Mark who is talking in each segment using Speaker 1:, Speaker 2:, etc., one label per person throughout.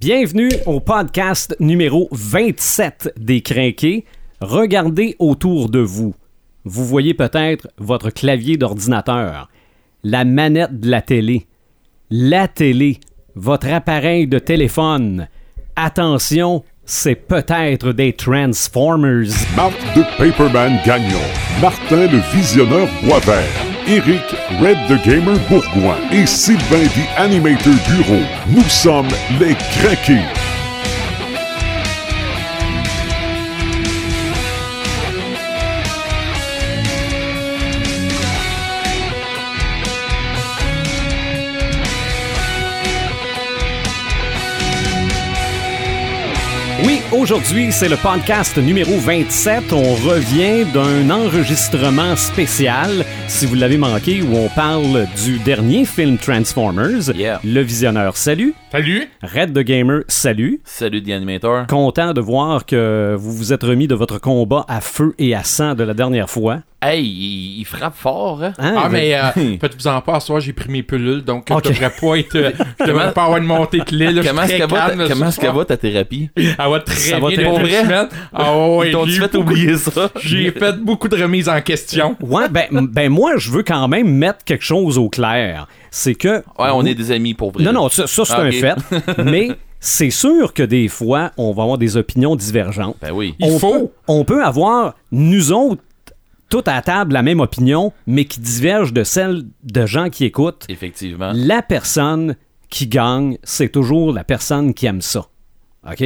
Speaker 1: Bienvenue au podcast numéro 27 des Crinqués. Regardez autour de vous. Vous voyez peut-être votre clavier d'ordinateur, la manette de la télé, la télé, votre appareil de téléphone. Attention, c'est peut-être des Transformers.
Speaker 2: Marc de Paperman Gagnon, Martin le Visionneur Boisvert, Eric Red the Gamer Bourgoin et Sylvain the Animator Bureau. Nous sommes les craqués.
Speaker 1: Oui, aujourd'hui, c'est le podcast numéro 27. On revient d'un enregistrement spécial, si vous l'avez manqué, où on parle du dernier film Transformers,
Speaker 3: Yeah.
Speaker 1: Le Visionneur. Salut!
Speaker 4: Salut!
Speaker 1: Red the Gamer, salut!
Speaker 3: Salut The Animator.
Speaker 1: Content de voir que vous vous êtes remis de votre combat à feu et à sang de la dernière fois.
Speaker 3: Hey, il, il frappe fort. Hein?
Speaker 1: Hein,
Speaker 4: Ah,
Speaker 1: Red-
Speaker 4: mais euh, faites-vous en pas, ce soir, j'ai pris mes pilules, donc euh,
Speaker 1: Ok.
Speaker 4: je devrais pas être. euh, je devrais pas avoir une montée de lait. Là,
Speaker 3: Comment
Speaker 4: je
Speaker 3: est-ce
Speaker 4: suis
Speaker 3: qu'elle
Speaker 4: très
Speaker 3: va,
Speaker 4: calme, là,
Speaker 3: ta-
Speaker 4: ce
Speaker 3: comment est-ce qu'elle
Speaker 4: soir.
Speaker 3: va ta thérapie?
Speaker 4: Elle va très
Speaker 1: Ça va
Speaker 4: bien
Speaker 1: très
Speaker 4: depuis
Speaker 3: bien.
Speaker 4: une semaine. Ah ouais,
Speaker 3: Ils t'ont-tu
Speaker 4: j'ai eu
Speaker 3: fait
Speaker 4: beaucoup-
Speaker 3: oublier ça?
Speaker 4: J'ai fait beaucoup de remises en question.
Speaker 3: euh,
Speaker 1: Ouais, ben, ben moi, je veux quand même mettre quelque chose au clair. C'est que...
Speaker 3: Ouais, on est des amis pour vrai.
Speaker 1: Non, non, ça, ça, c'est
Speaker 3: Ah, ok.
Speaker 1: un fait. Mais c'est sûr que des fois, on va avoir des opinions divergentes.
Speaker 3: Ben oui.
Speaker 4: Il
Speaker 1: on
Speaker 4: faut.
Speaker 1: Peut, on peut avoir, nous autres, tout à la table, la même opinion, mais qui diverge de celle de gens qui écoutent.
Speaker 3: Effectivement.
Speaker 1: La personne qui gagne, c'est toujours la personne qui aime ça. OK?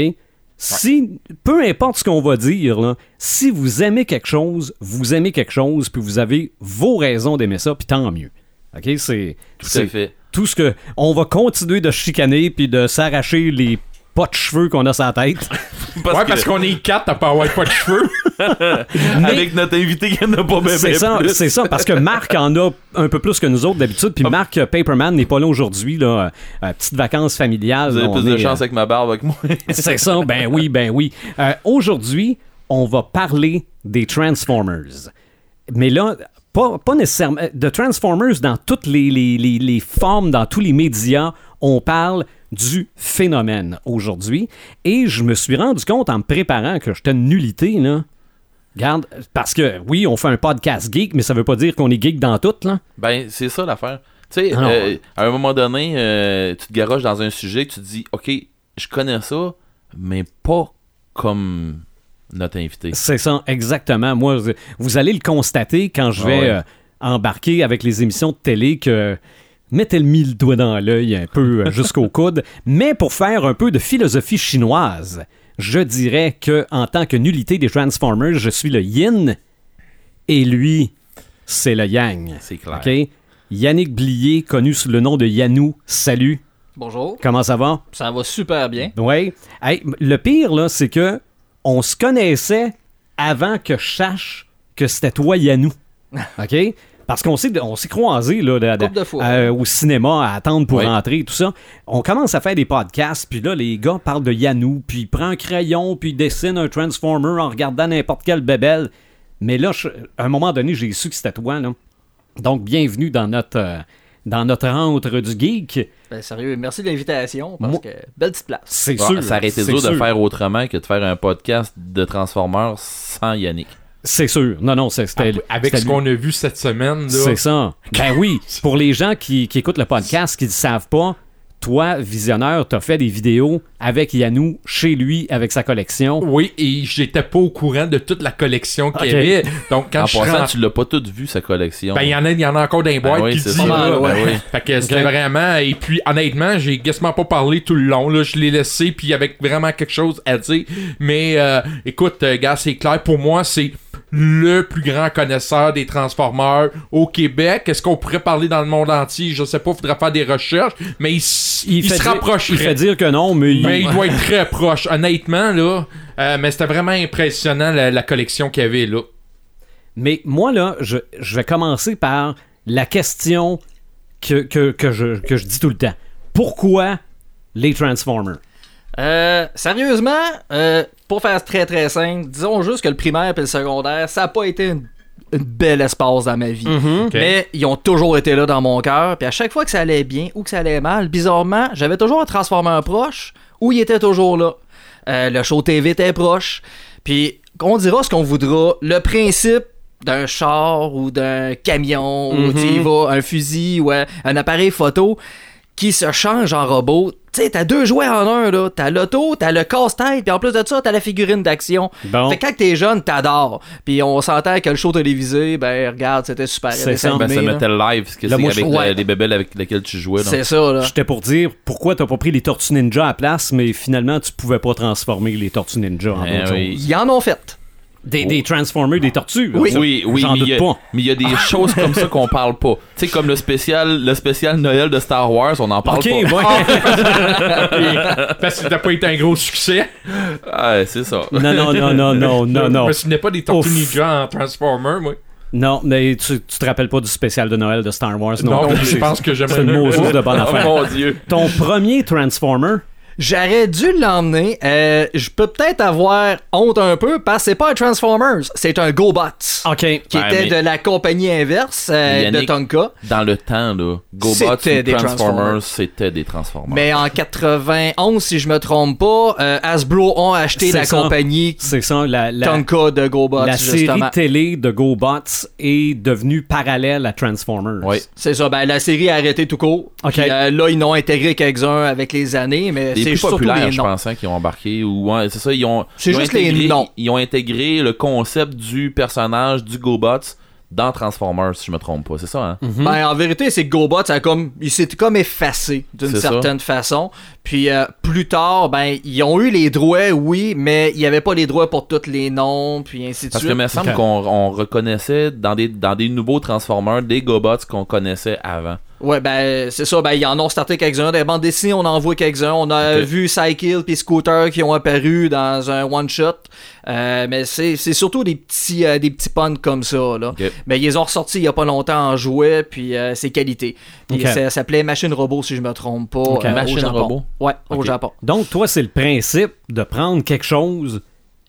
Speaker 1: Si, peu importe ce qu'on va dire, là, si vous aimez quelque chose, vous aimez quelque chose, puis vous avez vos raisons d'aimer ça, puis tant mieux. OK? C'est
Speaker 3: Tout
Speaker 1: c'est
Speaker 3: à fait.
Speaker 1: tout ce que. On va continuer de chicaner puis de s'arracher les pas de cheveux qu'on a sur la tête.
Speaker 3: Parce
Speaker 4: ouais,
Speaker 3: que-
Speaker 4: parce qu'on est quatre à pas avoir pas de cheveux.
Speaker 3: Avec notre invité qui n'a pas bébé.
Speaker 1: C'est ça, c'est ça, parce que Marc en a un peu plus que nous autres d'habitude,
Speaker 3: Ah.
Speaker 1: puis Marc euh, Paperman n'est pas là aujourd'hui, là, euh, euh, petite vacances familiales.
Speaker 3: Vous avez
Speaker 1: on
Speaker 3: plus de
Speaker 1: est,
Speaker 3: chance
Speaker 1: euh,
Speaker 3: avec ma barbe que moi.
Speaker 1: C'est ça, ben oui, ben oui. Euh, aujourd'hui, on va parler des Transformers. Mais là, pas, pas nécessairement. euh, De Transformers, dans toutes les, les- les- les formes, dans tous les médias, on parle du phénomène aujourd'hui. Et je me suis rendu compte en me préparant que j'étais une nullité, là. Regarde, parce que oui, on fait un podcast geek, mais ça veut pas dire qu'on est geek dans tout, là.
Speaker 3: Ben, c'est ça l'affaire. Tu sais,
Speaker 1: Ah non,
Speaker 3: euh,
Speaker 1: ouais.
Speaker 3: à un moment donné, euh, tu te garoches dans un sujet que tu te dis, OK, je connais ça, mais pas comme notre invité.
Speaker 1: C'est ça, exactement. Moi, je- vous allez le constater quand je
Speaker 3: Ah
Speaker 1: vais
Speaker 3: ouais.
Speaker 1: euh, embarquer avec les émissions de télé que mettez-le-mi le doigt dans l'œil un peu euh, jusqu'au coude. Mais pour faire un peu de philosophie chinoise, je dirais que en tant que nullité des Transformers, je suis le yin et lui, c'est le yang.
Speaker 3: C'est clair.
Speaker 1: OK? Yannick Blier, connu sous le nom de Yanou, salut.
Speaker 5: Bonjour.
Speaker 1: Comment ça va?
Speaker 5: Ça va super bien.
Speaker 1: Oui. Hey, m- le pire, là, c'est que on se connaissait avant que je sache que c'était toi, Yannou. OK? Parce qu'on s'est, on s'est croisés là, de- de-
Speaker 5: Couple de fois.
Speaker 1: euh, au cinéma à attendre pour
Speaker 3: Oui.
Speaker 1: rentrer et tout ça. On commence à faire des podcasts, puis là, les gars parlent de Yannou, puis ils prennent un crayon, puis ils dessinent un Transformer en regardant n'importe quelle bébelle. Mais là, je- à un moment donné, j'ai su que c'était toi. Là. Donc, bienvenue dans notre, euh, dans notre entre du geek.
Speaker 5: Ben, sérieux, merci de l'invitation parce
Speaker 1: Moi-
Speaker 5: que belle petite place.
Speaker 1: C'est
Speaker 3: Bon,
Speaker 1: sûr.
Speaker 3: Ah, ça aurait été
Speaker 1: c'est
Speaker 3: dur de
Speaker 1: sûr.
Speaker 3: faire autrement que de faire un podcast de Transformers sans Yannick.
Speaker 1: C'est sûr. Non, non, c'est-
Speaker 3: Ben,
Speaker 1: c'était.
Speaker 4: Ah, Avec
Speaker 1: c'était
Speaker 4: ce
Speaker 1: lui.
Speaker 4: qu'on a vu cette semaine, là.
Speaker 1: C'est ça. Ben oui. Pour les gens qui, qui écoutent le podcast, qui ne savent pas, toi, visionneur, t'as fait des vidéos avec Yannou, chez lui, avec sa collection.
Speaker 4: Oui, et j'étais pas au courant de toute la collection qu'il y
Speaker 1: Ok.
Speaker 4: avait. Donc, quand
Speaker 3: en
Speaker 4: je
Speaker 3: passant,
Speaker 4: suis rentré-
Speaker 3: tu l'as pas toute vu sa collection.
Speaker 4: Ben, il y en a, il y en a encore dans les
Speaker 3: Ben
Speaker 4: boîtes
Speaker 3: oui,
Speaker 4: qui
Speaker 3: c'est
Speaker 4: disent,
Speaker 3: ça.
Speaker 4: là.
Speaker 3: Ben oui.
Speaker 4: Fait que c'était
Speaker 1: Ok.
Speaker 4: vraiment. Et puis, honnêtement, j'ai guessement pas parlé tout le long. Là. Je l'ai laissé, puis avec vraiment quelque chose à dire. Mais euh, écoute, euh, gars, c'est clair. Pour moi, c'est le plus grand connaisseur des Transformers au Québec. Est-ce qu'on pourrait parler dans le monde entier Je sais pas, faudrait faire des recherches. Mais il, s- il
Speaker 1: fait
Speaker 4: se
Speaker 1: dire-
Speaker 4: rapproche.
Speaker 1: Il fait dire que non, mais. il-
Speaker 4: Mais il doit être très proche, honnêtement, là. Euh, mais c'était vraiment impressionnant la, la collection qu'il y avait, là.
Speaker 1: Mais moi, là, je, je vais commencer par la question que, que, que je, que je dis tout le temps. Pourquoi les Transformers?
Speaker 5: Euh, sérieusement, euh, pour faire très très simple, disons juste que le primaire et le secondaire, ça a pas été une, une belle espace dans ma vie. Mais ils ont toujours été là dans mon cœur. Puis à chaque fois que ça allait bien ou que ça allait mal, bizarrement, j'avais toujours un transformeur proche où il était toujours là. Euh, le show TV était proche. Puis, on dira ce qu'on voudra. Le principe d'un char ou d'un camion, ou
Speaker 1: Mhm.
Speaker 5: tu y vas, un fusil ou un, un appareil photo qui se change en robot. Tu sais, t'as deux jouets en un, là. T'as l'auto, t'as le casse-tête, puis en plus de ça, t'as la figurine d'action.
Speaker 1: Bon.
Speaker 5: Fait que quand t'es jeune, t'adores. Puis on s'entend que le show télévisé, ben regarde, c'était super.
Speaker 1: C'est
Speaker 5: dessin
Speaker 1: ça.
Speaker 3: Ben,
Speaker 5: animé,
Speaker 3: ça
Speaker 5: là.
Speaker 3: mettait le live, ce que
Speaker 1: Le
Speaker 3: c'est
Speaker 1: mot-
Speaker 3: avec
Speaker 5: ouais.
Speaker 3: la- les bébelles avec lesquelles tu jouais. là.
Speaker 5: C'est ça,
Speaker 3: Ah.
Speaker 5: là.
Speaker 1: J'étais pour dire pourquoi t'as pas pris les Tortues Ninja à place, mais finalement tu pouvais pas transformer les Tortues Ninja en
Speaker 3: Eh
Speaker 1: autre
Speaker 3: oui.
Speaker 1: chose.
Speaker 5: Ils en ont fait.
Speaker 1: Des, des Transformers, des tortues.
Speaker 5: Oui.
Speaker 1: ça,
Speaker 3: Oui, oui,
Speaker 1: J'en
Speaker 3: mais il
Speaker 1: doute
Speaker 3: y a-
Speaker 1: pas.
Speaker 3: mais il y a des choses comme ça qu'on parle pas. Tu sais, comme le spécial, le spécial Noël de Star Wars, on en parle
Speaker 1: Ok,
Speaker 3: pas.
Speaker 1: ouais.
Speaker 4: Parce que t'as pas été un gros succès.
Speaker 3: Ah, c'est ça.
Speaker 1: Non, non, non, non, non, non, non.
Speaker 4: Parce qu'il n'est pas des Tortues
Speaker 1: Ouf.
Speaker 4: Ninja en Transformer, moi.
Speaker 1: Non, mais tu, tu te rappelles pas du spécial de Noël de Star Wars, non?
Speaker 4: Non,
Speaker 1: plus.
Speaker 4: je
Speaker 1: C'est-
Speaker 4: pense que j'aimerais
Speaker 1: C'est une
Speaker 4: mieux.
Speaker 1: mauvaise de bonne
Speaker 3: Oh
Speaker 1: affaire.
Speaker 3: mon dieu.
Speaker 1: Ton premier Transformer,
Speaker 5: J'aurais dû l'emmener. Euh, je peux peut-être avoir honte un peu parce que c'est pas un Transformers, c'est un GoBot.
Speaker 1: OK.
Speaker 5: Qui
Speaker 3: Ouais,
Speaker 5: était
Speaker 3: mais-
Speaker 5: de la compagnie inverse euh,
Speaker 3: Yannick-
Speaker 5: de Tonka.
Speaker 3: Dans le temps, là, GoBots
Speaker 5: C'était
Speaker 3: ou
Speaker 5: des Transformers.
Speaker 3: Transformers, c'était des Transformers.
Speaker 5: Mais en 91, si je me trompe pas, euh, Hasbro ont acheté
Speaker 1: C'est
Speaker 5: la
Speaker 1: ça.
Speaker 5: compagnie
Speaker 1: c'est ça, la, la,
Speaker 5: Tonka de GoBots,
Speaker 1: la série
Speaker 5: justement.
Speaker 1: télé de GoBots est devenue parallèle à Transformers.
Speaker 3: Ouais.
Speaker 5: C'est ça, ben la série a arrêté tout court.
Speaker 1: Ok.
Speaker 5: Puis, euh, là, ils n'ont intégré quelques-uns avec les années, mais
Speaker 3: Les
Speaker 5: c'est
Speaker 3: plus
Speaker 5: surtout
Speaker 3: populaires,
Speaker 5: les
Speaker 3: je
Speaker 5: noms.
Speaker 3: pense, hein, qui ont embarqué. Ou, ouais, c'est ça, ils ont,
Speaker 5: C'est
Speaker 3: ils ont
Speaker 5: juste les
Speaker 3: intégré,
Speaker 5: noms.
Speaker 3: Ils ont intégré le concept du personnage du GoBots dans Transformers, si je me trompe pas. C'est ça, hein?
Speaker 5: Ben, en vérité, c'est que GoBot, ça a comme, il s'est comme effacé d'une
Speaker 3: C'est ça.
Speaker 5: certaine façon. Puis euh, plus tard, ben, ils ont eu les droits, oui, mais il n'y avait pas les droits pour tous les noms, puis ainsi de
Speaker 3: Parce que
Speaker 5: suite.
Speaker 3: il me semble
Speaker 1: Ok.
Speaker 3: qu'on on reconnaissait dans des, dans des nouveaux Transformers des GoBots qu'on connaissait avant.
Speaker 5: Ouais, ben, c'est ça, ben, ils en ont starté quelques-uns. Des bandes dessinées, on en voit quelques-uns. On a
Speaker 3: Ok.
Speaker 5: vu Cycle puis Scooter qui ont apparu dans un one-shot. Euh, mais c'est c'est surtout des petits, euh, des petits puns comme ça, là.
Speaker 3: Ok.
Speaker 5: Mais Ben, ils les ont ressortis il y a pas longtemps en jouet, puis euh, c'est qualité. Puis
Speaker 1: Ok.
Speaker 5: ça ça s'appelait Machine Robot, si je me trompe pas. euh,
Speaker 3: Machine
Speaker 5: au Japon.
Speaker 3: Robot.
Speaker 5: Ouais, au
Speaker 3: Ok.
Speaker 5: Japon.
Speaker 1: Donc, toi, c'est le principe de prendre quelque chose,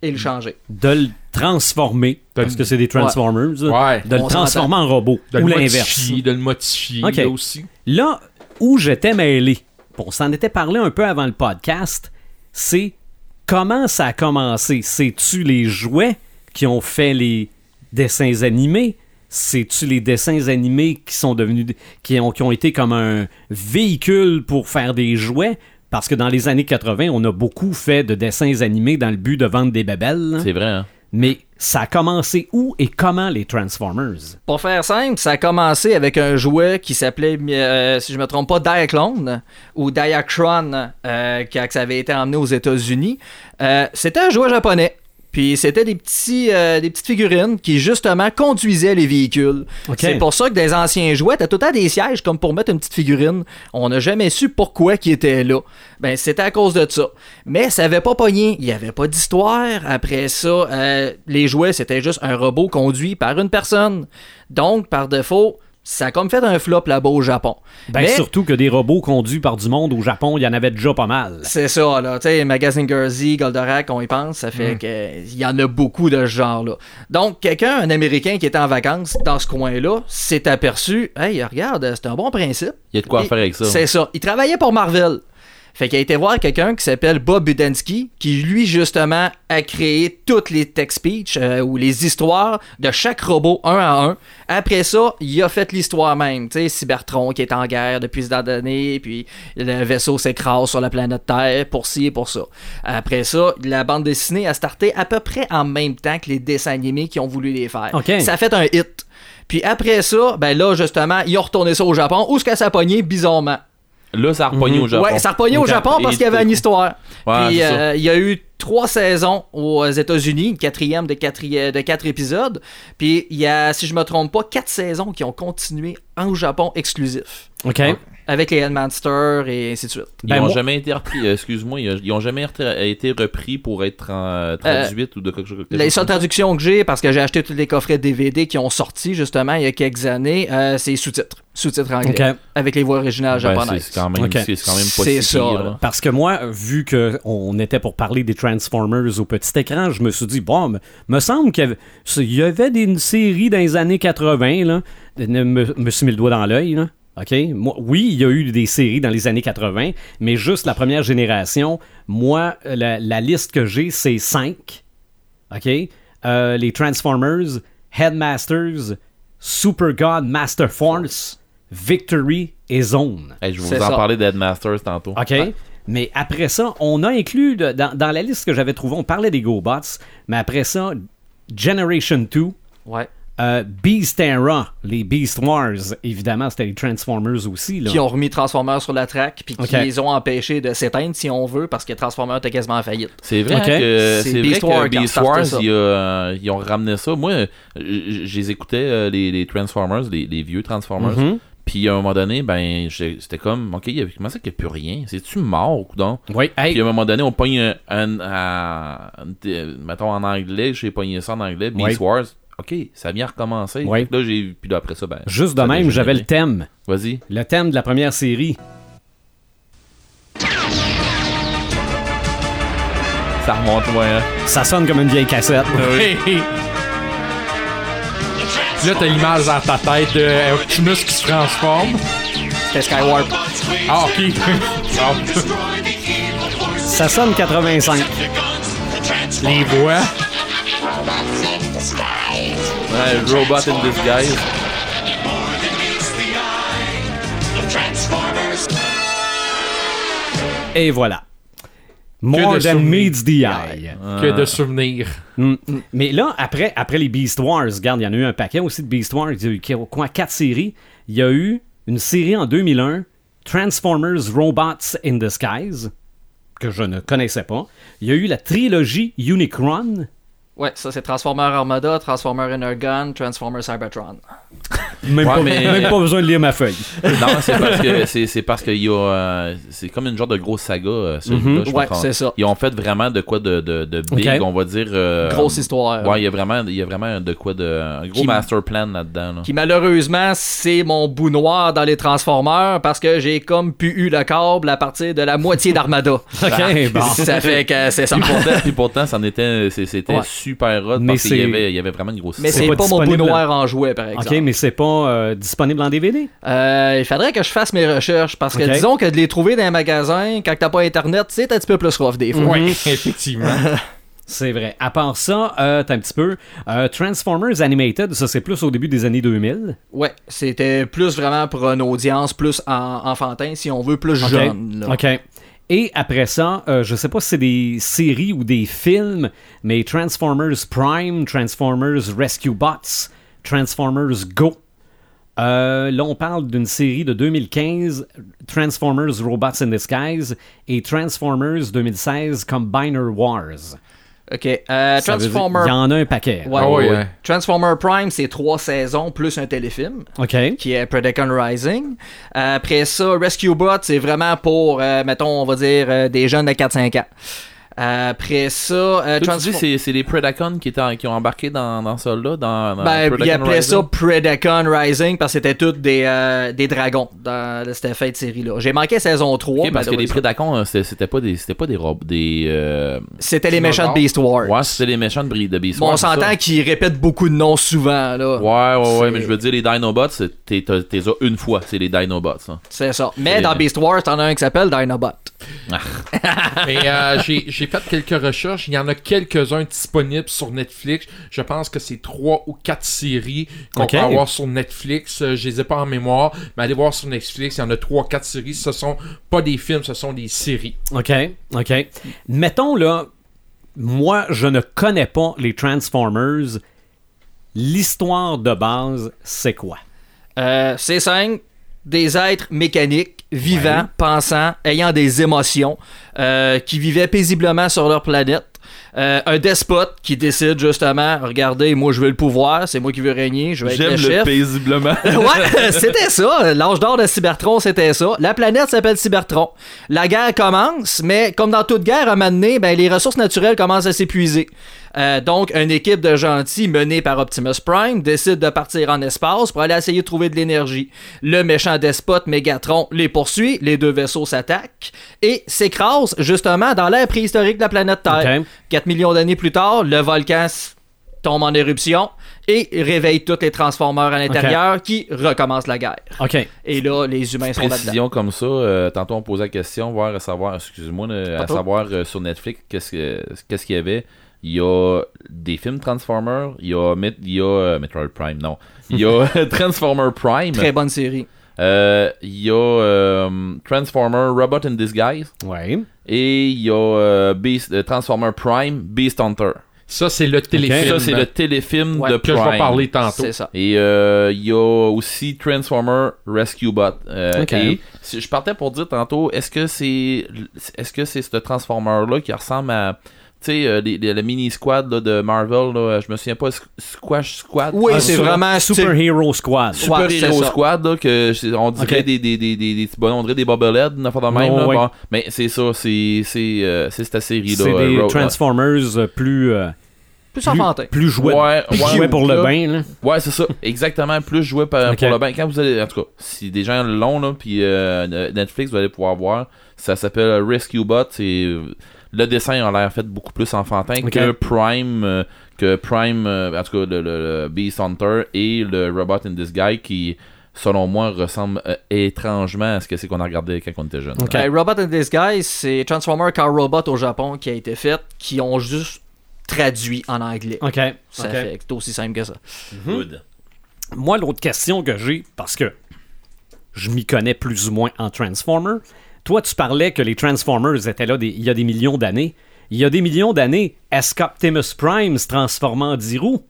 Speaker 5: et le changer.
Speaker 1: de le transformer, parce que c'est des Transformers,
Speaker 4: Ouais.
Speaker 1: de le
Speaker 5: On
Speaker 1: transformer en robot,
Speaker 4: De
Speaker 1: ou
Speaker 4: le
Speaker 1: l'inverse.
Speaker 4: modifier, de le modifier
Speaker 1: Ok.
Speaker 4: là aussi.
Speaker 1: Là où j'étais mêlé, puis on s'en était parlé un peu avant le podcast, c'est comment ça a commencé. C'est-tu les jouets qui ont fait les dessins animés? C'est-tu les dessins animés qui sont devenus qui ont, qui ont été comme un véhicule pour faire des jouets? Parce que dans les années 80, on a beaucoup fait de dessins animés dans le but de vendre des babelles. hein.
Speaker 3: C'est vrai, hein?
Speaker 1: Mais ça a commencé où et comment les Transformers?
Speaker 5: Pour faire simple, ça a commencé avec un jouet qui s'appelait, euh, si je me trompe pas, Diaclone ou Diacron, euh, quand ça avait été emmené aux États-Unis. Euh, c'était un jouet japonais. Puis c'était des, petits, euh, des petites figurines qui justement conduisaient les véhicules.
Speaker 1: Ok.
Speaker 5: C'est pour ça que des anciens jouets, t'as tout le temps des sièges comme pour mettre une petite figurine. On n'a jamais su pourquoi qui était là. Ben c'était à cause de ça. Mais ça avait pas pogné. Il y avait pas d'histoire. Après ça, euh, les jouets, c'était juste un robot conduit par une personne. Donc, par défaut, ça a comme fait un flop là-bas au Japon.
Speaker 1: Ben,
Speaker 5: Mais-
Speaker 1: surtout que des robots conduits par du monde au Japon, il y en avait déjà pas mal.
Speaker 5: C'est ça, là. Tu sais, Magazine Jersey, Goldorak, on y pense, ça fait qu'il y en a beaucoup de ce genre-là. Donc, quelqu'un, un Américain qui était en vacances dans ce coin-là, s'est aperçu Hey, regarde, c'est un bon principe.
Speaker 3: Il y a de quoi
Speaker 5: Et-
Speaker 3: faire avec ça.
Speaker 5: C'est ça. Il travaillait pour Marvel. Fait qu'il a été voir quelqu'un qui s'appelle Bob Budansky, qui lui, justement, a créé toutes les text speech euh, ou les histoires de chaque robot un à un. Après ça, il a fait l'histoire même. Tu sais, Cybertron qui est en guerre depuis ce temps d'années, puis le vaisseau s'écrase sur la planète Terre pour ci et pour ça. Après ça, la bande dessinée a starté à peu près en même temps que les dessins animés qui ont voulu les faire.
Speaker 1: Ok.
Speaker 5: Ça a fait un hit. Puis après ça, ben là, justement, ils ont retourné ça au Japon, où ce que ça a pogné, bizarrement.
Speaker 3: Là, ça a repogné au Japon.
Speaker 5: Mhm. Ouais, ça repognait au
Speaker 3: Donc,
Speaker 5: Japon parce
Speaker 3: et-
Speaker 5: qu'il y avait une histoire.
Speaker 3: Ouais,
Speaker 5: Puis
Speaker 3: c'est
Speaker 5: euh, il y a eu trois saisons aux États-Unis, une quatrième de quatre, de quatre épisodes. Puis il y a, si je me trompe pas, quatre saisons qui ont continué en Japon exclusif.
Speaker 1: OK.
Speaker 5: Avec les Headmasters et ainsi de suite.
Speaker 3: Ils
Speaker 1: Ben,
Speaker 3: ont
Speaker 1: moi-
Speaker 3: jamais été repris, euh, excuse-moi, ils ont- ils ont jamais été- euh, été repris pour être euh, traduits ou de quelque chose. quelque
Speaker 5: Les
Speaker 3: chose
Speaker 5: seules
Speaker 3: comme ça.
Speaker 5: traductions que j'ai, parce que j'ai acheté tous les coffrets DVD qui ont sorti justement il y a quelques années, euh, c'est sous-titres. Sous-titres anglais.
Speaker 1: Ok.
Speaker 5: Avec les voix originales
Speaker 3: Ben,
Speaker 5: japonaises.
Speaker 3: c'est- c'est quand même,
Speaker 1: Ok.
Speaker 3: c'est quand même pas si
Speaker 5: C'est ça,
Speaker 3: pire,
Speaker 5: là.
Speaker 3: là.
Speaker 1: Parce que moi, vu que on était pour parler des Transformers au petit écran, je me suis dit, bon, me, me semble qu'il y avait- c'est- il y avait des- une série dans les années 80, là. Ne- Me, me suis mis le doigt dans l'œil, là. OK? Moi, oui, il y a eu des séries dans les années 80, mais juste la première génération, moi, la, la liste que j'ai, c'est 5. OK? Euh, les Transformers, Headmasters, Super God, Master Force, Victory et Zone.
Speaker 3: Hey, je vais
Speaker 5: C'est
Speaker 3: vous en
Speaker 5: ça.
Speaker 3: parler d'Headmasters tantôt.
Speaker 1: OK? Mais après ça, on a inclus de- dans, dans la liste que j'avais trouvée, on parlait des GoBots, mais après ça, Generation 2,
Speaker 5: Ouais.
Speaker 1: euh, Beast Era, les Beast Wars, évidemment, c'était les Transformers aussi. Là.
Speaker 5: Qui ont remis Transformers sur la track, puis qui
Speaker 1: Ok.
Speaker 5: les ont empêchés de s'éteindre si on veut, parce que Transformers était quasiment en faillite.
Speaker 3: C'est vrai
Speaker 1: Ok.
Speaker 3: que
Speaker 5: C'est
Speaker 3: c'est vrai
Speaker 5: Beast Wars
Speaker 3: que
Speaker 5: qui a
Speaker 3: Beast
Speaker 5: starté
Speaker 3: Wars,
Speaker 5: ça.
Speaker 3: il y a, euh, ils ont ramené ça. Moi, euh, j- j- je les écoutais, euh, les, les Transformers, les, les vieux Transformers. Puis à un moment donné, ben, j'ai- c'était comme, OK, il y a- comment ça qu'il n'y a plus rien? C'est-tu mort, coudon?
Speaker 1: Oui, hey,
Speaker 3: Puis à un moment donné, on pogne un, un- un- euh, mettons en anglais, j'ai pogné ça en anglais, Beast
Speaker 1: Ouais.
Speaker 3: Wars. OK, ça vient recommencer.
Speaker 1: Ouais.
Speaker 3: Fait que Là, j'ai puis là, après ça, ben.
Speaker 1: juste de
Speaker 3: ça a
Speaker 1: même, j'avais le
Speaker 3: dégénéré.
Speaker 1: thème.
Speaker 3: Vas-y.
Speaker 1: Le thème de la première série.
Speaker 3: Ça remonte loin. hein.
Speaker 1: Ça sonne comme une vieille cassette.
Speaker 4: Hey, hey. Là, t'as l'image dans ta tête de euh, Optimus qui se transforme.
Speaker 5: C'était Skywarp.
Speaker 4: Ah, ok. Bon.
Speaker 1: Ça sonne 85.
Speaker 4: Les voix.
Speaker 3: Ouais, Robot in Disguise.
Speaker 1: Et voilà.
Speaker 4: Que
Speaker 1: More
Speaker 4: de
Speaker 1: than
Speaker 4: souvenirs.
Speaker 1: meets the eye.
Speaker 4: Que de souvenirs.
Speaker 1: Mais là, après, après les Beast Wars, regarde, il y en a eu un paquet aussi de Beast Wars. Il y a eu qu- quoi, quatre séries. Il y a eu une série en 2001, Transformers Robots in Disguise, que je ne connaissais pas. Il y a eu la trilogie Unicron.
Speaker 5: Ouais, ça c'est Transformer Armada, Transformer Energon, Transformer Cybertron.
Speaker 1: Même,
Speaker 3: Ouais,
Speaker 1: pas,
Speaker 3: mais-
Speaker 1: même pas besoin de lire ma feuille.
Speaker 3: Non, c'est parce que c'est, c'est parce qu'il y a euh, c'est comme une genre de grosse saga euh, celui-là, je
Speaker 5: Mm-hmm. Ouais,
Speaker 3: pense.
Speaker 5: c'est ça.
Speaker 3: Ils ont fait vraiment de quoi de, de, de big,
Speaker 1: Ok.
Speaker 3: on va dire euh,
Speaker 5: Grosse histoire.
Speaker 3: Ouais, il y a vraiment il y a vraiment de quoi de un gros
Speaker 5: Qui-
Speaker 3: master plan là-dedans. là.
Speaker 5: Qui malheureusement, c'est mon bout noir dans les Transformers parce que j'ai comme pu eu le câble à partir de la moitié d'Armada.
Speaker 1: OK, bon.
Speaker 5: Ça fait que c'est ça.
Speaker 3: Puis pourtant, puis pourtant, c'en était c'est- c'était
Speaker 5: Ouais.
Speaker 3: super hot
Speaker 1: Mais
Speaker 3: parce qu'il
Speaker 1: c'est-
Speaker 3: y avait il y avait vraiment une grosse
Speaker 5: Mais
Speaker 1: C'est
Speaker 5: c'est
Speaker 3: histoire.
Speaker 5: pas,
Speaker 1: pas
Speaker 5: mon bout
Speaker 1: disponible.
Speaker 5: noir en jouet, par exemple.
Speaker 1: OK, mais c'est pas euh, disponible en DVD?
Speaker 5: Euh, il faudrait que je fasse mes recherches parce que
Speaker 1: Ok.
Speaker 5: disons que de les trouver dans un magasin quand t'as pas internet, c'est un petit peu plus rough des
Speaker 1: Mhm.
Speaker 5: fois.
Speaker 4: Ouais, effectivement.
Speaker 1: C'est vrai. À part ça, euh, t'as un petit peu. euh, Transformers Animated, ça c'est plus au début des années 2000.
Speaker 5: Ouais, c'était plus vraiment pour une audience plus en- enfantin, si on veut, plus
Speaker 1: OK.
Speaker 5: jeune. là.
Speaker 1: OK. Et après ça, euh, je sais pas si c'est des séries ou des films, mais Transformers Prime, Transformers Rescue Bots, Transformers Go. Euh, là, on parle d'une série de 2015, Transformers Robots in Disguise et Transformers 2016 Combiner Wars.
Speaker 5: Ok, euh,
Speaker 1: Ça veut dire- Il y
Speaker 5: Transformer.
Speaker 1: en a un paquet.
Speaker 5: Ouais,
Speaker 4: Ah ouais,
Speaker 5: ouais.
Speaker 4: hein.
Speaker 5: Transformer Prime, c'est trois saisons plus un téléfilm.
Speaker 1: OK.
Speaker 5: qui est Predacon Rising. Euh, Après ça, Rescue Bot, c'est vraiment pour, euh, mettons, on va dire, euh, des jeunes de 4-5 ans. Euh, Après ça, euh,
Speaker 3: Toi, tu dis
Speaker 5: Transform-
Speaker 3: c'est c'est les Predacon qui étaient en- qui ont embarqué dans dans ça là dans, dans
Speaker 5: Ben,
Speaker 3: Predacon
Speaker 5: ils appelaient
Speaker 3: Rising.
Speaker 5: ça Predacon Rising parce que c'était tous des, euh, des dragons dans cette fin de série-là. J'ai manqué saison 3.
Speaker 3: Ok, parce que les
Speaker 5: malheureusement.
Speaker 3: Predacons euh, c'était c'était pas des c'était pas des robes des euh,
Speaker 5: C'était les méchants de Beast Wars.
Speaker 3: ouais, c'était les méchants de Bri- de Beast
Speaker 5: Bon, on
Speaker 3: Wars, c'est ça.
Speaker 5: s'entend qu'ils répètent beaucoup de noms souvent, là.
Speaker 3: Ouais, ouais,
Speaker 5: C'est-
Speaker 3: ouais, mais je veux dire, les Dinobots, c'est- t'es t'as- t'es ça une fois, c'est les Dinobots. hein.
Speaker 5: C'est ça. Mais
Speaker 3: C'est-
Speaker 5: dans Beast Wars, t'en as un qui s'appelle Dinobot.
Speaker 4: Mais euh, j'ai j'ai fait quelques recherches. Il y en a quelques-uns disponibles sur Netflix. Je pense que c'est trois ou quatre séries qu'on
Speaker 1: Ok.
Speaker 4: peut avoir sur Netflix. Euh, Je les ai pas en mémoire, mais allez voir sur Netflix. Il y en a trois, quatre séries. Ce sont pas des films, ce sont des séries.
Speaker 1: OK, OK. Mettons, là, moi, je ne connais pas les Transformers. L'histoire de base, c'est quoi?
Speaker 5: Euh, c'est simple. Des êtres mécaniques, vivants, pensants, ayant des émotions, euh, qui vivaient paisiblement sur leur planète. Euh, un despote qui décide justement, regardez, moi je veux le pouvoir, c'est moi qui veux régner, je veux être le chef.
Speaker 3: paisiblement.
Speaker 5: ouais, c'était ça. L'âge d'or de Cybertron, c'était ça. La planète s'appelle Cybertron. La guerre commence, mais comme dans toute guerre, à un moment donné, ben, les ressources naturelles commencent à s'épuiser. Euh, donc, une équipe de gentils menée par Optimus Prime décide de partir en espace pour aller essayer de trouver de l'énergie. Le méchant despote Megatron les poursuit, les deux vaisseaux s'attaquent et s'écrasent justement dans l'ère préhistorique de la planète Terre.
Speaker 1: Ok.
Speaker 5: 4 millions d'années plus tard, le volcan s- tombe en éruption et réveille tous les Transformers à l'intérieur qui recommencent la guerre.
Speaker 1: OK.
Speaker 5: Et là, les humains sont là-dedans.
Speaker 3: précision comme ça, euh, tantôt on posait la question, voir à savoir, excuse-moi, euh, à
Speaker 5: trop.
Speaker 3: savoir euh, sur Netflix, qu'est-ce que- qu'est-ce qu'il y avait Il y a des films Transformers, il y a, Met- il y a euh, Metroid Prime, non. Il y a Transformer Prime,
Speaker 5: Très bonne série.
Speaker 3: euh, il y a euh, Transformer Robot in Disguise,
Speaker 1: Ouais.
Speaker 3: et il y a euh, Beast, euh, Transformer Prime Beast Hunter.
Speaker 4: Ça, c'est le téléfilm.
Speaker 3: Ça, c'est le téléfilm
Speaker 5: Ouais,
Speaker 3: de
Speaker 4: que
Speaker 3: Prime.
Speaker 4: je vais parler tantôt.
Speaker 5: C'est ça.
Speaker 3: Et euh, il y a aussi Transformer Rescue Bot. Euh,
Speaker 1: Ok.
Speaker 3: et si- je partais pour dire tantôt, est-ce que c'est est-ce que c'est ce Transformer là qui ressemble à tu sais euh, les- les- le mini squad là, de Marvel là, je me souviens pas Squ- Squash Squad.
Speaker 5: Oui,
Speaker 1: Ah,
Speaker 5: c'est
Speaker 1: sur-
Speaker 5: vraiment
Speaker 1: Super
Speaker 5: c'est-
Speaker 1: Hero Squad.
Speaker 3: Super
Speaker 5: ouais, c'est
Speaker 3: Hero
Speaker 5: ça.
Speaker 3: Squad là, que je- on dirait
Speaker 1: Ok.
Speaker 3: des, des, des, des, des petits bonhommes, on dirait des bobbleheads, une affaire de même
Speaker 1: Non,
Speaker 3: là,
Speaker 1: ouais.
Speaker 3: bon. mais c'est ça, c'est c'est euh, c'est cette série là.
Speaker 1: C'est des
Speaker 3: Road-
Speaker 1: Transformers euh, plus, euh,
Speaker 5: plus
Speaker 1: plus,
Speaker 5: enfantin.
Speaker 1: plus jouets,
Speaker 3: Ouais,
Speaker 1: plus
Speaker 3: ouais,
Speaker 1: jouets
Speaker 3: ouais.
Speaker 1: pour le bain. Là.
Speaker 3: Ouais, c'est ça. Exactement. Plus jouer par-
Speaker 1: Ok.
Speaker 3: pour le bain. Quand vous allez. En tout cas, si des gens l'ont, là, puis euh, Netflix, vous allez pouvoir voir. Ça s'appelle Rescue Bot. C'est. euh, Le dessin a l'air fait beaucoup plus enfantin
Speaker 1: Ok.
Speaker 3: que Prime, euh, que Prime, euh, en tout cas le, le- le Beast Hunter et le Robot in Disguise qui, selon moi, ressemble euh, étrangement à ce que c'est qu'on a regardé quand on était jeune.
Speaker 1: Ok.
Speaker 5: Ben, Robot in Disguise, c'est Transformer Car Robot au Japon qui a été fait, qui ont juste traduit en anglais.
Speaker 1: OK.
Speaker 5: Ça
Speaker 1: Ok.
Speaker 5: fait que c'est aussi simple que ça.
Speaker 3: Good.
Speaker 1: Moi, l'autre question que j'ai, parce que je m'y connais plus ou moins en Transformers, toi, tu parlais que les Transformers étaient là des- il y a des millions d'années. Il y a des millions d'années, est-ce qu'Optimus Prime se transformait en 10 roues?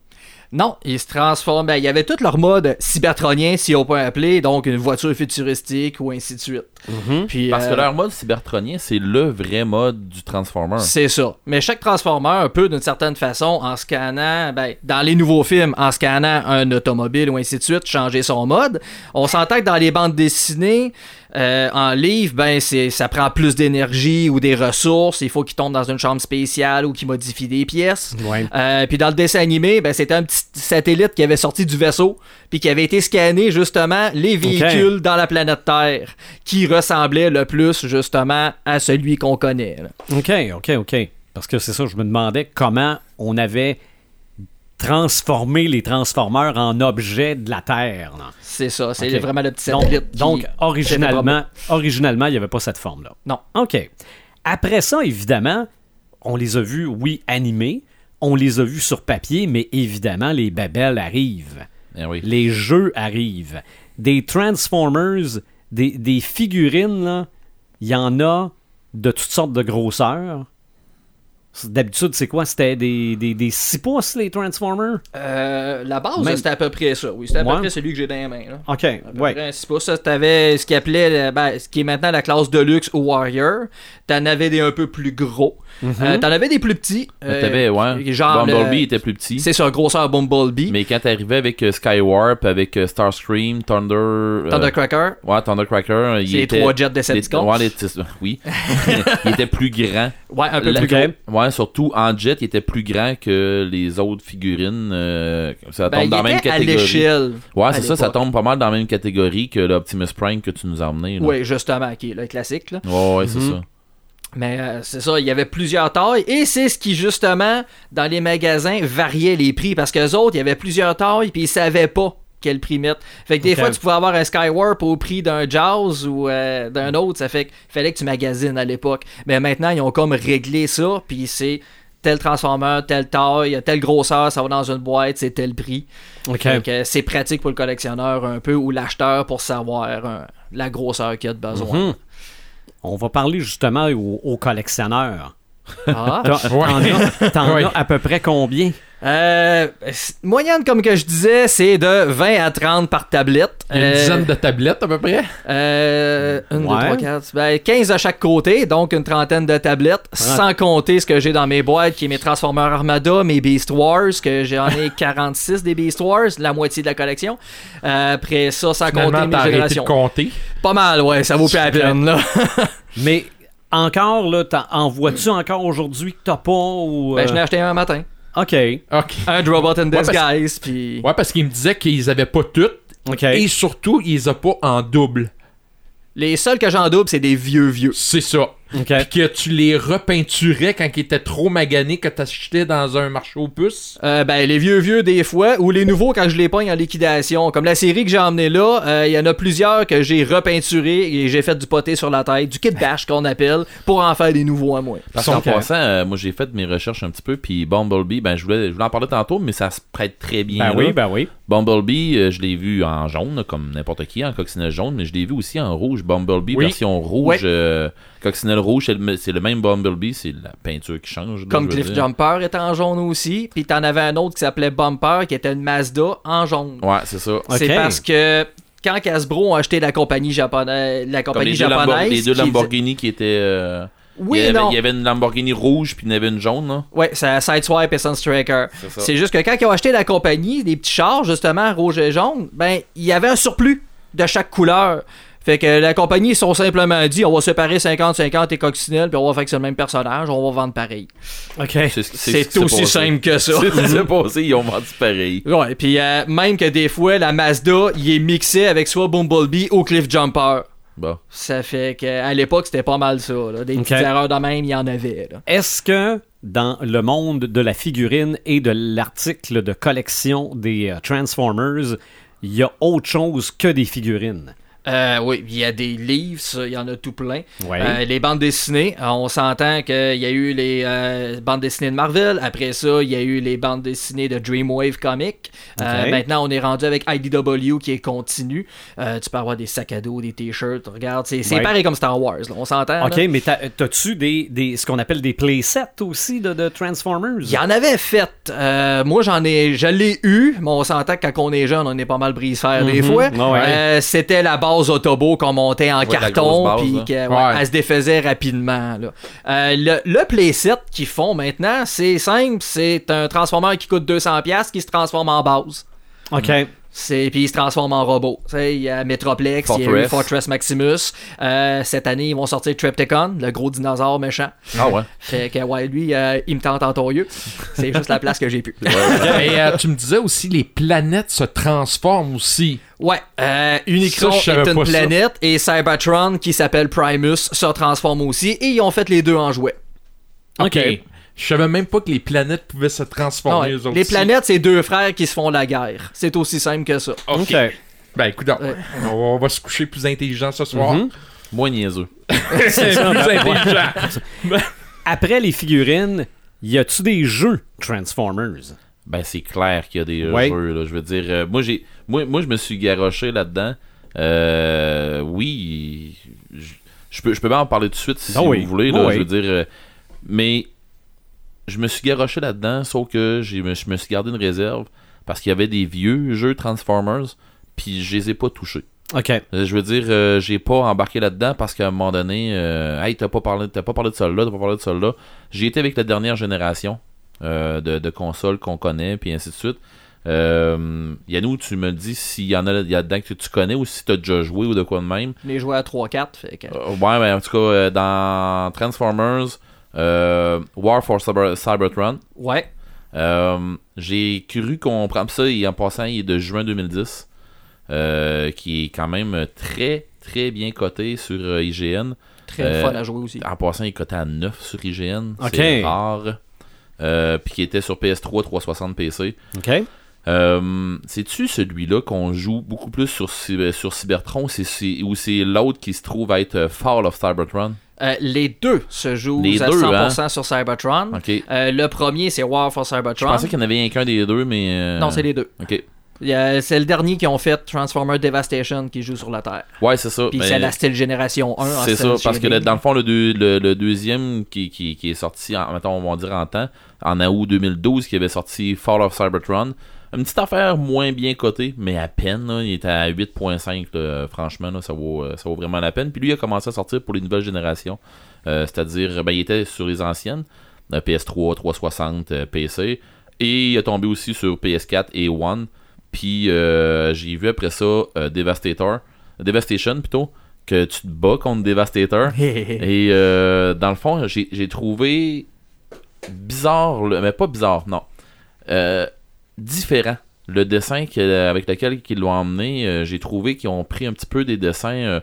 Speaker 5: Non, ils se transforment. Ben, il y avait tout leur mode cybertronien, si on peut appeler, donc une voiture futuristique ou ainsi de suite. Puis,
Speaker 3: Parce que
Speaker 5: euh,
Speaker 3: leur mode cybertronien, c'est le vrai mode du Transformer.
Speaker 5: C'est ça. Mais chaque Transformer peut, d'une certaine façon, en scannant, ben, dans les nouveaux films, en scannant un automobile ou ainsi de suite, changer son mode. On s'entend que dans les bandes dessinées, euh, en livre, ben, c'est, ça prend plus d'énergie ou des ressources. Il faut qu'il tombe dans une chambre spéciale ou qu'il modifie des pièces.
Speaker 1: Ouais.
Speaker 5: Euh, puis dans le dessin animé, ben, c'était un petit satellite qui avait sorti du vaisseau, puis qui avait été scanné justement les véhicules dans la planète Terre, qui ressemblait le plus justement à celui qu'on connaît. là.
Speaker 1: OK, OK, OK. Parce que c'est ça, je me demandais comment on avait transformé les Transformers en objets de la Terre. là.
Speaker 5: C'est ça, c'est
Speaker 1: Ok.
Speaker 5: vraiment le petit
Speaker 1: Donc,
Speaker 5: satellite. qui-
Speaker 1: donc,
Speaker 5: qui avait
Speaker 1: originalement, originalement, il n'y avait pas cette forme-là.
Speaker 5: Non.
Speaker 1: OK. Après ça, évidemment, on les a vus, oui, animés. On les a vus sur papier, mais évidemment, les babelles arrivent.
Speaker 3: Eh oui.
Speaker 1: Les jeux arrivent. Des Transformers, des, des figurines, là, il y en a de toutes sortes de grosseurs. C'est- D'habitude, c'est quoi? C'était des, des, des 6 pouces, les Transformers?
Speaker 5: Euh, la base,
Speaker 1: Même-
Speaker 5: c'était à peu près ça. Oui, c'était à
Speaker 1: Ouais.
Speaker 5: peu près celui que j'ai dans les mains. Là.
Speaker 1: OK,
Speaker 5: À peu
Speaker 1: ouais.
Speaker 5: près, C'est pas ça. T'avais ce qu'ils appelait, ben, ce qui est maintenant la classe de luxe ou Warrior. T'en avais des un peu plus gros. Euh, T'en avais des plus petits.
Speaker 3: Mhm. Mais
Speaker 5: euh,
Speaker 3: t'avais, ouais.
Speaker 5: Genre,
Speaker 3: Bumblebee
Speaker 5: le-
Speaker 3: était plus petit.
Speaker 5: C'est ça, grosseur Bumblebee.
Speaker 3: Mais quand t'arrivais avec euh, Skywarp, avec euh, Starscream, Thunder. euh,
Speaker 5: Thundercracker.
Speaker 3: ouais, Thundercracker. euh, il
Speaker 5: C'est les
Speaker 3: était-
Speaker 5: trois jets Decepticons.
Speaker 3: les- ouais, les petits- oui. il était plus grand.
Speaker 5: Ouais, un peu
Speaker 3: La-
Speaker 5: plus gros.
Speaker 3: Ouais, surtout en jet, il était plus grand que les autres figurines. euh, ça
Speaker 5: Ben,
Speaker 3: tombe
Speaker 5: il
Speaker 3: dans la même
Speaker 5: était à
Speaker 3: catégorie.
Speaker 5: l'échelle.
Speaker 3: Ouais,
Speaker 5: à
Speaker 3: c'est ça, ça
Speaker 5: l'époque.
Speaker 3: tombe pas mal dans la même catégorie que l'Optimus Prime que tu nous as emmené. là.
Speaker 5: Oui, Mhm. justement, qui est le classique. Là.
Speaker 3: Ouais, ouais, c'est ça.
Speaker 5: Mais euh, c'est ça, il y avait plusieurs tailles et c'est ce qui justement dans les magasins variait les prix parce que les autres, il y avait plusieurs tailles puis ils savaient pas quel prix mettre. Fait que des
Speaker 1: Ok.
Speaker 5: fois tu pouvais avoir un Skywarp au prix d'un Jaws ou euh, d'un autre, ça fait que fallait que tu magasines à l'époque. Mais maintenant, ils ont comme réglé ça puis c'est tel transformeur, telle taille, telle grosseur, ça va dans une boîte, c'est tel prix.
Speaker 1: OK.
Speaker 5: Fait que c'est pratique pour le collectionneur un peu ou l'acheteur pour savoir euh, la grosseur qu'il a de besoin.
Speaker 1: Mhm. On va parler justement aux, aux collectionneurs.
Speaker 5: Ah.
Speaker 1: T'en t'en as, t'en
Speaker 4: Ouais.
Speaker 1: as à peu près combien?
Speaker 5: Euh, c'est- moyenne, comme que je disais, c'est de 20 à 30 par tablette.
Speaker 4: Il y a une
Speaker 5: Euh,
Speaker 4: dizaine de tablettes à peu près.
Speaker 5: euh, une, deux,
Speaker 1: Ouais.
Speaker 5: trois, quatre, ben, 15 de chaque côté, donc une trentaine de tablettes, sans compter ce que j'ai dans mes boîtes, qui est mes Transformers Armada, mes Beast Wars, que j'en ai 46 des Beast Wars, la moitié de la collection. Euh, après ça, sans
Speaker 4: Finalement,
Speaker 5: compter
Speaker 4: t'as
Speaker 5: mes
Speaker 4: arrêté de
Speaker 5: générations.
Speaker 4: compter.
Speaker 5: Pas mal, ouais, ça vaut plus la peine, là.
Speaker 1: Mais encore, là, t'en- en vois-tu encore aujourd'hui que t'as pas ou...
Speaker 5: Ben, je
Speaker 1: euh,
Speaker 5: l'ai acheté un matin.
Speaker 1: OK,
Speaker 4: Ok.
Speaker 5: Un de Robot in
Speaker 4: Ouais, parce-
Speaker 5: Disguise, puis...
Speaker 4: Ouais, parce qu'il me disait qu'ils avaient pas toutes.
Speaker 1: OK.
Speaker 4: Et surtout, ils les ont pas en double.
Speaker 5: Les seuls que j'en double, c'est des vieux, vieux.
Speaker 4: C'est ça.
Speaker 1: OK.
Speaker 4: Puis que tu les repeinturais quand ils étaient trop maganés, que t'achetais dans un marché aux puces.
Speaker 5: Euh, ben, les vieux vieux des fois, ou les nouveaux quand je les pogne en liquidation. Comme la série que j'ai emmenée là, euh, il y en a plusieurs que j'ai repeinturé et j'ai fait du poté sur la tête, du kit bash qu'on appelle, pour en faire des nouveaux à moi.
Speaker 3: Parce qu'en passant, euh, moi j'ai fait mes recherches un petit peu, puis Bumblebee, ben je voulais, je voulais en parler tantôt, mais ça se prête très
Speaker 1: Ben
Speaker 3: bien. là.
Speaker 1: oui, ben oui.
Speaker 3: Bumblebee, euh, je l'ai vu en jaune, comme n'importe qui, en coccinelle jaune, mais je l'ai vu aussi en rouge. Bumblebee,
Speaker 4: Oui.
Speaker 3: version rouge,
Speaker 5: Ouais.
Speaker 3: euh, coccinelle rouge, c'est le, c'est le même Bumblebee, c'est la peinture qui change. là,
Speaker 5: Comme
Speaker 3: je veux
Speaker 5: Cliff
Speaker 3: dire.
Speaker 5: Jumper est en jaune aussi, puis t'en avais un autre qui s'appelait Bumper, qui était une Mazda en jaune.
Speaker 3: Ouais, c'est ça.
Speaker 1: Ok.
Speaker 5: C'est parce que quand Hasbro a acheté la compagnie japonaise, la
Speaker 3: Comme
Speaker 5: compagnie
Speaker 3: les deux, Lambo-
Speaker 5: japonaise,
Speaker 3: les deux
Speaker 5: qui-
Speaker 3: Lamborghini qui étaient. euh,
Speaker 5: Oui,
Speaker 3: il, y avait,
Speaker 5: non.
Speaker 3: il y avait une Lamborghini rouge, puis il y en avait une jaune, hein. là.
Speaker 5: Ouais, c'est Sideswipe et Sunstriker.
Speaker 3: C'est ça.
Speaker 5: C'est juste que quand ils ont acheté la compagnie, des petits chars, justement, rouge et jaune, ben, il y avait un surplus de chaque couleur. Fait que la compagnie, ils se sont simplement dit, on va séparer 50-50 et coccinelle, puis on va faire que c'est le même personnage, on va vendre pareil.
Speaker 1: OK.
Speaker 3: ce qui- ce qui
Speaker 5: C'est
Speaker 3: s'est
Speaker 5: aussi
Speaker 3: passé.
Speaker 5: simple que ça.
Speaker 3: C'est ce qui s'est passé, ils ont vendu pareil.
Speaker 5: Ouais, puis euh, même que des fois, la Mazda, il est mixé avec soit Bumblebee ou Cliff Jumper.
Speaker 3: Bon.
Speaker 5: Ça fait qu'à l'époque, c'était pas mal ça. là. Des petites
Speaker 1: Ok.
Speaker 5: erreurs de même, il y en avait. là.
Speaker 1: Est-ce que dans le monde de la figurine et de l'article de collection des euh, Transformers, il y a autre chose que des figurines?
Speaker 5: Euh, oui, il y a des livres, ça, il y en a tout plein.
Speaker 1: Ouais.
Speaker 5: Euh, les bandes dessinées, euh, on s'entend qu'il y a eu les euh, bandes dessinées de Marvel. Après ça, il y a eu les bandes dessinées de Dreamwave Comic. Euh,
Speaker 1: Ok.
Speaker 5: maintenant, on est rendu avec IDW qui est continu. Euh, tu peux avoir des sacs à dos, des t-shirts. Regarde, c'est c'est
Speaker 1: Ouais.
Speaker 5: pareil comme Star Wars. là, on s'entend.
Speaker 1: OK,
Speaker 5: Ah, là.
Speaker 1: mais t'as- t'as-tu des, des, ce qu'on appelle des playsets aussi de, de Transformers?
Speaker 5: Il y en avait fait. Euh, moi, j'en ai, je l'ai eu, mais on s'entend que quand on est jeune, on est pas mal brise fer
Speaker 1: Mhm.
Speaker 5: des fois.
Speaker 1: Ouais, ouais.
Speaker 5: Euh, C'était la base Autobo qu'on montait en
Speaker 3: Ouais, la grosse
Speaker 5: carton,
Speaker 3: base, hein.
Speaker 5: puis
Speaker 3: là.
Speaker 5: que, ouais,
Speaker 4: Ouais.
Speaker 5: elle se défaisait rapidement. là. Euh, le, le playset qu'ils font maintenant, c'est simple, c'est un transformeur qui coûte 200$ piastres qui se transforme en base.
Speaker 1: OK.
Speaker 5: C'est, puis il se transforme en robot. Tu sais, il y a Metroplex, il y a eu
Speaker 3: Fortress.
Speaker 5: Fortress Maximus. Euh, cette année, ils vont sortir Trepticon, le gros dinosaure méchant.
Speaker 3: Ah ouais.
Speaker 5: Fait que, ouais, lui, euh, il me tente en torieux. C'est juste la place que j'ai pu.
Speaker 4: Mais euh, tu me disais aussi, les planètes se transforment aussi.
Speaker 5: Ouais, euh, Unicron
Speaker 4: Ça, je savais
Speaker 5: est une
Speaker 4: pas ça.
Speaker 5: planète et Cybertron, qui s'appelle Primus, se transforme aussi. Et ils ont fait les deux en jouet.
Speaker 1: OK.
Speaker 4: Je savais même pas que les planètes pouvaient se transformer.
Speaker 5: Ah Ouais,
Speaker 4: eux autres
Speaker 5: les
Speaker 4: aussi.
Speaker 5: planètes, c'est deux frères qui se font la guerre. C'est aussi simple que ça.
Speaker 4: OK.
Speaker 1: OK.
Speaker 4: Ben écoute, donc,
Speaker 5: Ouais.
Speaker 4: on va- on va se coucher plus intelligent ce soir.
Speaker 1: Mhm.
Speaker 3: Moins niaiseux.
Speaker 4: plus intelligent.
Speaker 1: Après les figurines, y a-tu des jeux Transformers?
Speaker 3: Ben, c'est clair qu'il y a des euh,
Speaker 1: Ouais.
Speaker 3: jeux, là. Je veux dire, euh, moi, j'ai, moi, moi, je me suis garoché là-dedans. Euh, oui, je, je peux, je peux même en parler tout de suite si
Speaker 1: Ah
Speaker 3: vous
Speaker 1: oui.
Speaker 3: voulez,
Speaker 1: Ah
Speaker 3: là.
Speaker 1: oui.
Speaker 3: Je veux dire, euh, mais je me suis garoché là-dedans, sauf que j'ai, me- je me suis gardé une réserve parce qu'il y avait des vieux jeux Transformers, puis je les ai pas touchés.
Speaker 1: OK.
Speaker 3: Euh, Je veux dire, euh, j'ai pas embarqué là-dedans parce qu'à un moment donné, euh, hey, t'as pas parlé, t'as pas parlé de ça là, t'as pas parlé de ça là. J'ai été avec la dernière génération euh, de, de consoles qu'on connaît, puis ainsi de suite. Euh, Yannou, tu me dis s'il y en a là- là-dedans que tu connais ou si t'as déjà joué ou de quoi de même.
Speaker 5: Les jouets à 3-4, fait que...
Speaker 3: Euh, ouais, mais en tout cas, euh, dans Transformers, euh, War for Cyber- Cybertron,
Speaker 5: Ouais.
Speaker 3: euh, j'ai cru comprendre ça. Et en passant, il est de juin 2010, euh, qui est quand même très, très bien coté sur euh, IGN.
Speaker 5: Très
Speaker 3: Euh,
Speaker 5: fun à jouer aussi.
Speaker 3: En passant, il est coté à 9 sur IGN.
Speaker 1: Ok.
Speaker 3: C'est rare. Euh, Puis qui était sur PS3, 360 PC.
Speaker 1: OK.
Speaker 3: Euh, C'est-tu celui-là qu'on joue beaucoup plus sur, Cy- euh, sur Cybertron ou c'est- c'est- ou c'est l'autre qui se trouve à être euh, Fall of Cybertron
Speaker 5: Euh, les deux se jouent
Speaker 3: Les
Speaker 5: à
Speaker 3: deux, hein?
Speaker 5: 100% sur Cybertron.
Speaker 3: Ok.
Speaker 5: Euh, le premier, c'est War for
Speaker 3: Je
Speaker 5: Cybertron.
Speaker 3: pensais qu'il y en avait un qu'un des deux, mais. euh,
Speaker 5: Non, c'est les deux.
Speaker 3: Ok.
Speaker 5: Il y a- C'est le dernier qui ont fait Transformer Devastation qui joue sur la Terre.
Speaker 3: Ouais, c'est ça. Ben,
Speaker 5: Puis
Speaker 3: mais-
Speaker 5: c'est la style génération 1. en
Speaker 3: C'est ça,
Speaker 5: style
Speaker 3: parce que
Speaker 5: shading.
Speaker 3: le- dans le fond, le, deux- le- le deuxième qui, qui- qui est sorti, en, mettons, on va dire en temps, en août 2012, qui avait sorti Fall of Cybertron. Une petite affaire moins bien cotée, mais à peine. là. il était à 8.5. là. franchement, là, ça, vaut, euh, ça vaut vraiment la peine. Puis lui, il a commencé à sortir pour les nouvelles générations. Euh, C'est-à-dire, ben, il était sur les anciennes, euh, PS3, 360, euh, PC. Et il a tombé aussi sur PS4 et One. Puis euh, j'ai vu après ça euh, Devastator, Devastation plutôt, que tu te bats contre Devastator. et euh, dans le fond, j'ai j'ai trouvé bizarre, le- mais pas bizarre, non. Euh, différent. Le dessin que- avec lequel ils l'ont emmené, euh, j'ai trouvé qu'ils ont pris un petit peu des dessins euh,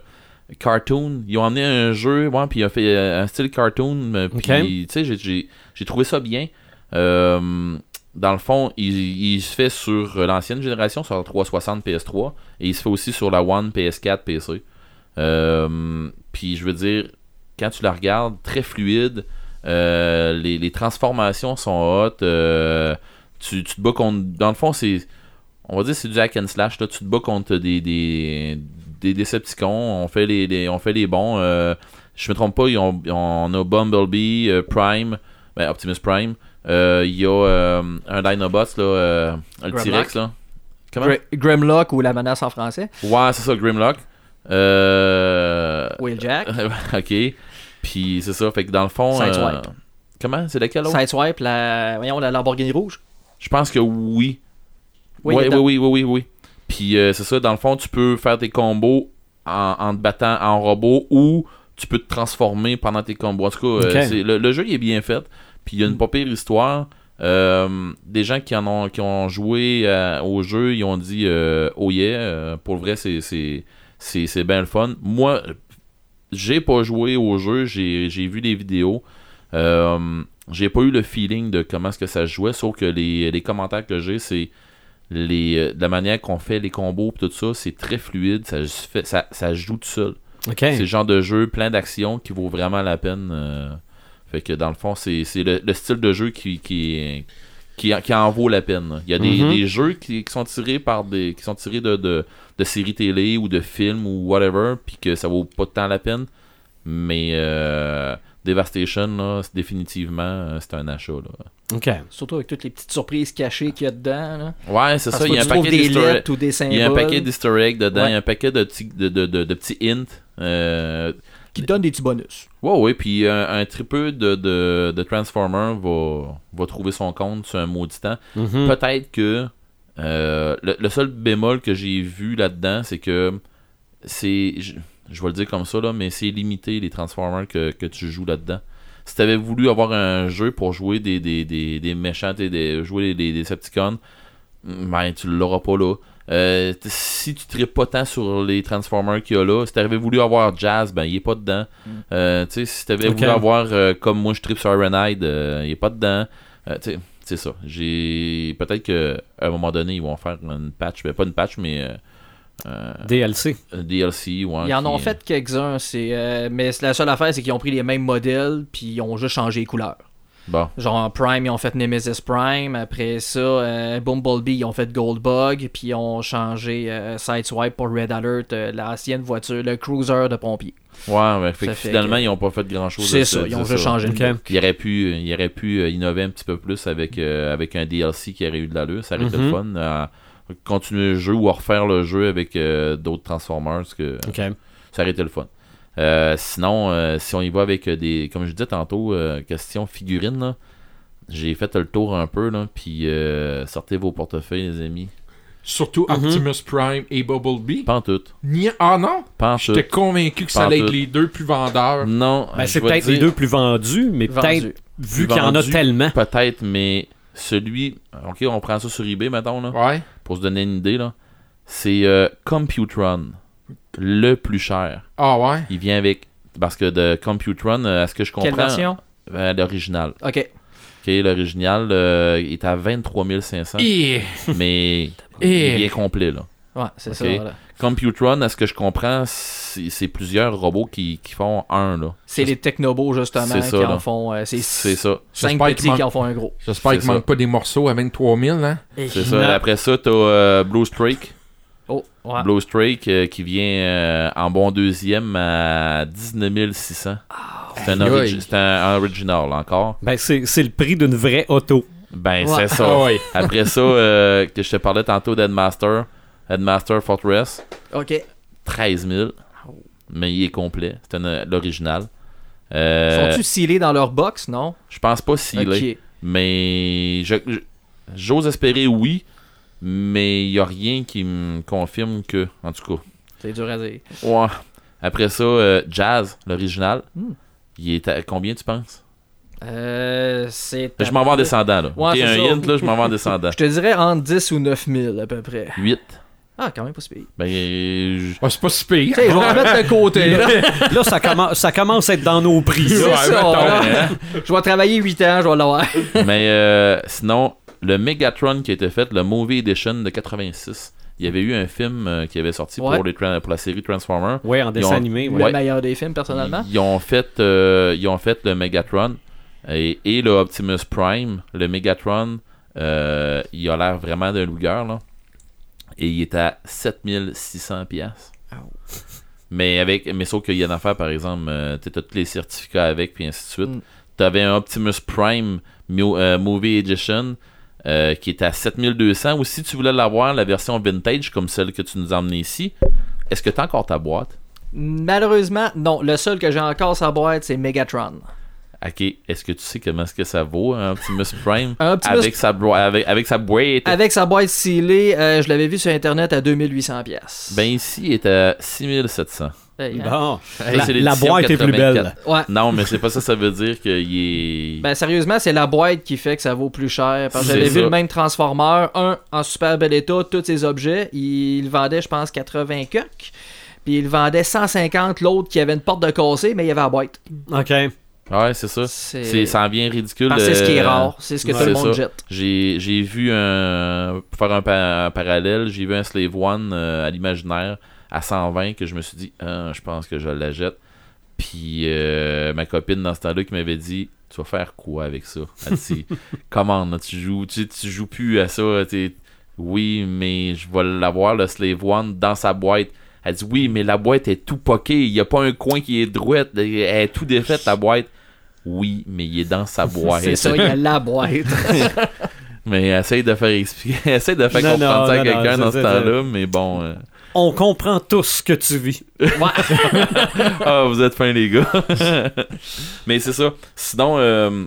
Speaker 3: cartoon. Ils ont amené un jeu, ouais, puis ils ont fait euh, un style cartoon. euh, Puis,
Speaker 1: Ok.
Speaker 3: tu sais, j'ai- j'ai j'ai trouvé ça bien. Euh, dans le fond, il, il se fait sur euh, l'ancienne génération, sur la 360 PS3, et il se fait aussi sur la One PS4 PC. Euh, puis je veux dire, quand tu la regardes, très fluide, euh, les, les transformations sont hot. euh, tu, tu te bats contre. Dans le fond, c'est. On va dire que c'est du hack and slash. Là. Tu te bats contre des, des, des Decepticons. On fait les, les- on fait les bons. euh, je me trompe pas, ils ont- ils ont- on a Bumblebee, euh, Prime, ben, Optimus Prime. euh, Il y a euh, un Dinobot, là, euh, le
Speaker 5: Grimlock.
Speaker 3: T-Rex. là. Comment
Speaker 5: Gr- Grimlock ou la menace en français.
Speaker 3: Ouais, c'est ça, Grimlock. Euh,
Speaker 5: Wheeljack.
Speaker 3: ok. Puis c'est ça, fait que dans le fond.
Speaker 5: Sideswipe.
Speaker 3: euh, comment C'est lequel l'autre
Speaker 5: Sideswipe, la, voyons, la Lamborghini rouge.
Speaker 3: Je pense que oui. Oui, oui,
Speaker 5: Oui, il est
Speaker 3: oui,
Speaker 5: dans-
Speaker 3: oui, oui, oui. Puis euh, c'est ça, dans le fond, tu peux faire tes combos en, en te battant en robot ou tu peux te transformer pendant tes combos. En tout cas, euh,
Speaker 1: Ok.
Speaker 3: c'est- le, le jeu il est bien fait. Puis il y a une pas pire histoire. Euh, des gens qui en ont qui ont joué euh, au jeu, ils ont dit euh, oh yeah, euh, pour le vrai c'est c'est c'est c'est bien le fun. Moi, j'ai pas joué au jeu, j'ai j'ai vu des vidéos. Euh, j'ai pas eu le feeling de comment est-ce que ça se jouait, sauf que les, les commentaires que j'ai, c'est les euh, de la manière qu'on fait les combos pis tout ça, c'est très fluide, ça se fait, ça, ça se joue tout seul.
Speaker 1: OK.
Speaker 5: Hein.
Speaker 3: C'est le genre de jeu plein d'action qui vaut vraiment la peine. euh, fait que dans le fond, c'est c'est le, le style de jeu qui, qui, qui, qui en vaut la peine. Il y a des,
Speaker 1: Mhm.
Speaker 3: des jeux qui, qui sont tirés par des. qui sont tirés de, de, de séries télé ou de films ou whatever, puis que ça vaut pas tant la peine. Mais euh, Devastation, là, c'est définitivement, euh, c'est un achat. Là.
Speaker 1: OK.
Speaker 5: Surtout avec toutes les petites surprises cachées qu'il y a dedans. là.
Speaker 3: Ouais, c'est
Speaker 5: Parce
Speaker 3: ça,
Speaker 5: que
Speaker 3: il y a un
Speaker 5: tu trouves
Speaker 3: paquet
Speaker 5: des
Speaker 3: d'histoires.
Speaker 5: lettres ou des symboles
Speaker 3: Il y a un paquet d'easter eggs dedans, il
Speaker 5: Ouais.
Speaker 3: y a un paquet de petits, de, de, de, de petits hints. euh,
Speaker 5: qui donnent des petits bonus.
Speaker 3: ouais, ouais, puis un, un tripeux de, de, de Transformer va, va trouver son compte sur un maudit temps.
Speaker 1: Mhm.
Speaker 3: Peut-être que euh, le, le seul bémol que j'ai vu là-dedans, c'est que c'est. Je, je vais le dire comme ça, là, mais c'est limité les Transformers que, que tu joues là-dedans. Si t'avais voulu avoir un jeu pour jouer des, des, des, des méchants, t'sais, des, jouer des, des Decepticons, ben tu l'auras pas là. Euh, t- si tu tripes pas tant sur les Transformers qu'il y a là, si t'avais voulu avoir Jazz, ben il est pas dedans.
Speaker 5: Mm.
Speaker 3: Euh, tu sais, si t'avais
Speaker 1: Ok.
Speaker 3: voulu avoir euh, comme moi je tripe sur Ironhide, euh, il est pas dedans. Euh, tu sais, c'est ça. J'ai peut-être que à un moment donné ils vont faire une patch, ben, pas une patch mais euh, euh,
Speaker 1: DLC.
Speaker 3: un DLC ou un
Speaker 5: Ils en
Speaker 3: qui-
Speaker 5: ont fait quelques-uns, c'est, euh, mais c'est- la seule affaire, c'est qu'ils ont pris les mêmes modèles, puis ils ont juste changé les couleurs.
Speaker 3: Bon.
Speaker 5: Genre Prime, ils ont fait Nemesis Prime, après ça, euh, Bumblebee, ils ont fait Goldbug, puis ils ont changé euh, Sideswipe pour Red Alert, euh, l'ancienne voiture, le cruiser de pompier.
Speaker 3: Ouais, mais fait
Speaker 5: Ça
Speaker 3: que
Speaker 5: fait
Speaker 3: finalement
Speaker 5: que-
Speaker 3: ils ont pas fait grand chose.
Speaker 5: C'est ça, ils ont juste changé le
Speaker 1: OK.
Speaker 5: nom.
Speaker 3: Il aurait pu, il aurait pu euh, innover un petit peu plus avec, euh, avec un DLC qui aurait eu de l'allure. Ça aurait été le
Speaker 5: Mm-hmm.
Speaker 1: Mhm.
Speaker 3: fun. à continuer le jeu ou à refaire le jeu avec euh, d'autres Transformers. Que,
Speaker 1: OK.
Speaker 3: ça aurait été le fun. Euh, sinon, euh, si on y va avec euh, des. Comme je disais tantôt, euh, question figurine, là, j'ai fait le tour un peu. Là, puis euh, sortez vos portefeuilles, les amis.
Speaker 4: Surtout Optimus Prime et Bumblebee.
Speaker 3: Pas en tout.
Speaker 4: Ni- Ah non?
Speaker 3: Pas en tout.
Speaker 4: J'étais convaincu que ça allait être
Speaker 3: Pantoute.
Speaker 4: les deux plus vendeurs.
Speaker 3: Non.
Speaker 1: Ben,
Speaker 3: je
Speaker 1: c'est
Speaker 3: vais te
Speaker 1: peut-être les
Speaker 3: dire-
Speaker 1: deux plus vendus, mais
Speaker 5: Vendu.
Speaker 1: peut-être vu qu'il y en a
Speaker 3: Vendus.
Speaker 1: tellement.
Speaker 3: Peut-être, mais celui. Ok, on prend ça sur eBay, mettons. Là.
Speaker 4: Ouais.
Speaker 3: pour se donner une idée, là, c'est euh, Computron, le plus cher.
Speaker 4: Ah ouais.
Speaker 3: Il vient avec. Parce que de Computron, euh, à ce que je comprends.
Speaker 5: Quelle version
Speaker 3: euh, L'original.
Speaker 5: Ok.
Speaker 3: Ok, l'original euh, est à 23 500,
Speaker 4: Et...
Speaker 3: mais il
Speaker 4: Et-
Speaker 3: est bien complet, là.
Speaker 5: Ouais, c'est
Speaker 3: Ok.
Speaker 5: ça. voilà.
Speaker 3: Computron, à ce que je comprends, c'est c'est plusieurs robots qui, qui font un, là.
Speaker 5: C'est les Technobos, justement,
Speaker 3: C'est ça,
Speaker 5: qui
Speaker 3: là.
Speaker 5: en font. euh, c'est
Speaker 3: C'est ça.
Speaker 5: cinq
Speaker 4: J'espère qu'ils
Speaker 5: petits qui
Speaker 4: manquent-
Speaker 5: en font un gros.
Speaker 4: J'espère
Speaker 3: C'est
Speaker 4: qu'il manque
Speaker 3: ça.
Speaker 4: pas des morceaux à 23 000, hein?
Speaker 5: Eh.
Speaker 3: C'est ça. Après ça, t'as euh, Blue Streak.
Speaker 5: Oh, ouais.
Speaker 4: Ah.
Speaker 3: Blue Streak euh, qui vient euh, en bon deuxième à 19 600. C'est un,
Speaker 4: Ah, aïe.
Speaker 3: origi- c'est un original encore.
Speaker 1: Ben, c'est c'est le prix d'une vraie auto.
Speaker 3: Ben,
Speaker 5: Ouais.
Speaker 3: c'est ça.
Speaker 4: Ah ouais.
Speaker 3: Après ça, euh, que je te parlais tantôt d'Headmaster, Headmaster Fortress,
Speaker 5: Ok.
Speaker 3: Euh, 13 000. Mais il est complet. C'est un- euh, l'original.
Speaker 5: sont
Speaker 3: Euh,
Speaker 5: ils scellés dans leur box, non
Speaker 3: je pense pas s'il
Speaker 5: Ok.
Speaker 3: est. Mais je- je- j'ose espérer oui. Mais il n'y a rien qui me confirme que. En tout cas.
Speaker 5: C'est dur à dire.
Speaker 3: Ouais. Après ça, euh, Jazz, l'original.
Speaker 5: Hmm.
Speaker 3: Il est à combien tu penses?
Speaker 5: Euh, c'est.
Speaker 3: Je m'en vais en descendant là.
Speaker 5: Ouais,
Speaker 3: Ok,
Speaker 5: c'est
Speaker 3: un
Speaker 5: ça.
Speaker 3: hint là, je m'en vais en descendant.
Speaker 5: Je te dirais entre 10 ou 9 000 à peu près.
Speaker 3: 8.
Speaker 5: Ah, quand même pas si pire.
Speaker 3: Ben, je-
Speaker 4: Ah, c'est pas si pire.
Speaker 5: Tu sais, je vais en mettre de côté. là.
Speaker 1: Là, ça, commence- ça commence à être dans nos prix.
Speaker 5: C'est
Speaker 1: là.
Speaker 4: Ouais,
Speaker 5: ça.
Speaker 4: mettons.
Speaker 5: là.
Speaker 3: hein.
Speaker 5: Je vais travailler 8 ans, je vais l'avoir.
Speaker 3: Mais euh, sinon, le Megatron qui a été fait, le Movie Edition de 86, il y avait eu un film euh, qui avait sorti
Speaker 5: Ouais.
Speaker 3: pour, les tran- pour la série Transformers.
Speaker 1: Ouais, en dessin
Speaker 3: ont-
Speaker 1: animé. ouais.
Speaker 5: Le
Speaker 3: Ouais.
Speaker 5: meilleur des films, personnellement.
Speaker 3: Ils, ils ont fait, euh, ils ont fait le Megatron et, et le Optimus Prime. Le Megatron, euh, il a l'air vraiment d'un loup-garou, là. Et il est à 7600 pièces. Mais avec mais sauf qu'il y a une affaire par exemple, euh, tu as tous les certificats avec puis ainsi de suite.
Speaker 5: Mm.
Speaker 3: Tu avais un Optimus Prime Mu- euh, Movie Edition euh, qui était à 7200 ou si tu voulais l'avoir la version vintage comme celle que tu nous as emmenée ici, est-ce que tu as encore ta boîte
Speaker 5: Malheureusement, non. Le seul que j'ai encore sa boîte, c'est Megatron.
Speaker 3: Ok, est-ce que tu sais comment est-ce que ça vaut un Optimus Prime
Speaker 5: Un Optimus-
Speaker 3: avec, sa bro- avec, avec sa boîte
Speaker 5: Avec sa boîte scellée, euh, je l'avais vu sur Internet à 2800$. pièces.
Speaker 3: Ben ici, il est à 6700.
Speaker 5: Hey, hein.
Speaker 1: Bon.
Speaker 3: Hey,
Speaker 1: La-
Speaker 3: c'est
Speaker 1: la
Speaker 3: l'édition
Speaker 1: boîte est plus
Speaker 3: 84.
Speaker 1: belle.
Speaker 5: Ouais.
Speaker 3: Non, mais c'est pas ça, ça veut dire qu'il est.
Speaker 5: Ben sérieusement, c'est la boîte qui fait que ça vaut plus cher. Parce que
Speaker 3: C'est
Speaker 5: j'avais vu
Speaker 3: ça.
Speaker 5: le même Transformer, un en super bel état, tous ses objets, il le vendait je pense 80 coques. Puis il le vendait 150 l'autre qui avait une porte de cassé, mais il y avait la boîte.
Speaker 1: OK.
Speaker 3: Ouais, c'est ça.
Speaker 5: C'est-
Speaker 3: C'est- Ça en vient ridicule.
Speaker 5: Parce que c'est ce qui est
Speaker 3: euh,
Speaker 5: rare, c'est ce que
Speaker 3: ouais,
Speaker 5: tout le
Speaker 3: c'est
Speaker 5: monde
Speaker 3: ça.
Speaker 5: jette.
Speaker 3: J'ai j'ai vu un. Pour faire un, pa- un parallèle, j'ai vu un Slave One euh, à l'imaginaire à 120 que je me suis dit, Ah, je pense que je la jette. Puis euh, ma copine dans ce temps-là qui m'avait dit, tu vas faire quoi avec ça Elle dit, comment là, tu joues, tu, tu joues plus à ça. t'es- Oui, mais je vais l'avoir le Slave One dans sa boîte. Elle dit oui, mais la boîte est tout poquée. Il n'y a pas un coin qui est droite. Elle est tout défaite, la boîte. Oui, mais il est dans sa boîte.
Speaker 5: c'est ça, il y a la boîte.
Speaker 3: Mais essaye de faire expliquer, essaye de faire
Speaker 1: Non,
Speaker 3: comprendre
Speaker 1: non,
Speaker 3: ça
Speaker 1: non,
Speaker 3: à quelqu'un
Speaker 1: non,
Speaker 3: dans
Speaker 1: c'est-
Speaker 3: ce temps-là, mais bon. euh,
Speaker 1: On comprend tous ce que tu vis.
Speaker 3: Ah, vous êtes fins, les gars. mais c'est ça. Sinon, euh,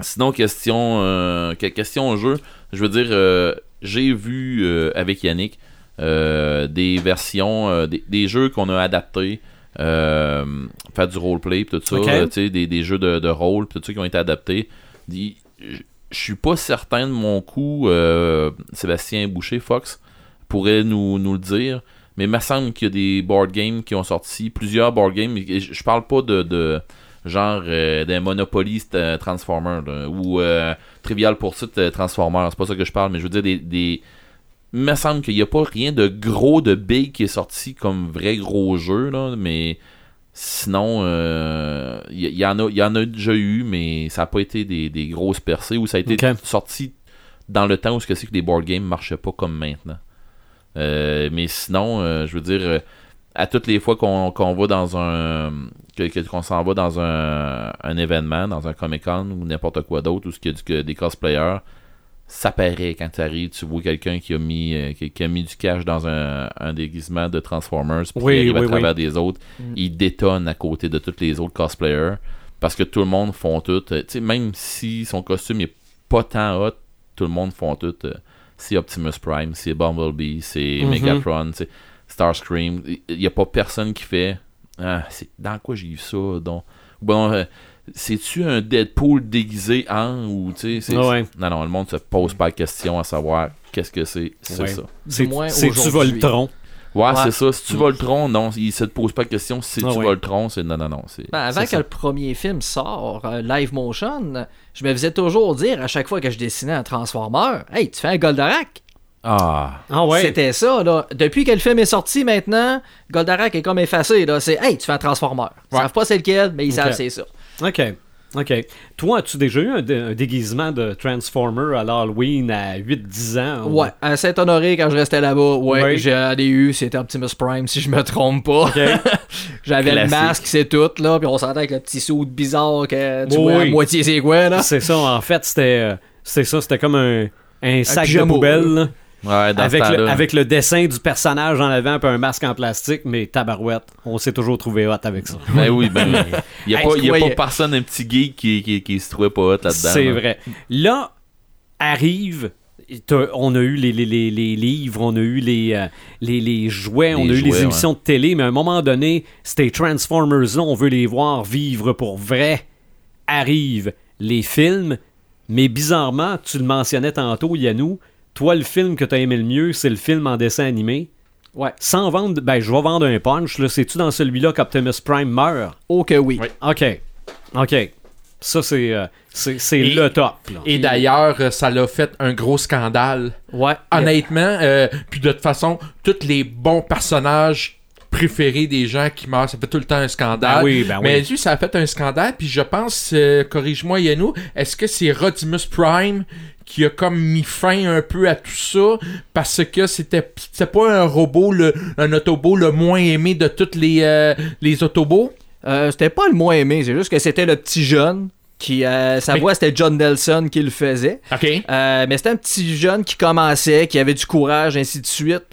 Speaker 3: sinon question, euh, que- question au jeu, je veux dire, euh, j'ai vu euh, avec Yannick euh, des versions, euh, des, des jeux qu'on a adaptés. euh, faire du roleplay pis tout ça
Speaker 1: Ok.
Speaker 3: euh, tu sais, des, des jeux de, de rôle pis tout ça qui ont été adaptés Il- je je suis pas certain de mon coup euh, Sébastien Boucher Fox pourrait nous, nous le dire mais il me semble qu'il y a des board games qui ont sorti, plusieurs board games. Et Je je parle pas de, de genre euh, d'un Monopoly euh, Transformer là, ou euh, Trivial Pursuit euh, Transformer. C'est pas ça que je parle, mais je veux dire des. des... Il me semble qu'il n'y a pas rien de gros, de big qui est sorti comme vrai gros jeu, là, mais sinon, euh, il y, il y en a il y en a déjà eu, mais ça n'a pas été des, des grosses percées ou ça a été
Speaker 1: Ok.
Speaker 3: sorti dans le temps où ce que c'est que les board games marchaient pas comme maintenant. Euh, mais sinon, euh, je veux dire, euh, à toutes les fois qu'on qu'on va dans un. que- que- qu'on s'en va dans un, un événement, dans un Comic Con ou n'importe quoi d'autre, où il y a du- que des cosplayers, ça paraît quand tu arrives, tu vois quelqu'un qui a mis euh, qui, qui a mis du cash dans un, un déguisement de Transformers, puis
Speaker 1: Oui,
Speaker 3: qui arrive
Speaker 1: oui, Mm.
Speaker 3: à travers des autres, il détonne à côté de tous les autres cosplayers, parce que tout le monde font tout. euh, tu sais, même si son costume est pas tant hot, tout le monde font tout. euh, c'est Optimus Prime, c'est Bumblebee, c'est
Speaker 1: Mhm.
Speaker 3: Megatron, c'est Starscream. Il n'y a pas personne qui fait Ah, c'est dans quoi j'ai eu ça donc Bon, euh, c'est-tu un Deadpool déguisé en ou tu sais c'est-
Speaker 1: Ouais.
Speaker 3: Non non, le monde se pose pas la question à savoir qu'est-ce que c'est, c'est
Speaker 1: Ouais.
Speaker 3: ça.
Speaker 1: C'est-
Speaker 5: moins
Speaker 1: C'est-tu
Speaker 5: aujourd'hui.
Speaker 1: Voltron?
Speaker 3: Ouais,
Speaker 5: Ouais.
Speaker 3: c'est ça, si tu
Speaker 4: Mm.
Speaker 3: Voltron, non, il se te pose pas la question si
Speaker 1: Ah
Speaker 3: tu
Speaker 1: ouais.
Speaker 3: Voltron, c'est non non non, c'est
Speaker 5: Ben, avant
Speaker 3: c'est
Speaker 5: que
Speaker 3: ça.
Speaker 5: le premier film sort, euh, Live Motion, je me faisais toujours dire à chaque fois que je dessinais un Transformer, Hey, tu fais un Goldorak?
Speaker 3: Ah,
Speaker 1: Ah
Speaker 5: C'était ça, là. Depuis que le film est sorti maintenant, Goldarak est comme effacé, là. C'est Hey, tu fais un Transformer. Ils savent pas c'est lequel, mais ils savent c'est ça.
Speaker 1: OK. OK. Toi, as-tu déjà eu un, dé- un déguisement de Transformer à l'Halloween à 8-10 ans? ou-
Speaker 5: Ouais, à Saint-Honoré, quand je restais là-bas, ouais,
Speaker 1: Oui.
Speaker 5: j'en ai eu, c'était Optimus Prime, si je me trompe pas. J'avais le
Speaker 3: Classique.
Speaker 5: masque, c'est tout, là, puis on s'entend avec le petit saut bizarre que tu
Speaker 1: Oui,
Speaker 5: vois à
Speaker 1: oui.
Speaker 5: moitié c'est quoi, là.
Speaker 1: C'est ça, en fait, c'était euh, c'était ça, c'était comme un, un sac de
Speaker 5: pyjama.
Speaker 1: poubelle là,
Speaker 3: ouais, dans ce
Speaker 1: avec, le,
Speaker 3: temps-là.
Speaker 1: avec le dessin du personnage en avant puis un masque en plastique, mais tabarouette, on s'est toujours trouvé hot avec ça.
Speaker 3: Ben oui, ben il y a
Speaker 5: Hey,
Speaker 3: pas
Speaker 5: je
Speaker 3: y a
Speaker 5: croyais.
Speaker 3: pas personne un petit geek qui, qui, qui se trouvait pas hot là-dedans.
Speaker 1: C'est
Speaker 3: là.
Speaker 1: vrai. Là, arrive. t'as- On a eu les, les- les- les livres, on a eu les, euh, les, les jouets, on a eu
Speaker 3: jouets,
Speaker 1: les émissions de télé, mais à un moment donné, ces Transformers-là, on veut les voir vivre pour vrai. Arrivent les films, mais bizarrement, tu le mentionnais tantôt, Yannou, toi, le film que t'as aimé le mieux, c'est le film en dessin animé.
Speaker 5: Ouais.
Speaker 1: Sans vendre, ben, je vais vendre un punch. Là, c'est-tu dans celui-là qu'Optimus Prime meurt?
Speaker 5: Oh que oui.
Speaker 4: Oui.
Speaker 1: OK. OK. Ça, c'est, euh, c'est, c'est
Speaker 4: Et-
Speaker 1: le top. là.
Speaker 4: Et d'ailleurs, euh, ça l'a fait un gros scandale.
Speaker 5: Ouais.
Speaker 4: Honnêtement, euh, puis de toute façon, tous les bons personnages préférés des gens qui meurent, ça fait tout le temps un scandale.
Speaker 1: Ben oui, ben oui.
Speaker 4: Mais lui, ça a fait un scandale, puis je pense, euh, corrige-moi Yannou, est-ce que c'est Rodimus Prime qui a comme mis fin un peu à tout ça parce que c'était c'était pas un robot, le, un autobot le moins aimé de tous les, euh, les autobots?
Speaker 5: Euh, c'était pas le moins aimé, c'est juste que c'était le petit jeune qui euh, sa
Speaker 4: Mais-
Speaker 5: voix c'était John Nelson qui le faisait.
Speaker 4: OK.
Speaker 5: Euh, mais c'était un petit jeune qui commençait, qui avait du courage, ainsi de suite.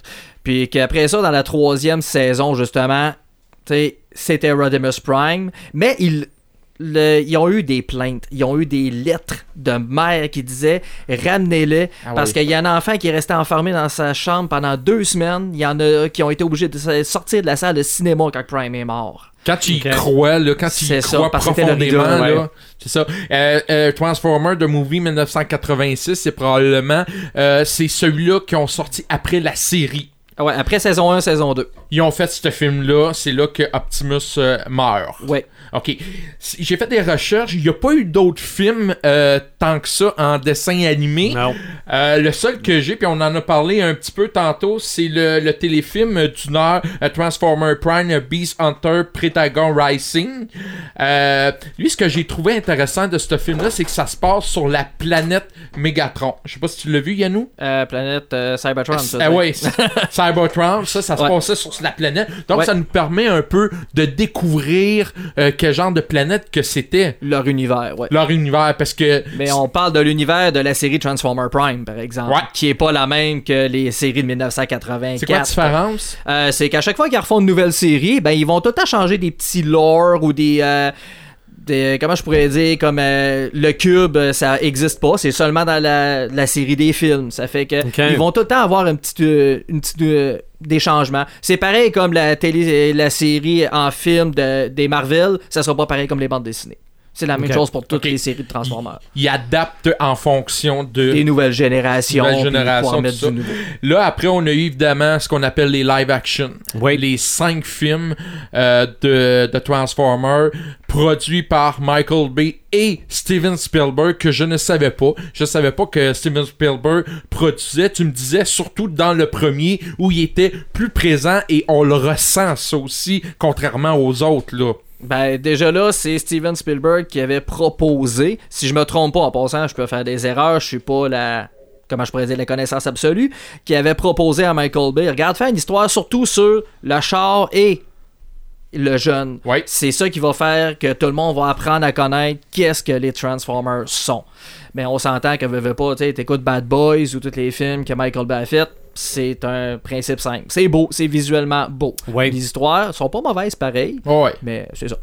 Speaker 5: Puis qu'après ça, dans la troisième saison, justement, tu sais, c'était Rodimus Prime. Mais ils, le- ils ont eu des plaintes. Ils ont eu des lettres de mère qui disaient ramenez-le.
Speaker 4: Ah
Speaker 5: parce
Speaker 4: oui.
Speaker 5: qu'il y a un enfant qui est resté enfermé dans sa chambre pendant deux semaines. Il y en a qui ont été obligés de se- sortir de la salle de cinéma quand Prime est mort.
Speaker 4: Quand tu y
Speaker 1: Ok.
Speaker 4: crois, là, quand tu y
Speaker 5: C'est ça,
Speaker 4: crois
Speaker 5: parce que c'était le
Speaker 4: profondément,
Speaker 5: leader, ouais.
Speaker 4: là, c'est ça. Euh, euh, Transformer de Movie 1986, c'est probablement euh, c'est celui-là qui ont sorti après la série.
Speaker 5: Ah Ouais, après saison 1, saison 2.
Speaker 4: Ils ont fait ce film-là, c'est là que Optimus euh, meurt.
Speaker 5: Ouais.
Speaker 4: Ok. Si- J'ai fait des recherches, il n'y a pas eu d'autres films euh, tant que ça en dessin animé.
Speaker 1: Non.
Speaker 4: Euh, le seul que j'ai, puis on en a parlé un petit peu tantôt, c'est le, le téléfilm euh, d'une heure euh, Transformer Prime euh, Beast Hunter Pretagon Rising. Euh, lui, ce que j'ai trouvé intéressant de ce film-là, c'est que ça se passe sur la planète Megatron. Je sais pas si tu l'as vu, Yannou.
Speaker 5: Euh, planète euh, Cybertron. ça,
Speaker 4: Ah
Speaker 5: c'est-
Speaker 4: ouais, c- Cybertron, ça, ça se
Speaker 5: Ouais.
Speaker 4: passait sur la planète. Donc,
Speaker 5: Ouais.
Speaker 4: ça nous permet un peu de découvrir euh, quel genre de planète que c'était
Speaker 5: Leur univers, ouais.
Speaker 4: leur univers, parce que
Speaker 5: Mais Ben, on parle de l'univers de la série Transformer Prime, par exemple,
Speaker 4: Ouais.
Speaker 5: qui est pas la même que les séries de 1984.
Speaker 4: c'est quoi la différence?
Speaker 5: Euh, c'est qu'à chaque fois qu'ils refont une nouvelle série, ben ils vont tout à changer des petits lore ou des, euh, des- comment je pourrais dire comme euh, le cube, euh, ça existe pas, c'est seulement dans la, la série des films. Ça fait que
Speaker 1: Ok.
Speaker 5: ils vont tout le temps avoir une petite, euh, une petite euh, des changements. C'est pareil comme la télé, la série en film de, des Marvel, ça sera pas pareil comme les bandes dessinées. C'est la même
Speaker 1: Ok.
Speaker 5: chose pour toutes
Speaker 4: Ok.
Speaker 5: les séries de Transformers.
Speaker 4: Ils adaptent en fonction de...
Speaker 5: Des nouvelles générations.
Speaker 4: Nouvelle
Speaker 5: puis de
Speaker 4: génération,
Speaker 5: pouvoir
Speaker 4: tout
Speaker 5: mettre
Speaker 4: ça.
Speaker 5: du nouveau.
Speaker 4: Là, après, on a eu évidemment ce qu'on appelle les live action.
Speaker 1: Oui.
Speaker 4: Les cinq films euh, de, de Transformers produits par Michael Bay et Steven Spielberg que je ne savais pas. Je savais pas que Steven Spielberg produisait. Tu me disais surtout dans le premier où il était plus présent et on le ressent ça aussi, contrairement aux autres. là.
Speaker 5: Ben, déjà là, c'est Steven Spielberg qui avait proposé, si je me trompe pas en passant, je peux faire des erreurs, je suis pas la comment je pourrais dire la connaissance absolue, qui avait proposé à Michael Bay, regarde, faire une histoire surtout sur le char et le jeune.
Speaker 4: Ouais.
Speaker 5: C'est ça qui va faire que tout le monde va apprendre à connaître qu'est-ce que les Transformers sont. Mais on s'entend que veux, veux pas, tu sais, t'écoutes Bad Boys ou tous les films que Michael Bay a fait, c'est un principe simple. C'est beau, c'est visuellement beau.
Speaker 1: Ouais.
Speaker 5: Les histoires sont pas mauvaises pareil,
Speaker 4: Ouais.
Speaker 5: mais c'est ça.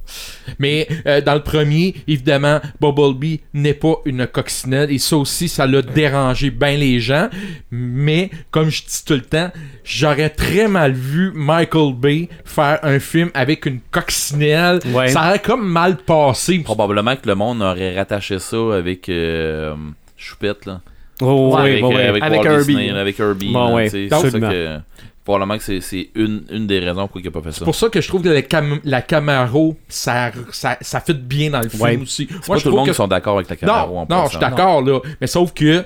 Speaker 4: Mais euh, dans le premier, évidemment, Bumblebee n'est pas une coccinelle et ça aussi, ça l'a dérangé bien les gens. Mais comme je dis tout le temps, j'aurais très mal vu Michael Bay faire un film avec une coccinelle.
Speaker 1: Ouais.
Speaker 4: Ça aurait comme mal passé.
Speaker 3: Probablement que le monde aurait rattaché ça avec euh, Choupette, là.
Speaker 1: Oh, oui,
Speaker 3: avec,
Speaker 1: oui,
Speaker 3: euh,
Speaker 1: oui.
Speaker 3: avec,
Speaker 5: Avec
Speaker 3: Walt
Speaker 5: Herbie.
Speaker 3: Disney, là, avec Herbie.
Speaker 1: Bon,
Speaker 3: là,
Speaker 1: ouais,
Speaker 3: tu sais, c'est ça
Speaker 1: absolument.
Speaker 3: que- probablement que c'est- c'est une, une des raisons pourquoi il n'a pas fait ça.
Speaker 4: C'est pour ça que je trouve que la, cam- la Camaro, ça, ça, ça fit bien dans le film
Speaker 1: Ouais.
Speaker 4: aussi.
Speaker 3: C'est
Speaker 4: Moi,
Speaker 3: pas
Speaker 4: je
Speaker 3: tout le
Speaker 4: trouve
Speaker 3: monde
Speaker 4: que
Speaker 3: qui sont d'accord avec la Camaro en
Speaker 4: non, non,
Speaker 3: passant.
Speaker 4: je suis d'accord, là. Mais sauf que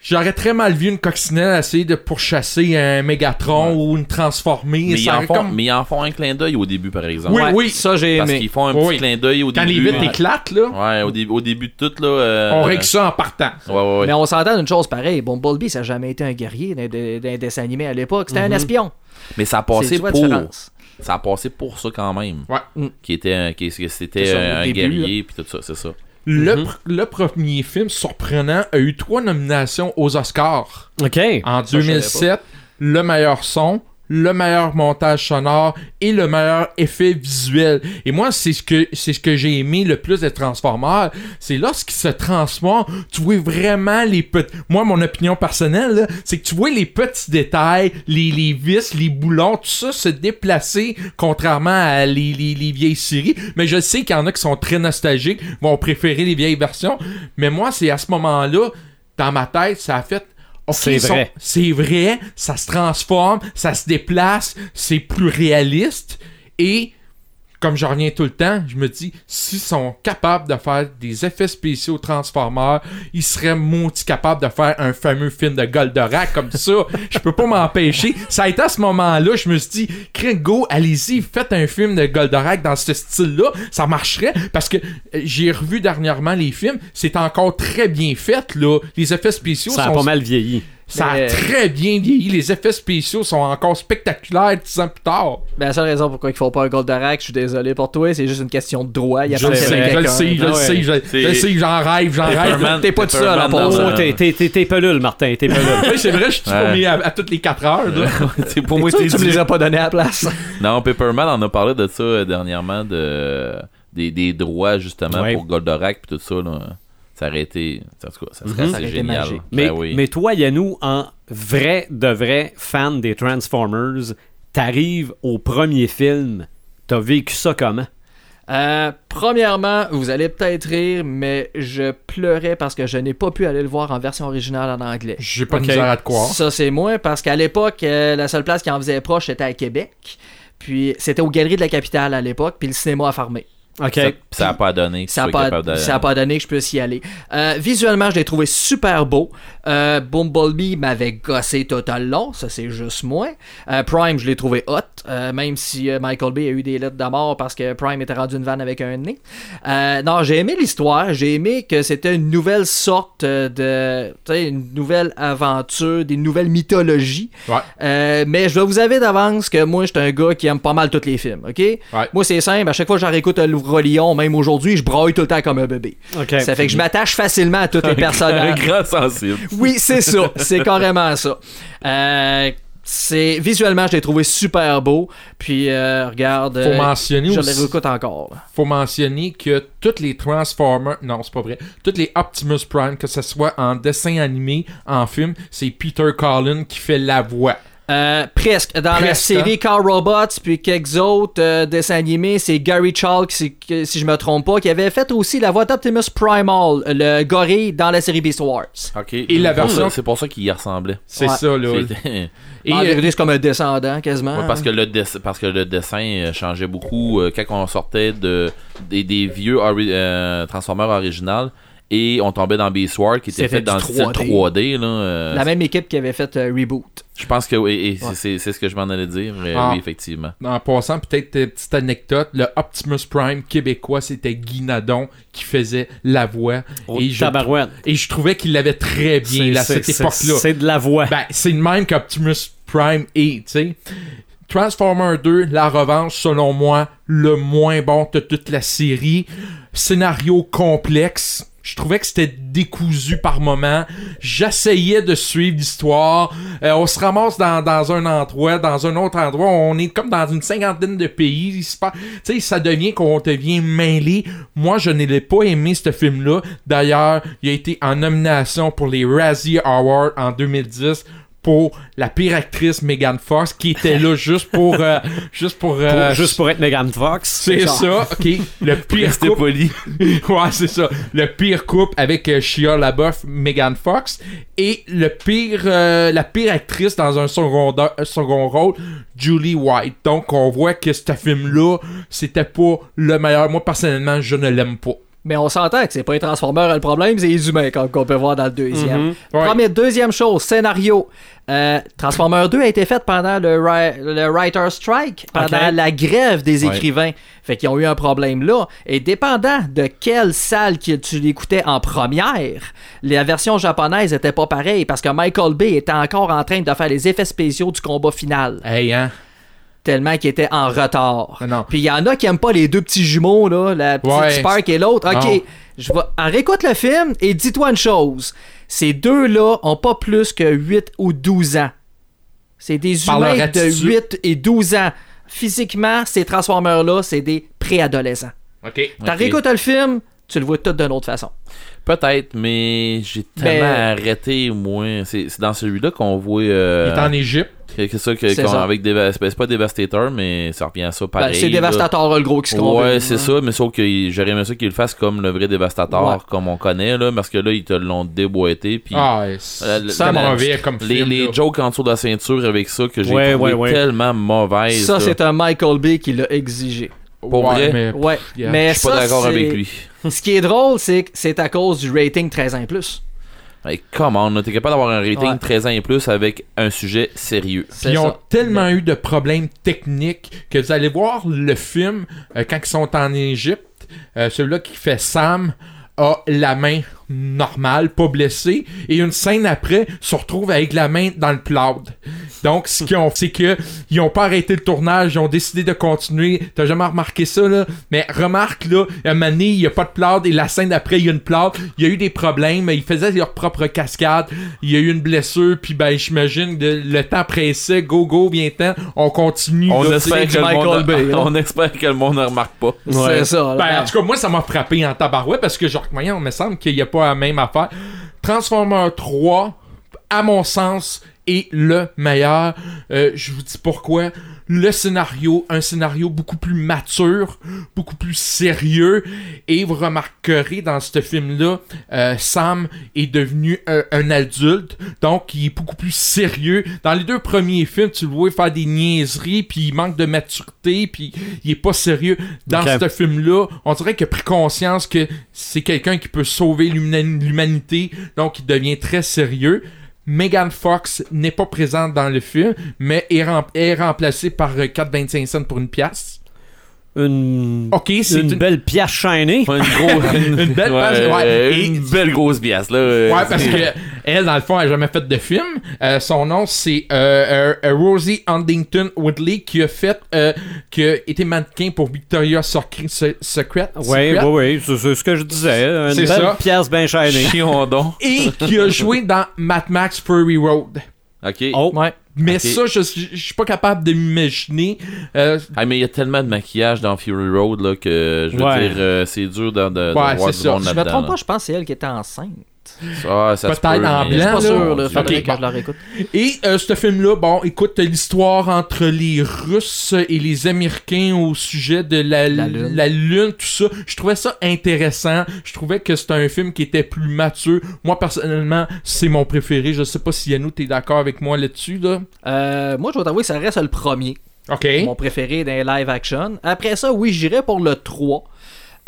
Speaker 4: j'aurais très mal vu une coccinelle essayer de pourchasser un Mégatron ou une transformée.
Speaker 3: Mais ils,
Speaker 4: ça
Speaker 3: en
Speaker 4: aurait
Speaker 3: font,
Speaker 4: comme-
Speaker 3: mais ils en font un clin d'œil au début, par exemple.
Speaker 4: Oui,
Speaker 5: Ouais,
Speaker 4: oui.
Speaker 5: Ça, j'ai
Speaker 3: Parce
Speaker 5: aimé.
Speaker 3: qu'ils font un
Speaker 4: Oui,
Speaker 3: petit
Speaker 4: oui.
Speaker 3: clin d'œil au
Speaker 4: Quand les
Speaker 3: début.
Speaker 4: vitres
Speaker 3: ouais.
Speaker 4: éclatent, là,
Speaker 3: Ouais, au, dé- au début de tout, là. euh,
Speaker 4: on
Speaker 3: euh,
Speaker 4: règle ça en partant.
Speaker 3: Ouais, ouais, ouais.
Speaker 5: Mais on s'entend d'une chose pareille. Bumblebee, ça n'a jamais été un guerrier d'un, d'un- d'un dessin animé à l'époque. C'était un espion.
Speaker 3: Mais ça a
Speaker 5: Mhm. C'est
Speaker 3: passé
Speaker 5: tu vois la
Speaker 3: pour.
Speaker 5: différence.
Speaker 3: Ça a passé pour ça quand même.
Speaker 4: Ouais.
Speaker 3: Qui était, un- qui, qui- c'était
Speaker 5: C'est ça,
Speaker 3: un,
Speaker 5: au
Speaker 3: un
Speaker 5: début,
Speaker 3: guerrier, puis tout ça, c'est ça.
Speaker 4: Le,
Speaker 3: Mm-hmm.
Speaker 4: pr- le premier film surprenant a eu trois nominations aux Oscars.
Speaker 1: OK.
Speaker 4: En
Speaker 5: je
Speaker 4: 2007, le meilleur son, le meilleur montage sonore et le meilleur effet visuel. Et moi, c'est ce que c'est ce que j'ai aimé le plus des Transformers, c'est lorsqu'ils se transforment, tu vois vraiment les petits. Moi, mon opinion personnelle, là, c'est que tu vois les petits détails, les, les vis, les boulons, tout ça se déplacer, contrairement à les, les- les vieilles séries. Mais je sais qu'il y en a qui sont très nostalgiques, vont préférer les vieilles versions. Mais moi, c'est à ce moment-là, dans ma tête, ça a fait Ok,
Speaker 1: C'est
Speaker 4: ils sont-
Speaker 1: vrai.
Speaker 4: C'est vrai, ça se transforme, ça se déplace, c'est plus réaliste. Et comme j'en reviens tout le temps, je me dis, s'ils sont capables de faire des effets spéciaux Transformers, ils seraient maudits capables de faire un fameux film de Goldorak comme ça. je peux pas m'empêcher. Ça a été à ce moment-là, je me suis dit, Kringo, allez-y, faites un film de Goldorak dans ce style-là. Ça marcherait parce que euh, j'ai revu dernièrement les films. C'est encore très bien fait, là. Les effets spéciaux
Speaker 1: Ça a
Speaker 4: sont
Speaker 1: pas mal vieilli.
Speaker 4: ça a
Speaker 5: Mais-
Speaker 4: très bien vieilli. Les effets spéciaux sont encore spectaculaires 10 ans plus tard.
Speaker 5: Ben, la seule raison pourquoi ils font pas un Goldorak, je suis désolé pour toi, c'est juste une question de droit. Il y a
Speaker 1: Je
Speaker 5: pas
Speaker 1: le
Speaker 5: de
Speaker 1: sais,
Speaker 5: quelqu'un.
Speaker 4: je le sais, je
Speaker 1: Ah
Speaker 4: le
Speaker 1: ouais.
Speaker 4: sais, je
Speaker 3: C'est-
Speaker 4: je le sais, j'en rêve, j'en rêve.
Speaker 3: Pepperman-
Speaker 5: t'es pas tout seul, hein,
Speaker 3: Pepperman
Speaker 5: en
Speaker 4: Ah,
Speaker 5: passant.
Speaker 3: dans
Speaker 1: Oh,
Speaker 3: un-
Speaker 1: t'es- t'es t'es- t'es pelule, Martin, t'es pelule.
Speaker 4: Ouais, c'est vrai, je suis promis à, à toutes les 4 heures. là.
Speaker 3: C'est pour moi,
Speaker 5: Tu sais
Speaker 3: c'est
Speaker 5: que tu me
Speaker 3: dit.
Speaker 5: les as pas donnés à la place.
Speaker 3: Non, Pepperman en a parlé de ça euh, dernièrement, de, des, des droits justement
Speaker 1: Ouais.
Speaker 3: pour Goldorak puis tout ça. Là. Ça aurait été. En tout cas, ça serait
Speaker 1: Mhm.
Speaker 5: Ça
Speaker 3: assez
Speaker 5: aurait été
Speaker 3: génial.
Speaker 5: magique.
Speaker 1: Mais,
Speaker 3: Ben oui.
Speaker 1: mais toi, Yannou, en vrai de vrai fan des Transformers, t'arrives au premier film, t'as vécu ça comment?
Speaker 5: Euh, premièrement, vous allez peut-être rire, mais je pleurais parce que je n'ai pas pu aller le voir en version originale en anglais.
Speaker 4: J'ai pas
Speaker 1: Ok.
Speaker 4: de misère à te croire.
Speaker 5: Ça, c'est moi, parce qu'à l'époque, euh, la seule place qui en faisait proche était à Québec. Puis c'était aux Galeries de la Capitale à l'époque, puis le cinéma a fermé.
Speaker 1: OK.
Speaker 3: Ça- Ça n'a pas donné. que
Speaker 5: Ça
Speaker 3: tu
Speaker 5: n'a
Speaker 3: sois
Speaker 5: pas,
Speaker 3: capable de-
Speaker 5: ça a pas donné que je puisse y aller. Euh, visuellement, je l'ai trouvé super beau. Euh, Bumblebee m'avait gossé tout au long, ça c'est juste moi. Euh, Prime, je l'ai trouvé hot, euh, même si euh, Michael Bay a eu des lettres d'amour parce que Prime était rendu une vanne avec un nez. Euh, non, j'ai aimé l'histoire, j'ai aimé que c'était une nouvelle sorte euh, de... tu sais, une nouvelle aventure, des nouvelles mythologies.
Speaker 4: Ouais.
Speaker 5: Euh, mais je dois vous avouer d'avance que moi, je suis un gars qui aime pas mal tous les films, ok? Moi, c'est simple, à chaque fois que j'en réécoute le Roi Lion, même aujourd'hui, je braille tout le temps comme un bébé.
Speaker 1: OK.
Speaker 5: Ça fait que je m'attache facilement à tous les
Speaker 3: Un
Speaker 5: personnages.
Speaker 3: grand sensible.
Speaker 5: Oui, c'est ça. C'est carrément ça. Euh, c'est visuellement, je l'ai trouvé super beau. Puis euh, regarde,
Speaker 4: Faut
Speaker 5: euh,
Speaker 4: mentionner
Speaker 5: je le
Speaker 4: aussi-
Speaker 5: réécoute encore. là.
Speaker 4: faut mentionner que toutes les Transformers, non, c'est pas vrai, toutes les Optimus Prime, que ce soit en dessin animé, en film, c'est Peter Collins qui fait la voix.
Speaker 5: Euh, presque. Dans la
Speaker 4: Presque,
Speaker 3: hein.
Speaker 5: série Car Robots, puis quelques autres euh, dessins animés, c'est Gary Chalk, si, que- si je me trompe pas, qui avait fait aussi la voix d'Optimus Primal, le gorille dans la série Beast Wars.
Speaker 3: OK.
Speaker 4: Et la version-
Speaker 3: C'est pour ça qu'il y ressemblait.
Speaker 4: C'est
Speaker 5: Ouais.
Speaker 4: ça, là.
Speaker 3: C'était-
Speaker 4: Et,
Speaker 5: en
Speaker 4: euh,
Speaker 5: vérité, c'est comme un descendant, quasiment. hein.
Speaker 3: Ouais, parce, que le dess- parce que le dessin euh, changeait beaucoup euh, quand on sortait de, des, des vieux ori- euh, Transformers original et on tombait dans Beast Wars qui était
Speaker 5: C'était
Speaker 3: fait
Speaker 5: du
Speaker 3: dans le style
Speaker 5: 3D.
Speaker 3: 3D. là, euh,
Speaker 5: La même équipe qui avait fait euh, Reboot.
Speaker 3: Je pense que oui, et c'est-
Speaker 5: Ouais.
Speaker 3: c'est c'est ce que je m'en allais dire. euh,
Speaker 4: Ah.
Speaker 3: Oui, effectivement.
Speaker 4: En passant, peut-être euh, petite anecdote, le Optimus Prime québécois, c'était Guy Nadon qui faisait la voix.
Speaker 1: Oh,
Speaker 4: et, je,
Speaker 1: tabarouette.
Speaker 4: et je trouvais qu'il l'avait très bien à
Speaker 1: C'est-
Speaker 4: cette
Speaker 1: c'est-
Speaker 4: époque-là.
Speaker 1: C'est de la voix.
Speaker 4: Ben, c'est le même qu'Optimus Prime est, tu sais. Transformer 2, la revanche, selon moi, le moins bon de toute la série. Scénario complexe. Je trouvais que c'était décousu par moment. J'essayais de suivre l'histoire. Euh, on se ramasse dans, dans un endroit, dans un autre endroit. On est comme dans une cinquantaine de pays. Il se passe- Tu sais, ça devient qu'on devient mêlé. Moi, je ne l'ai pas aimé, ce film-là. D'ailleurs, il a été en nomination pour les Razzie Awards en 2010 pour la pire actrice Megan Fox qui était là juste pour euh, juste pour,
Speaker 1: Pour-
Speaker 4: euh,
Speaker 1: juste pour être Megan Fox.
Speaker 4: c'est ça ok le pire
Speaker 3: Restez
Speaker 4: couple
Speaker 3: poli.
Speaker 4: ouais c'est ça le pire couple avec euh, Shia LaBeouf Megan Fox et le pire euh, la pire actrice dans un second second rôle Julie White donc on voit que ce film là c'était pas le meilleur moi personnellement je ne l'aime pas
Speaker 5: Mais on s'entend que c'est pas les Transformers le problème, c'est les humains comme qu'on peut voir dans le deuxième.
Speaker 4: Ouais.
Speaker 5: Première, deuxième chose, scénario. Euh, Transformers 2 a été fait pendant le, wri- le Writer Strike, pendant
Speaker 1: Ok.
Speaker 5: la grève des
Speaker 3: Ouais.
Speaker 5: écrivains. Fait qu'ils ont eu un problème là. Et dépendant de quelle salle que tu l'écoutais en première, la version japonaise était pas pareille parce que Michael Bay était encore en train de faire les effets spéciaux du combat final
Speaker 4: hey hein
Speaker 5: tellement qu'il était en retard.
Speaker 4: Non, Ah, non.
Speaker 5: Puis il y en a qui aiment pas les deux petits jumeaux, là, la petite
Speaker 4: Ouais.
Speaker 5: Spark et l'autre. Ok,
Speaker 4: Non.
Speaker 5: je vais. en réécoute le film et dis-toi une chose. Ces deux-là ont pas plus que 8 ou 12 ans. C'est des
Speaker 4: Par leur
Speaker 5: humains de
Speaker 4: attitude.
Speaker 5: 8 et 12 ans. Physiquement, ces Transformers-là, c'est des préadolescents.
Speaker 4: ok
Speaker 5: T'as
Speaker 3: Ok.
Speaker 5: réécoutes le film, tu le vois tout d'une autre façon.
Speaker 3: Peut-être, mais j'ai tellement arrêté, moi. C'est c'est dans celui-là qu'on voit. euh,
Speaker 4: Il est en Égypte.
Speaker 3: que- que ça, que-
Speaker 5: C'est
Speaker 3: qu'on-
Speaker 5: ça.
Speaker 3: avec Déva- ben, c'est pas Devastator, mais ça revient à ça
Speaker 5: Ben,
Speaker 3: pareil.
Speaker 5: c'est
Speaker 3: là.
Speaker 5: dévastateur le gros qui se trompe.
Speaker 3: Ouais, c'est ça, mais sauf que il- j'aurais aimé ça qu'il le fasse comme le vrai Dévastateur,
Speaker 5: Ouais.
Speaker 3: comme on connaît, là, parce que là, ils te l'ont déboîté. Puis
Speaker 4: Ah,
Speaker 3: Euh, le-
Speaker 4: ça
Speaker 3: le-
Speaker 4: mauvais comme
Speaker 3: les,
Speaker 4: film.
Speaker 3: les
Speaker 4: là.
Speaker 3: jokes en dessous de la ceinture avec ça que j'ai
Speaker 1: Ouais,
Speaker 3: trouvé
Speaker 1: ouais, ouais.
Speaker 3: tellement mauvaise.
Speaker 5: Ça,
Speaker 3: là.
Speaker 5: c'est un Michael Bay qui l'a exigé.
Speaker 3: pour vrai.
Speaker 4: mais-
Speaker 5: Ouais.
Speaker 4: yeah.
Speaker 5: Mais
Speaker 3: Je suis pas
Speaker 5: ça,
Speaker 3: d'accord
Speaker 5: c'est-
Speaker 3: avec lui.
Speaker 5: Ce qui est drôle, c'est que c'est à cause du rating 13 ans et plus.
Speaker 3: Hey, come on, là, t'es capable d'avoir un rating
Speaker 5: Ouais.
Speaker 3: 13 ans et plus avec un sujet sérieux.
Speaker 5: C'est
Speaker 4: Puis ils ont
Speaker 5: ça. Ben.
Speaker 4: tellement eu de problèmes techniques que vous allez voir le film euh, quand ils sont en Égypte. euh, Celui-là qui fait Sam a la main normale, pas blessée, et une scène après se retrouve avec la main dans le cloud. Donc ce qu'ils ont, c'est que ils ont pas arrêté le tournage, ils ont décidé de continuer. T'as jamais remarqué ça là Mais remarque là, à un moment donné, il y a pas de plaude et la scène d'après il y a une plaude. Il y a eu des problèmes, ils faisaient leur propre cascade. Il y a eu une blessure, puis ben j'imagine de- le temps pressait, go go, viens temps, on continue.
Speaker 3: On
Speaker 4: là,
Speaker 3: espère,
Speaker 4: tu
Speaker 3: que
Speaker 4: sais.
Speaker 3: le
Speaker 5: Michael
Speaker 3: monde
Speaker 5: Bay, là.
Speaker 3: on espère que le monde ne remarque pas.
Speaker 1: Ouais.
Speaker 5: C'est ça. là.
Speaker 4: Ben, en tout cas, moi, ça m'a frappé en tabarouet parce que, genre, voyons, il me semble qu'il n'y a pas la même affaire. Transformer 3, à mon sens, est le meilleur. Euh, je vous dis pourquoi. Le scénario, un scénario beaucoup plus mature, beaucoup plus sérieux. Et vous remarquerez dans ce film-là, euh, Sam est devenu un, un adulte, donc il est beaucoup plus sérieux. Dans les deux premiers films, tu le vois faire des niaiseries, puis il manque de maturité, puis il est pas sérieux. Dans
Speaker 1: Ok.
Speaker 4: ce film-là, on dirait qu'il a pris conscience que c'est quelqu'un qui peut sauver l'humani- l'humanité, donc il devient très sérieux. Megan Fox n'est pas présente dans le film, mais est, rem- est remplacée par euh, 4,25 cents pour une pièce.
Speaker 1: Une,
Speaker 4: Ok, Oh, c'est
Speaker 1: une
Speaker 4: une,
Speaker 1: belle pièce chaînée.
Speaker 3: Une, grosse-
Speaker 4: Une belle page,
Speaker 3: Ouais,
Speaker 4: ouais.
Speaker 3: une
Speaker 4: Et-
Speaker 3: belle grosse biasse, là. euh,
Speaker 4: Ouais, parce que elle, dans le fond, elle n'a jamais fait de film. Euh, son nom, c'est euh, euh, euh, Rosie Huntington Woodley, qui a fait, euh, qui a été mannequin pour Victoria's Secret. Se- Secret
Speaker 1: Ouais,
Speaker 4: Secret.
Speaker 1: ouais, ouais, c'est c'est ce que je disais. Une
Speaker 4: C'est
Speaker 1: belle
Speaker 4: ça.
Speaker 1: pièce bien chaînée.
Speaker 3: Chion donc.
Speaker 4: Et qui a joué dans Mad Max Fury Road.
Speaker 3: Ok.
Speaker 1: Oh,
Speaker 5: Ouais.
Speaker 4: Mais
Speaker 3: Ok.
Speaker 4: ça, je, je suis pas capable de m'imaginer. Euh,
Speaker 3: Ah, mais il y a tellement de maquillage dans Fury Road là, que je veux
Speaker 1: Ouais.
Speaker 3: dire, euh, c'est dur de, de, de
Speaker 4: Ouais,
Speaker 3: voir
Speaker 4: c'est
Speaker 3: du
Speaker 4: ça.
Speaker 3: monde
Speaker 5: Je me
Speaker 3: là-dedans,
Speaker 5: trompe
Speaker 3: là.
Speaker 5: pas, je pense que c'est elle qui était enceinte.
Speaker 3: Ah, ça se
Speaker 4: Peut-être
Speaker 3: peut,
Speaker 4: en
Speaker 3: mais-
Speaker 4: blanc,
Speaker 5: Pas
Speaker 4: là.
Speaker 5: sûr, là. Faudrait
Speaker 4: Ok.
Speaker 5: que je la réécoute.
Speaker 4: Et euh, ce film-là, bon, écoute, l'histoire entre les Russes et les Américains au sujet de la,
Speaker 5: La Lune.
Speaker 4: Lune, tout ça, je trouvais ça intéressant. Je trouvais que c'était un film qui était plus mature. Moi, personnellement, c'est mon préféré. Je sais pas si Yannou, t'es d'accord avec moi là-dessus, là?
Speaker 5: Euh, moi, je vais t'avouer que ça reste le premier.
Speaker 4: OK.
Speaker 5: mon préféré d'un live action. Après ça, oui, j'irai pour le 3.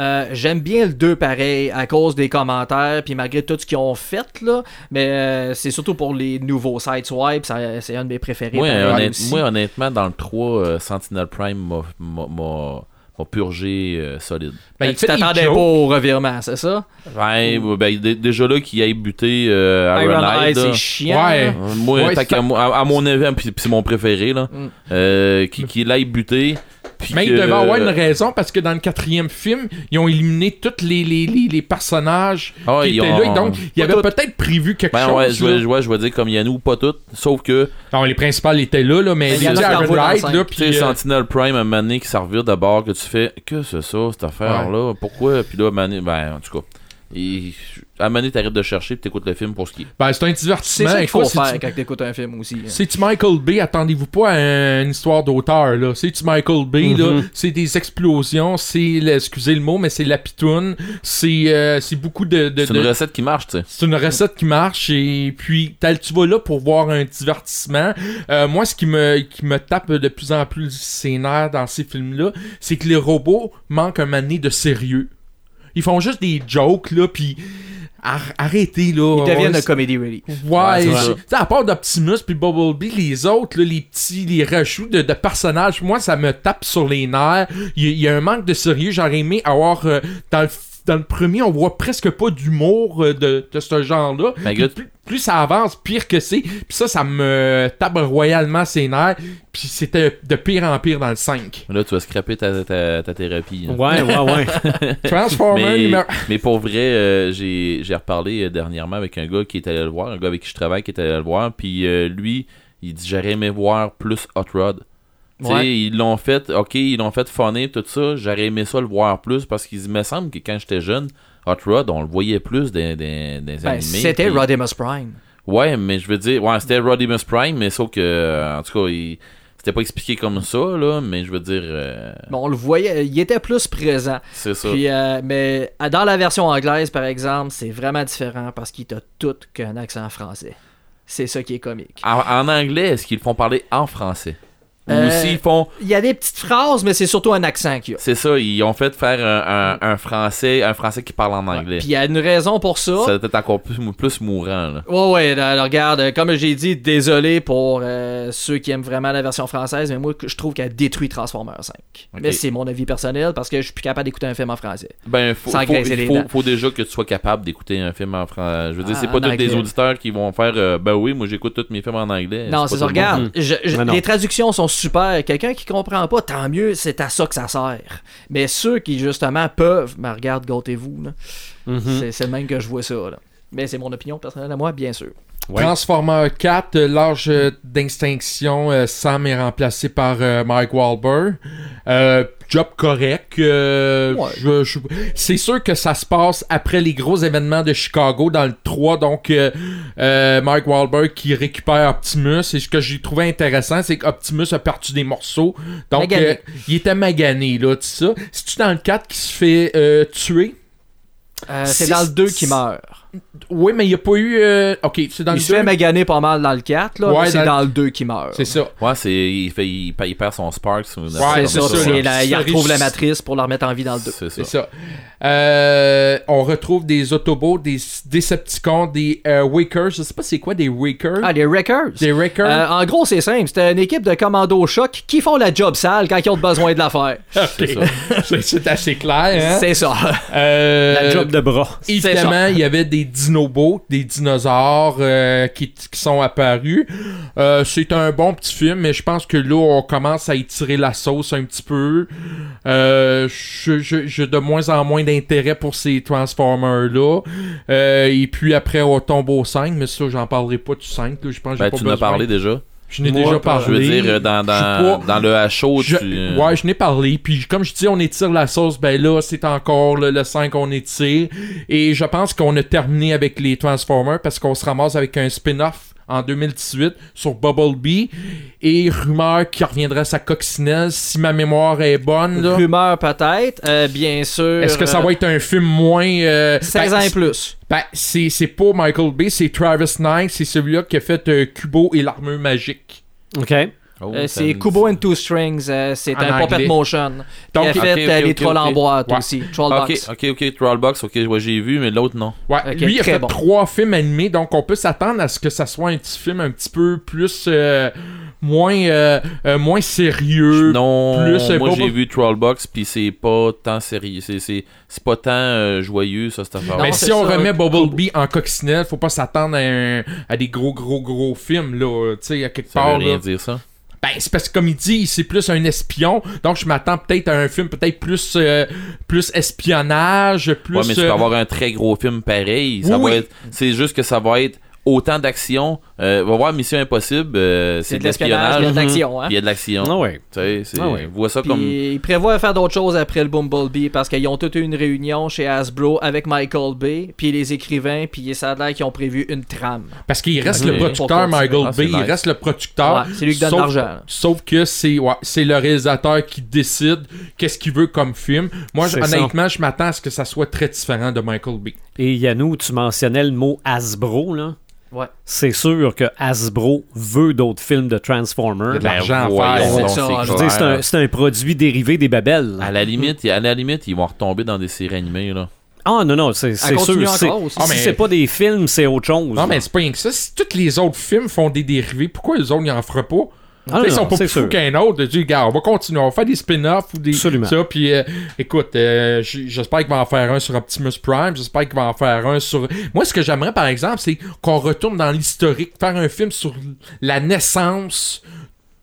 Speaker 5: Euh, J'aime bien le 2 pareil à cause des commentaires, puis malgré tout ce qu'ils ont fait, là, mais euh, c'est surtout pour les nouveaux side swipes, ça- c'est un de mes préférés.
Speaker 3: Moi,
Speaker 5: pareil,
Speaker 3: honnête-
Speaker 5: aussi.
Speaker 3: moi, honnêtement, dans le 3, euh, Sentinel Prime m'a- m'a- m'a m'a purgé euh, solide.
Speaker 4: Ben, il
Speaker 5: tu
Speaker 4: fait des
Speaker 5: t'attendais pas
Speaker 4: jokes.
Speaker 5: au revirement, c'est ça?
Speaker 3: Ouais, ben, dé- déjà là, qu'il aille buter euh, Iron, Hide, là.
Speaker 5: c'est chiant.
Speaker 4: Ouais.
Speaker 3: Euh, Moi,
Speaker 4: Ouais,
Speaker 3: tant qu'à mo- à, à mon avis, puis puis c'est mon préféré, là,
Speaker 5: Mm.
Speaker 3: euh, qu'il qu'il l'aille buter. puis
Speaker 4: Mais
Speaker 3: que-
Speaker 4: il devait avoir une raison parce que dans le quatrième film, ils ont éliminé tous les, les, les, les personnages
Speaker 3: Ah,
Speaker 4: qui
Speaker 3: ils
Speaker 4: étaient
Speaker 3: ont-
Speaker 4: là. Et Donc, il
Speaker 3: pas
Speaker 4: avait
Speaker 3: tout.
Speaker 4: peut-être prévu quelque
Speaker 3: Ben
Speaker 4: chose.
Speaker 3: ouais, je
Speaker 4: là.
Speaker 3: vais, je vais- je vais dire comme Yannou, pas toutes, sauf que
Speaker 4: Non, les principales étaient là, là
Speaker 3: Ben,
Speaker 4: mais
Speaker 5: Mais
Speaker 4: les
Speaker 5: il y en a qui en voient dans
Speaker 4: Iron Hide,
Speaker 5: cinq.
Speaker 4: là,
Speaker 3: Tu sais,
Speaker 4: puis... euh,
Speaker 3: Sentinel Prime, à un moment donné, qui s'en revire d'abord, que tu fais Que c'est ça, cette affaire-là Pourquoi Puis là, à un moment donné, ben, en tout cas, il- à un moment donné, t'arrêtes de chercher puis t'écoutes le film pour ce qui est.
Speaker 4: Ben, c'est un
Speaker 5: C'est
Speaker 4: divertissement.
Speaker 5: ça qu'il faut
Speaker 4: Écoute,
Speaker 5: faire
Speaker 4: c'est-tu-
Speaker 5: quand t'écoutes un film aussi. hein.
Speaker 4: C'est-tu Michael Bay? Attendez-vous pas à une histoire d'auteur, là. C'est-tu Michael Bay, là?
Speaker 3: Mm-hmm.
Speaker 4: C'est des explosions, c'est, le- excusez le mot, mais c'est la pitoune. C'est, euh, c'est beaucoup de... de-
Speaker 3: C'est une
Speaker 4: de-
Speaker 3: recette qui marche, tu sais.
Speaker 4: c'est une recette qui marche et puis t'as- tu vas là pour voir un divertissement. Euh, moi, ce qui me, qui me tape de plus en plus ses nerfs dans ces films-là, c'est que les robots manquent un mané de sérieux. Ils font juste des jokes, là, puis ar- arrêtez, là.
Speaker 5: Ils deviennent
Speaker 4: On-
Speaker 5: un comedy relief.
Speaker 4: Ouais,
Speaker 3: Ouais, c'est
Speaker 4: je-
Speaker 3: ça.
Speaker 4: tu sais, à part d'Optimus puis Bumblebee, les autres, là, les petits, les rachouts de, de personnages, moi, ça me tape sur les nerfs. Il y, a- il y a un manque de sérieux. J'aurais aimé avoir, euh, dans, le, f- dans le premier, on voit presque pas d'humour euh, de, de ce genre-là.
Speaker 3: Ben,
Speaker 4: Puis
Speaker 3: gars,
Speaker 4: Plus, plus ça avance, pire que c'est. Puis ça, ça me tape royalement ses nerfs. Puis c'était de pire en pire dans le 5.
Speaker 3: Là, tu vas scraper ta, ta, ta thérapie. hein.
Speaker 1: Ouais,
Speaker 3: là.
Speaker 1: ouais, ouais.
Speaker 4: Euh, Transformer
Speaker 3: Mais,
Speaker 4: numéro...
Speaker 3: mais pour vrai, euh, j'ai j'ai reparlé euh, dernièrement avec un gars qui est allé le voir, un gars avec qui je travaille qui est allé le voir, puis euh, lui, il dit j'aurais aimé voir plus Hot Rod. Tu sais,
Speaker 5: Ouais.
Speaker 3: Ils l'ont fait, ok, ils l'ont fait funny, tout ça, j'aurais aimé ça le voir plus parce qu'il me semble que quand j'étais jeune, Hot Rod, on le voyait plus dans des, des
Speaker 5: Ben,
Speaker 3: animés.
Speaker 5: c'était
Speaker 3: puis- Ah.
Speaker 5: Rodimus Prime.
Speaker 3: Ouais, mais je veux dire, ouais, c'était Rodimus Prime, mais sauf que, euh, en tout cas, il- c'était pas expliqué comme ça, là, mais je veux dire, euh,
Speaker 5: Mais on le voyait, il était plus présent.
Speaker 3: c'est ça.
Speaker 5: Puis, euh, mais euh, dans la version anglaise, par exemple, c'est vraiment différent parce qu'il t'a tout qu'un accent français. C'est ça qui est comique.
Speaker 3: En, en anglais, est-ce qu'ils le font parler en français?
Speaker 5: Euh,
Speaker 3: Ou s'ils font,
Speaker 5: Il y a des petites phrases, mais c'est surtout un accent qu'il y a.
Speaker 3: c'est ça, ils ont fait faire un, un- un français, un français qui parle en anglais.
Speaker 5: Puis il y a une raison pour ça.
Speaker 3: Ça doit être encore plus, mou- plus mourant, là.
Speaker 5: Ouais, ouais, alors regarde, euh, comme j'ai dit, désolé pour euh, ceux qui aiment vraiment la version française, mais moi, que- je trouve qu'elle détruit Transformers 5.
Speaker 3: Ok.
Speaker 5: Mais c'est mon avis personnel parce que je suis plus capable d'écouter un film en français.
Speaker 3: Ben, faut,
Speaker 5: Sans
Speaker 3: faut,
Speaker 5: graisser les
Speaker 3: faut-
Speaker 5: dents.
Speaker 3: faut déjà que tu sois capable d'écouter un film en français. Je veux dire,
Speaker 5: Ah,
Speaker 3: c'est pas
Speaker 5: en
Speaker 3: tous des
Speaker 5: anglais.
Speaker 3: auditeurs qui vont faire, euh, ben oui, moi j'écoute tous mes films en anglais.
Speaker 5: non,
Speaker 3: Euh, pas
Speaker 5: c'est
Speaker 3: tout le
Speaker 5: ça,
Speaker 3: monde.
Speaker 5: regarde, je- je-
Speaker 1: Mais non.
Speaker 5: les traductions sont super. Quelqu'un qui comprend pas, tant mieux, c'est à ça que ça sert. Mais ceux qui, justement, peuvent, ben regarde, gâtez-vous. là. C'est- C'est le même que je vois ça. là. Mais c'est mon opinion personnelle à moi, bien sûr.
Speaker 1: Ouais.
Speaker 4: Transformer 4, euh, l'âge euh, d'extinction, euh, Sam est remplacé par euh, Mike Wahlberg. Euh, job correct. euh,
Speaker 5: Ouais.
Speaker 4: je- je- c'est sûr que ça se passe après les gros événements de Chicago dans le 3. Donc, euh, euh, Mike Wahlberg qui récupère Optimus. Et ce que j'ai trouvé intéressant, c'est qu'Optimus a perdu des morceaux. Donc,
Speaker 5: Magané.
Speaker 4: euh, il était magané, là, tout ça. C'est-tu dans le 4 qui se fait euh, tuer?
Speaker 5: Euh, c'est
Speaker 4: Si-
Speaker 5: dans le 2 qui
Speaker 4: si-
Speaker 5: meurt.
Speaker 4: Oui, mais il n'y a pas eu... euh, Ok, c'est dans
Speaker 5: Il
Speaker 4: le
Speaker 5: se fait
Speaker 4: 2?
Speaker 5: maganer pas mal dans le 4, là,
Speaker 4: Ouais,
Speaker 5: mais c'est
Speaker 4: dans-
Speaker 5: dans le 2 qui meurt.
Speaker 4: C'est ça.
Speaker 3: Ouais, c'est, il, fait, il, pa- il perd son Sparks. ou une affaire
Speaker 4: Ouais,
Speaker 5: C'est
Speaker 3: comme
Speaker 5: ça,
Speaker 4: c'est ça,
Speaker 5: c'est
Speaker 4: là.
Speaker 5: la- il
Speaker 4: Ça
Speaker 5: retrouve la
Speaker 4: réussit.
Speaker 5: matrice pour la remettre en vie dans le 2.
Speaker 3: C'est ça.
Speaker 4: C'est ça. Euh, on retrouve des Autobots, des Decepticons, des euh, Wakers. Je sais pas c'est quoi des Wakers.
Speaker 5: Ah, les Wreckers.
Speaker 4: des Wreckers.
Speaker 5: Euh, en gros, c'est simple. C'était une équipe de commandos choc qui font la job sale quand ils ont besoin de la faire.
Speaker 4: Ok. C'est- c'est assez clair. Hein?
Speaker 5: C'est ça.
Speaker 4: Euh,
Speaker 1: La job de bras.
Speaker 4: Évidemment, il y avait des dinobots, des dinosaures euh, qui, qui sont apparus. Euh, c'est un bon petit film, mais je pense que là, on commence à étirer la sauce un petit peu. Euh, je- je- J'ai de moins en moins d'intérêt pour ces Transformers-là. Euh, et puis après, on tombe au 5, mais ça, j'en parlerai pas du 5. là. Je pense que j'ai
Speaker 3: Ben,
Speaker 4: pas
Speaker 3: tu en as
Speaker 4: besoin.
Speaker 3: parlé déjà.
Speaker 4: Je n'ai
Speaker 1: Moi,
Speaker 4: déjà
Speaker 1: pas-
Speaker 4: parlé.
Speaker 3: Je veux dire, euh, dans,
Speaker 4: Je suis
Speaker 3: dans,
Speaker 4: pas-
Speaker 3: dans le HO,
Speaker 4: je-
Speaker 3: tu. euh,
Speaker 4: Ouais, je n'ai parlé. Puis comme je dis, on étire la sauce. Ben là, c'est encore le, le 5 on étire. Et je pense qu'on a terminé avec les Transformers parce qu'on se ramasse avec un spin-off en 2018 sur Bumblebee. Et rumeur qui reviendrait à sa coccinelle si ma mémoire est bonne. là.
Speaker 5: Rumeur peut-être. Euh, bien sûr. euh,
Speaker 4: Est-ce que ça va être un film moins... euh,
Speaker 5: 16
Speaker 4: ben,
Speaker 5: ans et plus.
Speaker 4: ben, c'est c'est pas Michael Bay, c'est Travis Knight. C'est celui-là qui a fait euh, Kubo et l'armure magique.
Speaker 1: OK.
Speaker 3: oh,
Speaker 5: Euh,
Speaker 3: ça me
Speaker 5: c'est
Speaker 3: dit-
Speaker 5: Kubo and Two Strings. euh, c'est
Speaker 4: En
Speaker 5: un
Speaker 4: anglais.
Speaker 5: puppet motion.
Speaker 4: Donc,
Speaker 5: Donc, il a
Speaker 3: ok,
Speaker 5: fait
Speaker 3: ok,
Speaker 5: euh, les
Speaker 3: ok,
Speaker 5: trolls en
Speaker 3: ok.
Speaker 5: boîte
Speaker 4: Ouais.
Speaker 5: aussi. Troll
Speaker 3: Ok,
Speaker 5: box.
Speaker 3: ok, ok, Trollbox, ok, ouais, j'ai vu, mais l'autre non.
Speaker 4: Ouais,
Speaker 5: Ok,
Speaker 4: lui il a
Speaker 5: très
Speaker 4: fait
Speaker 5: bon.
Speaker 4: trois films animés, donc on peut s'attendre à ce que ça soit un petit film un petit peu plus euh, moins euh, euh, moins sérieux.
Speaker 3: Non,
Speaker 4: plus, euh,
Speaker 3: moi
Speaker 4: pas-
Speaker 3: j'ai vu Trollbox, puis c'est pas tant sérieux, c'est, c'est, c'est pas tant euh, joyeux, ça, cette affaire.
Speaker 5: Non,
Speaker 4: Mais
Speaker 5: c'est
Speaker 4: si on
Speaker 5: ça.
Speaker 4: remet Bumblebee en coccinelle, faut pas s'attendre à, un- à des gros gros gros films là, tu sais à quelque
Speaker 3: ça
Speaker 4: part.
Speaker 3: veut
Speaker 4: là.
Speaker 3: rien dire, ça.
Speaker 4: Ben c'est parce que comme il dit, c'est plus un espion, donc je m'attends peut-être à un film peut-être plus euh, plus espionnage, plus.
Speaker 3: ouais, mais tu
Speaker 4: euh,
Speaker 3: peux avoir un très gros film pareil. Ça
Speaker 4: Oui,
Speaker 3: va
Speaker 4: oui.
Speaker 3: être- c'est juste que ça va être autant d'action. Euh, va voir Mission Impossible, euh, c'est,
Speaker 5: C'est de l'espionnage, il y a de l'action. hein.
Speaker 3: puis il y a de l'action.
Speaker 1: Ah ouais.
Speaker 3: Tu sais, c'est,
Speaker 1: Ah ouais.
Speaker 3: vois ça
Speaker 5: Puis
Speaker 3: comme.
Speaker 5: ils prévoient faire d'autres choses après le Bumblebee parce qu'ils ont toute une réunion chez Hasbro avec Michael Bay, puis les écrivains, puis ça a l'air qu'ils ont prévu une trame.
Speaker 4: Parce qu'il reste
Speaker 3: Ok.
Speaker 4: le producteur
Speaker 5: Pourquoi?
Speaker 4: Michael
Speaker 3: Ah, c'est
Speaker 4: Bay, il
Speaker 3: nice.
Speaker 4: reste le producteur.
Speaker 5: Ouais, c'est lui qui donne
Speaker 4: Sauf-
Speaker 5: l'argent, là.
Speaker 4: Sauf que c'est ouais, c'est le réalisateur qui décide qu'est-ce qu'il veut comme film. Moi, je-
Speaker 1: C'est ça.
Speaker 4: honnêtement, je m'attends à ce que ça soit très différent de Michael Bay.
Speaker 1: Et Yannou, tu mentionnais le mot Hasbro, là.
Speaker 5: Ouais.
Speaker 1: C'est sûr que Hasbro veut d'autres films de Transformers.
Speaker 4: Il y a de l'argent à
Speaker 3: voyons
Speaker 4: faire.
Speaker 3: donc,
Speaker 5: C'est
Speaker 3: c'est
Speaker 5: ça, je veux
Speaker 1: Je veux dire,
Speaker 3: clair.
Speaker 1: Ben, c'est un- c'est un, produit dérivé des babelles. là.
Speaker 3: À la
Speaker 5: Mhm.
Speaker 3: limite, à la limite, ils vont retomber dans des séries animées là.
Speaker 1: Ah non, non, c'est c'est
Speaker 5: continue
Speaker 1: sûr.
Speaker 5: encore
Speaker 1: c'est-
Speaker 5: aussi.
Speaker 4: Ah,
Speaker 1: Si
Speaker 4: mais-
Speaker 1: c'est pas des films, c'est autre chose.
Speaker 4: Non, mais
Speaker 1: là.
Speaker 4: c'est pas rien que ça. Si tous les autres films font des dérivés, pourquoi les autres, ils en feront pas?
Speaker 1: Ah,
Speaker 4: Tu sais, ils
Speaker 1: non,
Speaker 4: sont
Speaker 1: non,
Speaker 4: pas
Speaker 1: c'est
Speaker 4: plus fous
Speaker 1: sûr.
Speaker 4: qu'un autre. Ils disent, Regarde, on va continuer, on va faire des spin-offs ou des.
Speaker 1: Absolument.
Speaker 4: Ça, puis euh, écoute, euh, j- j'espère qu'il va en faire un sur Optimus Prime, j'espère qu'il va en faire un sur. Moi, ce que j'aimerais, par exemple, c'est qu'on retourne dans l'historique, faire un film sur la naissance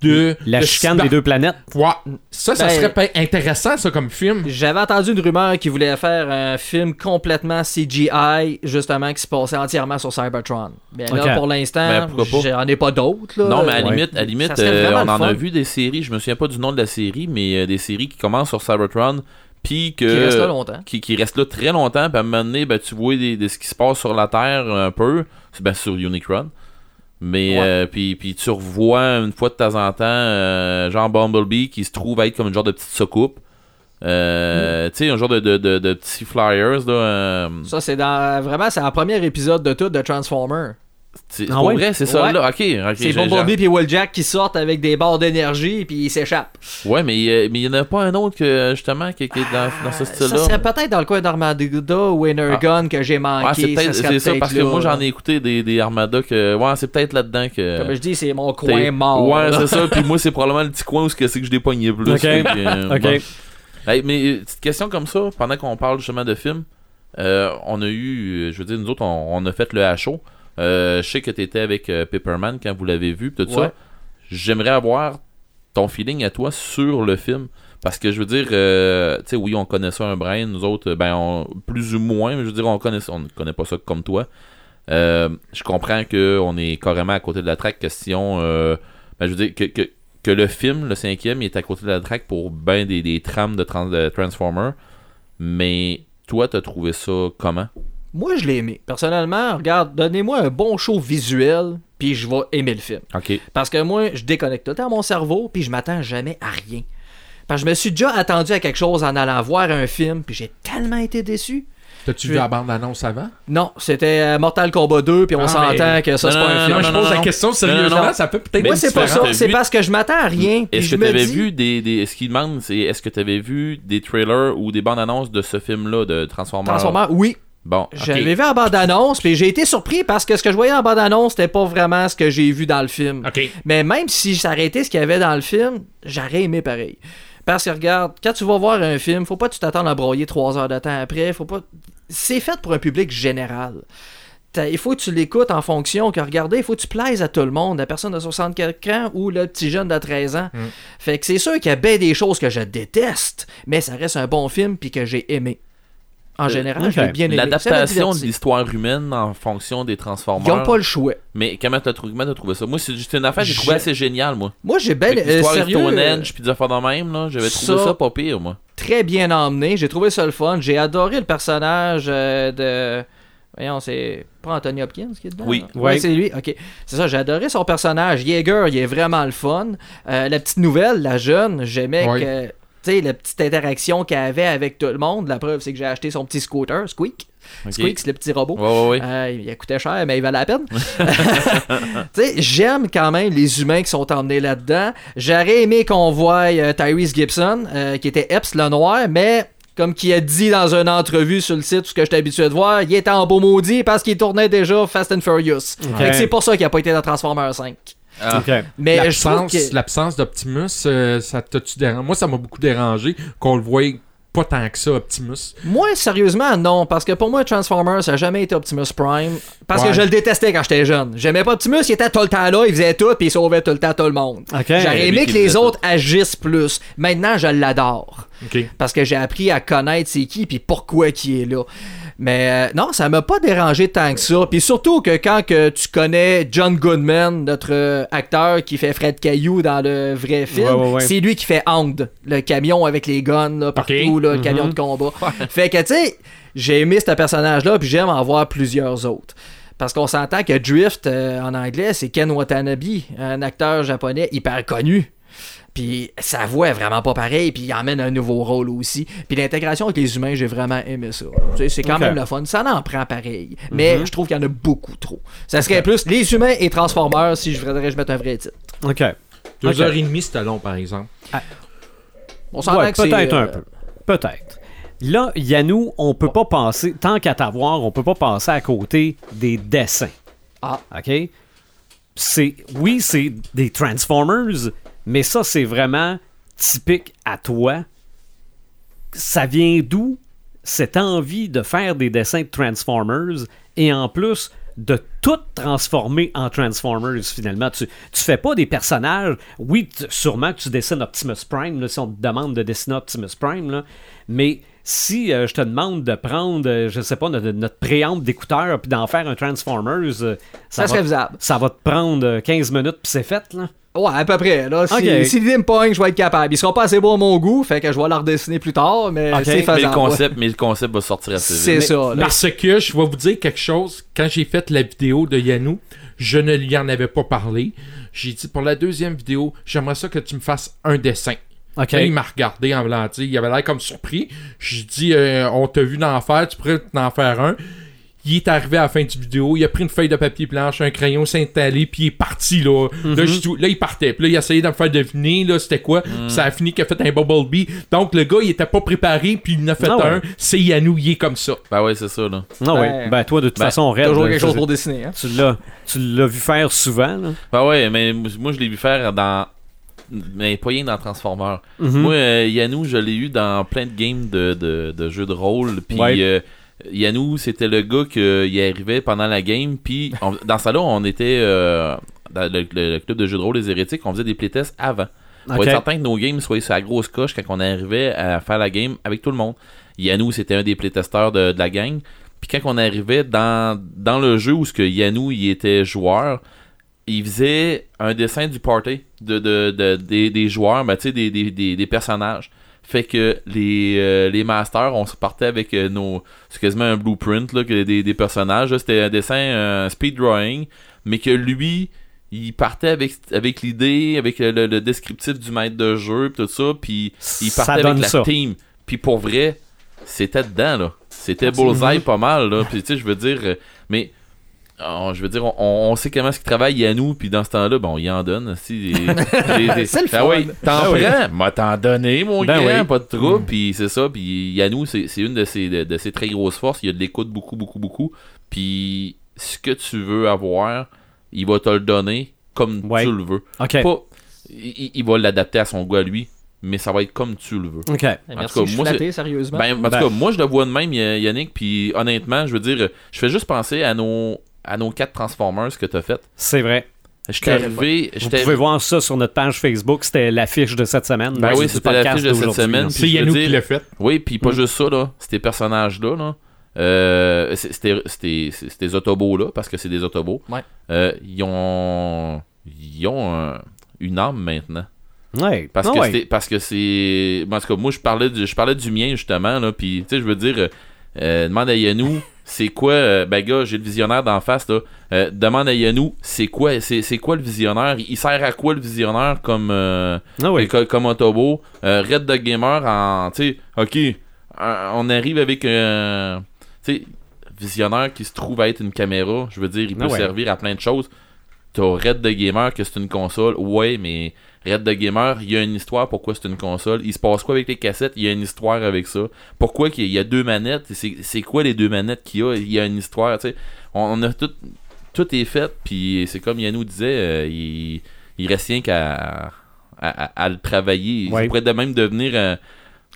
Speaker 4: de.
Speaker 1: La
Speaker 4: de
Speaker 1: chicane
Speaker 4: Cyber-
Speaker 1: des deux planètes.
Speaker 4: Ouais. Ça, ça
Speaker 5: Ben-
Speaker 4: serait pa- intéressant, ça, comme film.
Speaker 5: J'avais entendu une rumeur qu'ils voulaient faire un film complètement CGI, justement, qui se passait entièrement sur Cybertron. Mais là,
Speaker 1: Ok.
Speaker 5: pour l'instant,
Speaker 3: Ben, pourquoi pas?
Speaker 5: j'en ai pas d'autres. là.
Speaker 3: Non, mais à la
Speaker 1: Ouais.
Speaker 3: limite, à la
Speaker 5: Euh, Ça
Speaker 3: limite
Speaker 5: serait
Speaker 3: euh,
Speaker 5: vraiment
Speaker 3: on
Speaker 5: le
Speaker 3: en a
Speaker 5: fun.
Speaker 3: vu des séries, je me souviens pas du nom de la série, mais euh, des séries qui commencent sur Cybertron, Puis que.
Speaker 5: Qui reste là longtemps.
Speaker 3: Qui, qui reste là très longtemps. Puis à un moment donné, ben, tu vois des, des- ce qui se passe sur la Terre un peu. c'est- Ben, sur Unicron. Mais
Speaker 5: Ouais.
Speaker 3: euh, puis, puis tu revois une fois de temps en temps euh, genre Bumblebee qui se trouve être comme une genre de petite soucoupe. Euh, Tu sais, un genre de, de, de, de petits flyers. Là, euh,
Speaker 5: Mm. Ça, c'est dans. Vraiment, c'est un premier épisode de tout de Transformer.
Speaker 3: c'est
Speaker 1: Ah
Speaker 3: pour
Speaker 1: ouais?
Speaker 3: vrai, c'est ça
Speaker 5: Ouais.
Speaker 3: là. Ok, ok.
Speaker 5: C'est
Speaker 3: j'ai-
Speaker 5: Bumblebee puis Walljack qui sortent avec des barres d'énergie puis ils s'échappent.
Speaker 3: j'ai- Ouais, mais euh, mais il n'y en a pas un autre que justement qui, qui est dans, dans ce
Speaker 5: Ah, Euh, Ça
Speaker 3: style-là.
Speaker 5: serait peut-être dans le coin d'Armada ou Energon que j'ai manqué.
Speaker 3: Ah. Ouais, c'est peut-être
Speaker 5: serait
Speaker 3: c'est ça,
Speaker 5: peut-être
Speaker 3: parce que
Speaker 5: là.
Speaker 3: moi j'en ai écouté des, des Armada que. Ouais, c'est peut-être là-dedans que.
Speaker 5: Comme je dis, c'est mon
Speaker 3: euh, t'es-
Speaker 5: coin mort.
Speaker 3: Ouais,
Speaker 5: là.
Speaker 3: c'est ça. Puis moi, c'est probablement le petit coin où c'est que, c'est que je l'ai pogné plus.
Speaker 1: Ok.
Speaker 3: fait
Speaker 4: Ah.
Speaker 3: que, euh,
Speaker 1: Ok.
Speaker 3: bon. Hey, mais euh, petite question comme ça, pendant qu'on parle justement de films, euh, on a eu, euh, je veux dire, nous autres, on, on a fait le HO. Euh, je sais que t'étais avec euh, Pepperman quand vous l'avez vu, pis tout
Speaker 5: Ouais.
Speaker 3: ça. J'aimerais avoir ton feeling à toi sur le film. Parce que je veux dire, euh, tu sais, oui, on connaît ça un brin, nous autres, euh, ben, on- plus ou moins, mais je veux dire, on connaît ça- on ne connaît pas ça comme toi. Euh, je comprends que on est carrément à côté de la track, question, euh, ben, je veux dire, que, que, que le film, le cinquième, il est à côté de la track pour ben des, des trames de, trans- de Transformers. Mais toi, t'as trouvé ça comment?
Speaker 5: Moi, je l'ai aimé. Personnellement, regarde, donnez-moi un bon show visuel puis je vais aimer le film.
Speaker 3: Ok.
Speaker 5: Parce que moi, je déconnecte tout le temps mon cerveau, puis je m'attends jamais à rien. Parce que je me suis déjà attendu à quelque chose en allant voir un film, puis j'ai tellement été déçu.
Speaker 4: T'as-tu
Speaker 5: Je-
Speaker 4: vu la bande-annonce avant?
Speaker 5: Non, c'était euh, Mortal Kombat 2, puis on
Speaker 4: Ah,
Speaker 5: s'entend
Speaker 4: mais-
Speaker 5: que ça, c'est
Speaker 3: Non,
Speaker 5: pas
Speaker 3: non,
Speaker 5: un
Speaker 3: non, Ben,
Speaker 4: Non,
Speaker 5: film.
Speaker 4: je pose la question sérieusement,
Speaker 3: Non, non, non.
Speaker 4: ça peut peut-être
Speaker 5: Moi,
Speaker 4: être
Speaker 5: Ben, c'est pas
Speaker 4: différent.
Speaker 5: ça,
Speaker 3: T'as
Speaker 5: c'est
Speaker 3: vu-
Speaker 5: parce que je m'attends à rien, puis
Speaker 3: Est-ce
Speaker 5: je
Speaker 3: que
Speaker 5: me
Speaker 3: t'avais
Speaker 5: dis...
Speaker 3: vu des, des. Ce qu'il demande, c'est est-ce que t'avais vu des trailers ou des bandes annonces de ce film-là, de Transformers?
Speaker 5: Transformers, oui,
Speaker 3: Bon. ok.
Speaker 5: j'avais vu en bande-annonce, puis j'ai été surpris parce que ce que je voyais en bande-annonce, c'était pas vraiment ce que j'ai vu dans le film.
Speaker 4: Ok.
Speaker 5: Mais même si j'arrêtais ce qu'il y avait dans le film, j'aurais aimé pareil. Parce que regarde, quand tu vas voir un film, faut pas que tu t'attendes à broyer trois heures de temps après. Faut pas. C'est fait pour un public général. T'as- Il faut que tu l'écoutes en fonction que regardez, il faut que tu plaises à tout le monde, la personne de 64 ans ou le petit jeune de 13 ans. Fait que c'est sûr qu'il y a bien des choses que je déteste, mais ça reste un bon film puis que j'ai aimé. En général,
Speaker 1: ok.
Speaker 5: je l'ai bien aimé. Ça m'a
Speaker 3: Euh, L'adaptation de
Speaker 5: diverti.
Speaker 3: l'histoire humaine en fonction des
Speaker 5: Ils ont
Speaker 3: Transformers.
Speaker 5: pas le choix.
Speaker 3: Mais comment t'as trouvé, comment t'as trouvé ça? Moi, c'est juste une affaire que j'ai trouvé
Speaker 5: Je-
Speaker 3: assez géniale, moi.
Speaker 5: Moi, j'ai bien.
Speaker 3: Avec L'histoire
Speaker 5: euh,
Speaker 3: de
Speaker 5: sérieux,
Speaker 3: Stone
Speaker 5: euh,
Speaker 3: Edge puis des affaires de même, là. J'avais trouvé
Speaker 5: ça-
Speaker 3: ça pas pire, moi.
Speaker 5: très bien emmené. J'ai trouvé ça le fun. J'ai adoré le personnage euh, de. Voyons, c'est pas Anthony Hopkins qui est dedans.
Speaker 3: Oui.
Speaker 5: là?
Speaker 1: Oui.
Speaker 5: ouais. c'est lui. Ok, c'est ça. J'ai adoré son personnage. Jaeger, il est vraiment le fun. Euh, la petite nouvelle, la jeune, j'aimais
Speaker 4: Oui.
Speaker 5: que, tu sais, la petite interaction qu'elle avait avec tout le monde. La preuve, c'est que j'ai acheté son petit scooter, Squeak.
Speaker 3: Ok.
Speaker 5: Squeak, c'est le petit robot.
Speaker 3: Ouais, ouais, ouais.
Speaker 5: Euh, il il coûtait cher, mais il valait la peine. Tu sais, J'aime quand même les humains qui sont emmenés là-dedans. J'aurais aimé qu'on voie euh, Tyrese Gibson, euh, qui était Epps le noir, mais comme qui a dit dans une entrevue sur le site, ce que je suis habitué de voir, il était en beau maudit parce qu'il tournait déjà Fast and Furious. Fait que C'est pour ça qu'il n'a pas été dans Transformers 5.
Speaker 3: Ah.
Speaker 1: Ok.
Speaker 5: Mais je trouve
Speaker 4: L'absence,
Speaker 5: que...
Speaker 4: l'absence d'Optimus, euh, ça t'a-tu dérangé? Moi, ça m'a beaucoup dérangé qu'on le voie pas tant que ça, Optimus.
Speaker 5: Moi, sérieusement, non, parce que pour moi, Transformers, ça n'a jamais été Optimus Prime, parce que
Speaker 4: Ouais.
Speaker 5: je le détestais quand j'étais jeune. J'aimais pas Optimus, il était tout le temps là, il faisait tout, puis il sauvait tout le temps tout le monde.
Speaker 1: Ok.
Speaker 5: J'aurais
Speaker 3: Lui
Speaker 5: aimé
Speaker 3: qui
Speaker 5: que les
Speaker 3: faisait
Speaker 5: autres agissent plus. Maintenant, je l'adore.
Speaker 4: Ok.
Speaker 5: Parce que j'ai appris à connaître c'est qui puis pourquoi qui est là. Mais euh, non, ça m'a pas dérangé tant que ça. Puis surtout que quand que tu connais John Goodman, notre euh, acteur qui fait Fred Caillou dans le vrai film,
Speaker 1: Ouais, ouais, ouais.
Speaker 5: c'est lui qui fait Hound, le camion avec les guns là, partout,
Speaker 4: Ok.
Speaker 1: Mhm.
Speaker 5: là, le camion de combat. Fait que tu sais, j'ai aimé ce personnage-là puis j'aime en voir plusieurs autres. Parce qu'on s'entend que Drift euh, en anglais, c'est Ken Watanabe, un acteur japonais hyper connu. Puis sa voix est vraiment pas pareille, puis il emmène un nouveau rôle aussi. Puis l'intégration avec les humains, j'ai vraiment aimé ça. Tu sais, c'est quand
Speaker 1: Ok.
Speaker 5: même le fun. Ça en prend pareil. Mais je trouve qu'il y en a beaucoup trop. Ça serait plus les humains et Transformers si je voudrais je mettre un vrai titre.
Speaker 1: Ok.
Speaker 4: Deux
Speaker 1: Ok.
Speaker 4: heures et demie, c'était long, par exemple.
Speaker 5: On s'entend
Speaker 1: Ouais,
Speaker 5: que c'est,
Speaker 1: peut-être
Speaker 5: euh,
Speaker 1: un peu. Peut-être. Là, Yannou, on peut pas passer, tant qu'à t'avoir, on peut pas passer à côté des dessins.
Speaker 5: Ah.
Speaker 1: OK? C'est, oui, c'est des Transformers, mais ça, c'est vraiment typique à toi. Ça vient d'où cette envie de faire des dessins de Transformers et en plus de tout transformer en Transformers finalement. Tu, tu fais pas des personnages, oui, tu- sûrement que tu dessines Optimus Prime, là, si on te demande de dessiner Optimus Prime, là, mais si euh, je te demande de prendre, euh, je sais pas, notre, notre préamble d'écouteur puis d'en faire un Transformers, euh,
Speaker 5: Ça serait faisable.
Speaker 1: ça va te prendre euh, 15 minutes puis c'est fait. Là.
Speaker 5: Ouais, à peu près. Là, si,
Speaker 1: Ok.
Speaker 5: si l'idée me pogne, je vais être capable. Ils seront pas assez beaux à mon goût, fait que je vais leur dessiner plus tard, mais
Speaker 1: Ok,
Speaker 5: c'est
Speaker 3: mais,
Speaker 5: faisant.
Speaker 3: le concept, mais le concept va sortir
Speaker 5: ouais.
Speaker 3: assez vite.
Speaker 5: C'est ça. là.
Speaker 4: Parce que je vais vous dire quelque chose. Quand j'ai fait la vidéo de Yanou, je ne lui en avais pas parlé. J'ai dit pour la deuxième vidéo, j'aimerais ça que tu me fasses un dessin.
Speaker 1: OK.
Speaker 4: Là, il m'a regardé en me l'en dit, Il avait l'air comme surpris. J'ai dit euh, On t'a vu d'en faire, tu pourrais en faire un. Il est arrivé à la fin du vidéo, il a pris une feuille de papier planche, un crayon Saint-Allé, puis il est parti là. Là,
Speaker 1: Mhm.
Speaker 4: j'ai tout- là, il partait. Puis là, il essayait de me faire deviner là, c'était quoi. Puis ça a fini qu'il a fait un bubble bee. Donc le gars, il était pas préparé, puis il en a fait
Speaker 1: Ah ouais.
Speaker 4: un. C'est Yanou, il est comme ça.
Speaker 3: Ben ouais, c'est ça, là.
Speaker 1: Non,
Speaker 5: Ben,
Speaker 1: ouais. Ben, toi, de toute façon, on rêve.
Speaker 5: Toujours
Speaker 1: là,
Speaker 5: quelque
Speaker 1: je-
Speaker 5: chose pour dessiner. Hein?
Speaker 1: Tu l'as, tu l'as vu faire souvent, là.
Speaker 3: Ben ouais, mais m- moi, je l'ai vu faire dans. Mais pas rien dans Transformers.
Speaker 5: Mm-hmm.
Speaker 3: Moi, euh, Yanou, je l'ai eu dans plein de games de, de, de jeux de rôle. Puis
Speaker 1: Ouais.
Speaker 3: euh, Yanou, c'était le gars qui arrivait pendant la game. Puis on- dans ça là, on était euh, dans le, le- le club de jeux de rôle des hérétiques. On faisait des playtests avant. Pour
Speaker 1: Ok.
Speaker 3: être certain que nos games soient sur la grosse coche quand on arrivait à faire la game avec tout le monde. Yanou, c'était un des playtesteurs de, de la gang. Puis quand on arrivait dans, dans le jeu où ce que Yanou il était joueur, il faisait un dessin du party de, de- de- des, des joueurs, ben, tu sais, des, des, des, des personnages. Fait que les, euh, les masters, on se partait avec euh, nos. C'est quasiment un blueprint là, que des, des personnages. là. C'était un dessin, un speed drawing, mais que lui, il partait avec, avec l'idée, avec le, le- le descriptif du maître de jeu, pis tout ça, puis il
Speaker 1: Ça
Speaker 3: partait
Speaker 1: donne
Speaker 3: avec la
Speaker 1: ça.
Speaker 3: team. Puis pour vrai, c'était dedans, là. C'était bullseye pas mal, là. Puis tu sais, je veux dire. euh, Mais. on- je veux dire, on, on sait comment est-ce qu'il travaille Yannou, puis dans ce temps-là, bon, il en donne. Si,
Speaker 5: C'est le
Speaker 3: Ben
Speaker 5: fun.
Speaker 3: oui, t'en
Speaker 4: Ah
Speaker 1: Ben oui.
Speaker 3: prends, m'a t'en donné, mon
Speaker 1: Ben
Speaker 3: gars,
Speaker 1: oui.
Speaker 3: pas de trouble. Puis c'est ça, puis Yannou, c'est c'est une de ses, de, de ses très grosses forces. Il y a de l'écoute beaucoup, beaucoup, beaucoup. Puis ce que tu veux avoir, il va te le donner comme
Speaker 1: Ouais.
Speaker 3: tu le veux.
Speaker 1: OK.
Speaker 3: Pas, il, il- il va l'adapter à son goût à lui, mais ça va être comme tu le veux.
Speaker 1: OK.
Speaker 5: Merci,
Speaker 3: cas,
Speaker 5: je suis
Speaker 3: moi,
Speaker 5: flatté, sérieusement.
Speaker 3: Ben, en tout
Speaker 1: Ben.
Speaker 3: cas, moi, je le vois de même, Y- Yannick. Puis honnêtement, je veux dire, je fais juste penser à nos, à nos quatre Transformers que t'as fait.
Speaker 1: C'est vrai.
Speaker 3: J'étais arrivé.
Speaker 1: Vous
Speaker 3: j'étais-
Speaker 1: pouvez voir ça sur notre page Facebook. C'était l'affiche de cette semaine.
Speaker 3: Ben
Speaker 1: Donc,
Speaker 3: oui,
Speaker 1: du
Speaker 3: c'était
Speaker 1: podcast
Speaker 3: l'affiche de cette
Speaker 1: d'aujourd'hui,
Speaker 3: semaine.
Speaker 1: là.
Speaker 3: Puis
Speaker 4: C'est
Speaker 3: je veux
Speaker 4: Yanou qui
Speaker 3: dire-
Speaker 4: l'a fait.
Speaker 3: Oui, puis pas juste ça, là. Ces personnages-là, là. Euh, c'est- c'était c'était- c'est- ces autobots-là, parce que c'est des autobots.
Speaker 5: Ouais.
Speaker 3: Euh, ils ont. Ils ont un- une arme maintenant.
Speaker 1: Ouais.
Speaker 3: Parce
Speaker 1: Ah
Speaker 3: que
Speaker 1: ouais.
Speaker 3: c'était- parce que c'est. En tout cas, moi je parlais du, je parlais du mien justement, là. Puis tu sais, je veux dire, euh, euh, demande à Yanou, c'est quoi. euh, ben gars, j'ai le visionnaire d'en face, là. Euh, demande à Yanou, c'est quoi, c'est c'est quoi le visionnaire? Il sert à quoi le visionnaire comme. euh,
Speaker 1: Ah oui.
Speaker 3: et co- comme Otobo. Euh, Red Dog Gamer en. Tu sais, ok, euh, on arrive avec. euh, tu sais, visionnaire qui se trouve à être une caméra. Je veux dire, il peut
Speaker 1: Ah ouais.
Speaker 3: servir à plein de choses. T'as Red Dog Gamer que c'est une console. Ouais, mais Red Dog Gamer, il y a une histoire pourquoi c'est une console. Il se passe quoi avec les cassettes Il y a une histoire avec ça. Pourquoi qu'il y a- il y a deux manettes C'est c'est quoi les deux manettes qu'il y a Il y a une histoire, tu sais. On, on a tout. Tout est fait, puis c'est comme Yannou disait, euh, il, il reste rien qu'à à, à- à le travailler.
Speaker 1: Ouais.
Speaker 3: Il pourrait de même devenir euh,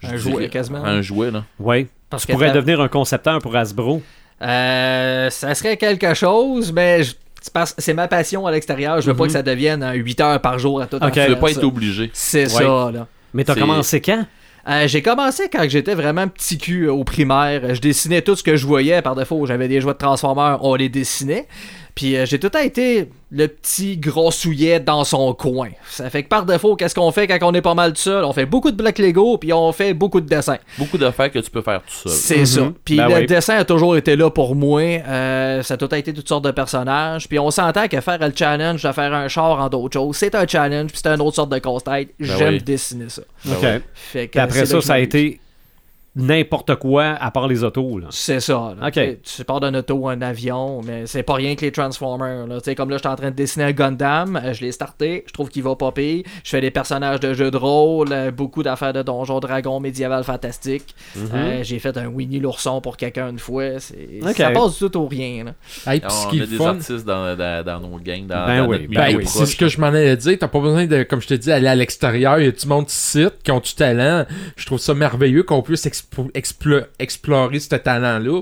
Speaker 3: je
Speaker 5: Un jouet,
Speaker 3: dirais,
Speaker 5: quasiment.
Speaker 3: Un jouet, là.
Speaker 1: Ouais.
Speaker 5: Parce
Speaker 1: Tu pourrais
Speaker 5: t'as-
Speaker 1: devenir un concepteur pour Hasbro.
Speaker 5: Euh, ça serait quelque chose, mais je- c'est parce- c'est ma passion à l'extérieur. Je veux pas que ça devienne hein, 8 heures par jour à tout en
Speaker 1: Ok.
Speaker 5: faire,
Speaker 3: Mhm. Tu veux pas
Speaker 5: ça.
Speaker 3: être obligé.
Speaker 5: C'est
Speaker 1: Ouais.
Speaker 5: ça, là.
Speaker 1: Mais t'as
Speaker 3: C'est-
Speaker 1: commencé quand?
Speaker 5: Euh, j'ai commencé quand j'étais vraiment petit cul euh, au primaire. Je dessinais tout ce que je voyais. Par défaut, j'avais des jouets de Transformers, on les dessinait. Puis euh, j'ai tout le temps été le petit gros souillet dans son coin. Ça fait que par défaut, qu'est-ce qu'on fait quand on est pas mal tout seul On fait beaucoup de blocs Lego, puis on fait beaucoup de dessins.
Speaker 3: Beaucoup d'affaires que tu peux faire tout seul.
Speaker 5: C'est
Speaker 1: Mhm.
Speaker 5: ça. Puis
Speaker 1: Ben
Speaker 5: le
Speaker 1: oui.
Speaker 5: dessin a toujours été là pour moi. Euh, ça a tout été toutes sortes de personnages. Puis on s'entend que faire le challenge de faire un char en d'autres choses, c'est un challenge, puis c'est une autre sorte de casse-tête. J'aime
Speaker 3: oui.
Speaker 5: dessiner ça.
Speaker 1: OK.
Speaker 3: Ben ouais.
Speaker 5: Fait
Speaker 1: Ben Puis
Speaker 5: que
Speaker 1: après
Speaker 5: c'est là
Speaker 1: ça,
Speaker 5: que je
Speaker 1: ça a
Speaker 5: m'amuse.
Speaker 1: été n'importe quoi à part les autos. Là.
Speaker 5: C'est ça. là.
Speaker 1: Ok.
Speaker 5: Tu sais, Tu pars d'un auto ou un avion, mais c'est pas rien que les Transformers. Là. Tu sais, Comme là, je suis en train de dessiner un Gundam, euh, je l'ai starté, je trouve qu'il va pas pire. Je fais des personnages de jeux de rôle, euh, beaucoup d'affaires de donjons, dragons, médiéval, fantastique.
Speaker 1: Mhm.
Speaker 5: Euh, J'ai fait un Winnie l'ourson pour quelqu'un une fois. C'est-
Speaker 1: Ok.
Speaker 5: Ça passe du tout au rien. là.
Speaker 4: Hey, puis ce qui
Speaker 3: On
Speaker 4: est
Speaker 3: a des
Speaker 4: fun-
Speaker 3: artistes dans, dans, dans nos gangs, dans,
Speaker 1: Ben
Speaker 3: dans
Speaker 1: oui,
Speaker 3: notre
Speaker 1: ben
Speaker 4: Ben,
Speaker 3: milieu
Speaker 1: oui.
Speaker 4: c'est ce
Speaker 3: proche.
Speaker 4: que je m'en allais dire. T'as pas besoin de, comme je te dis, aller à l'extérieur. Il y a du monde ici qui ont du talent. Je trouve ça merveilleux qu'on puisse expo- explo- explorer ce talent-là.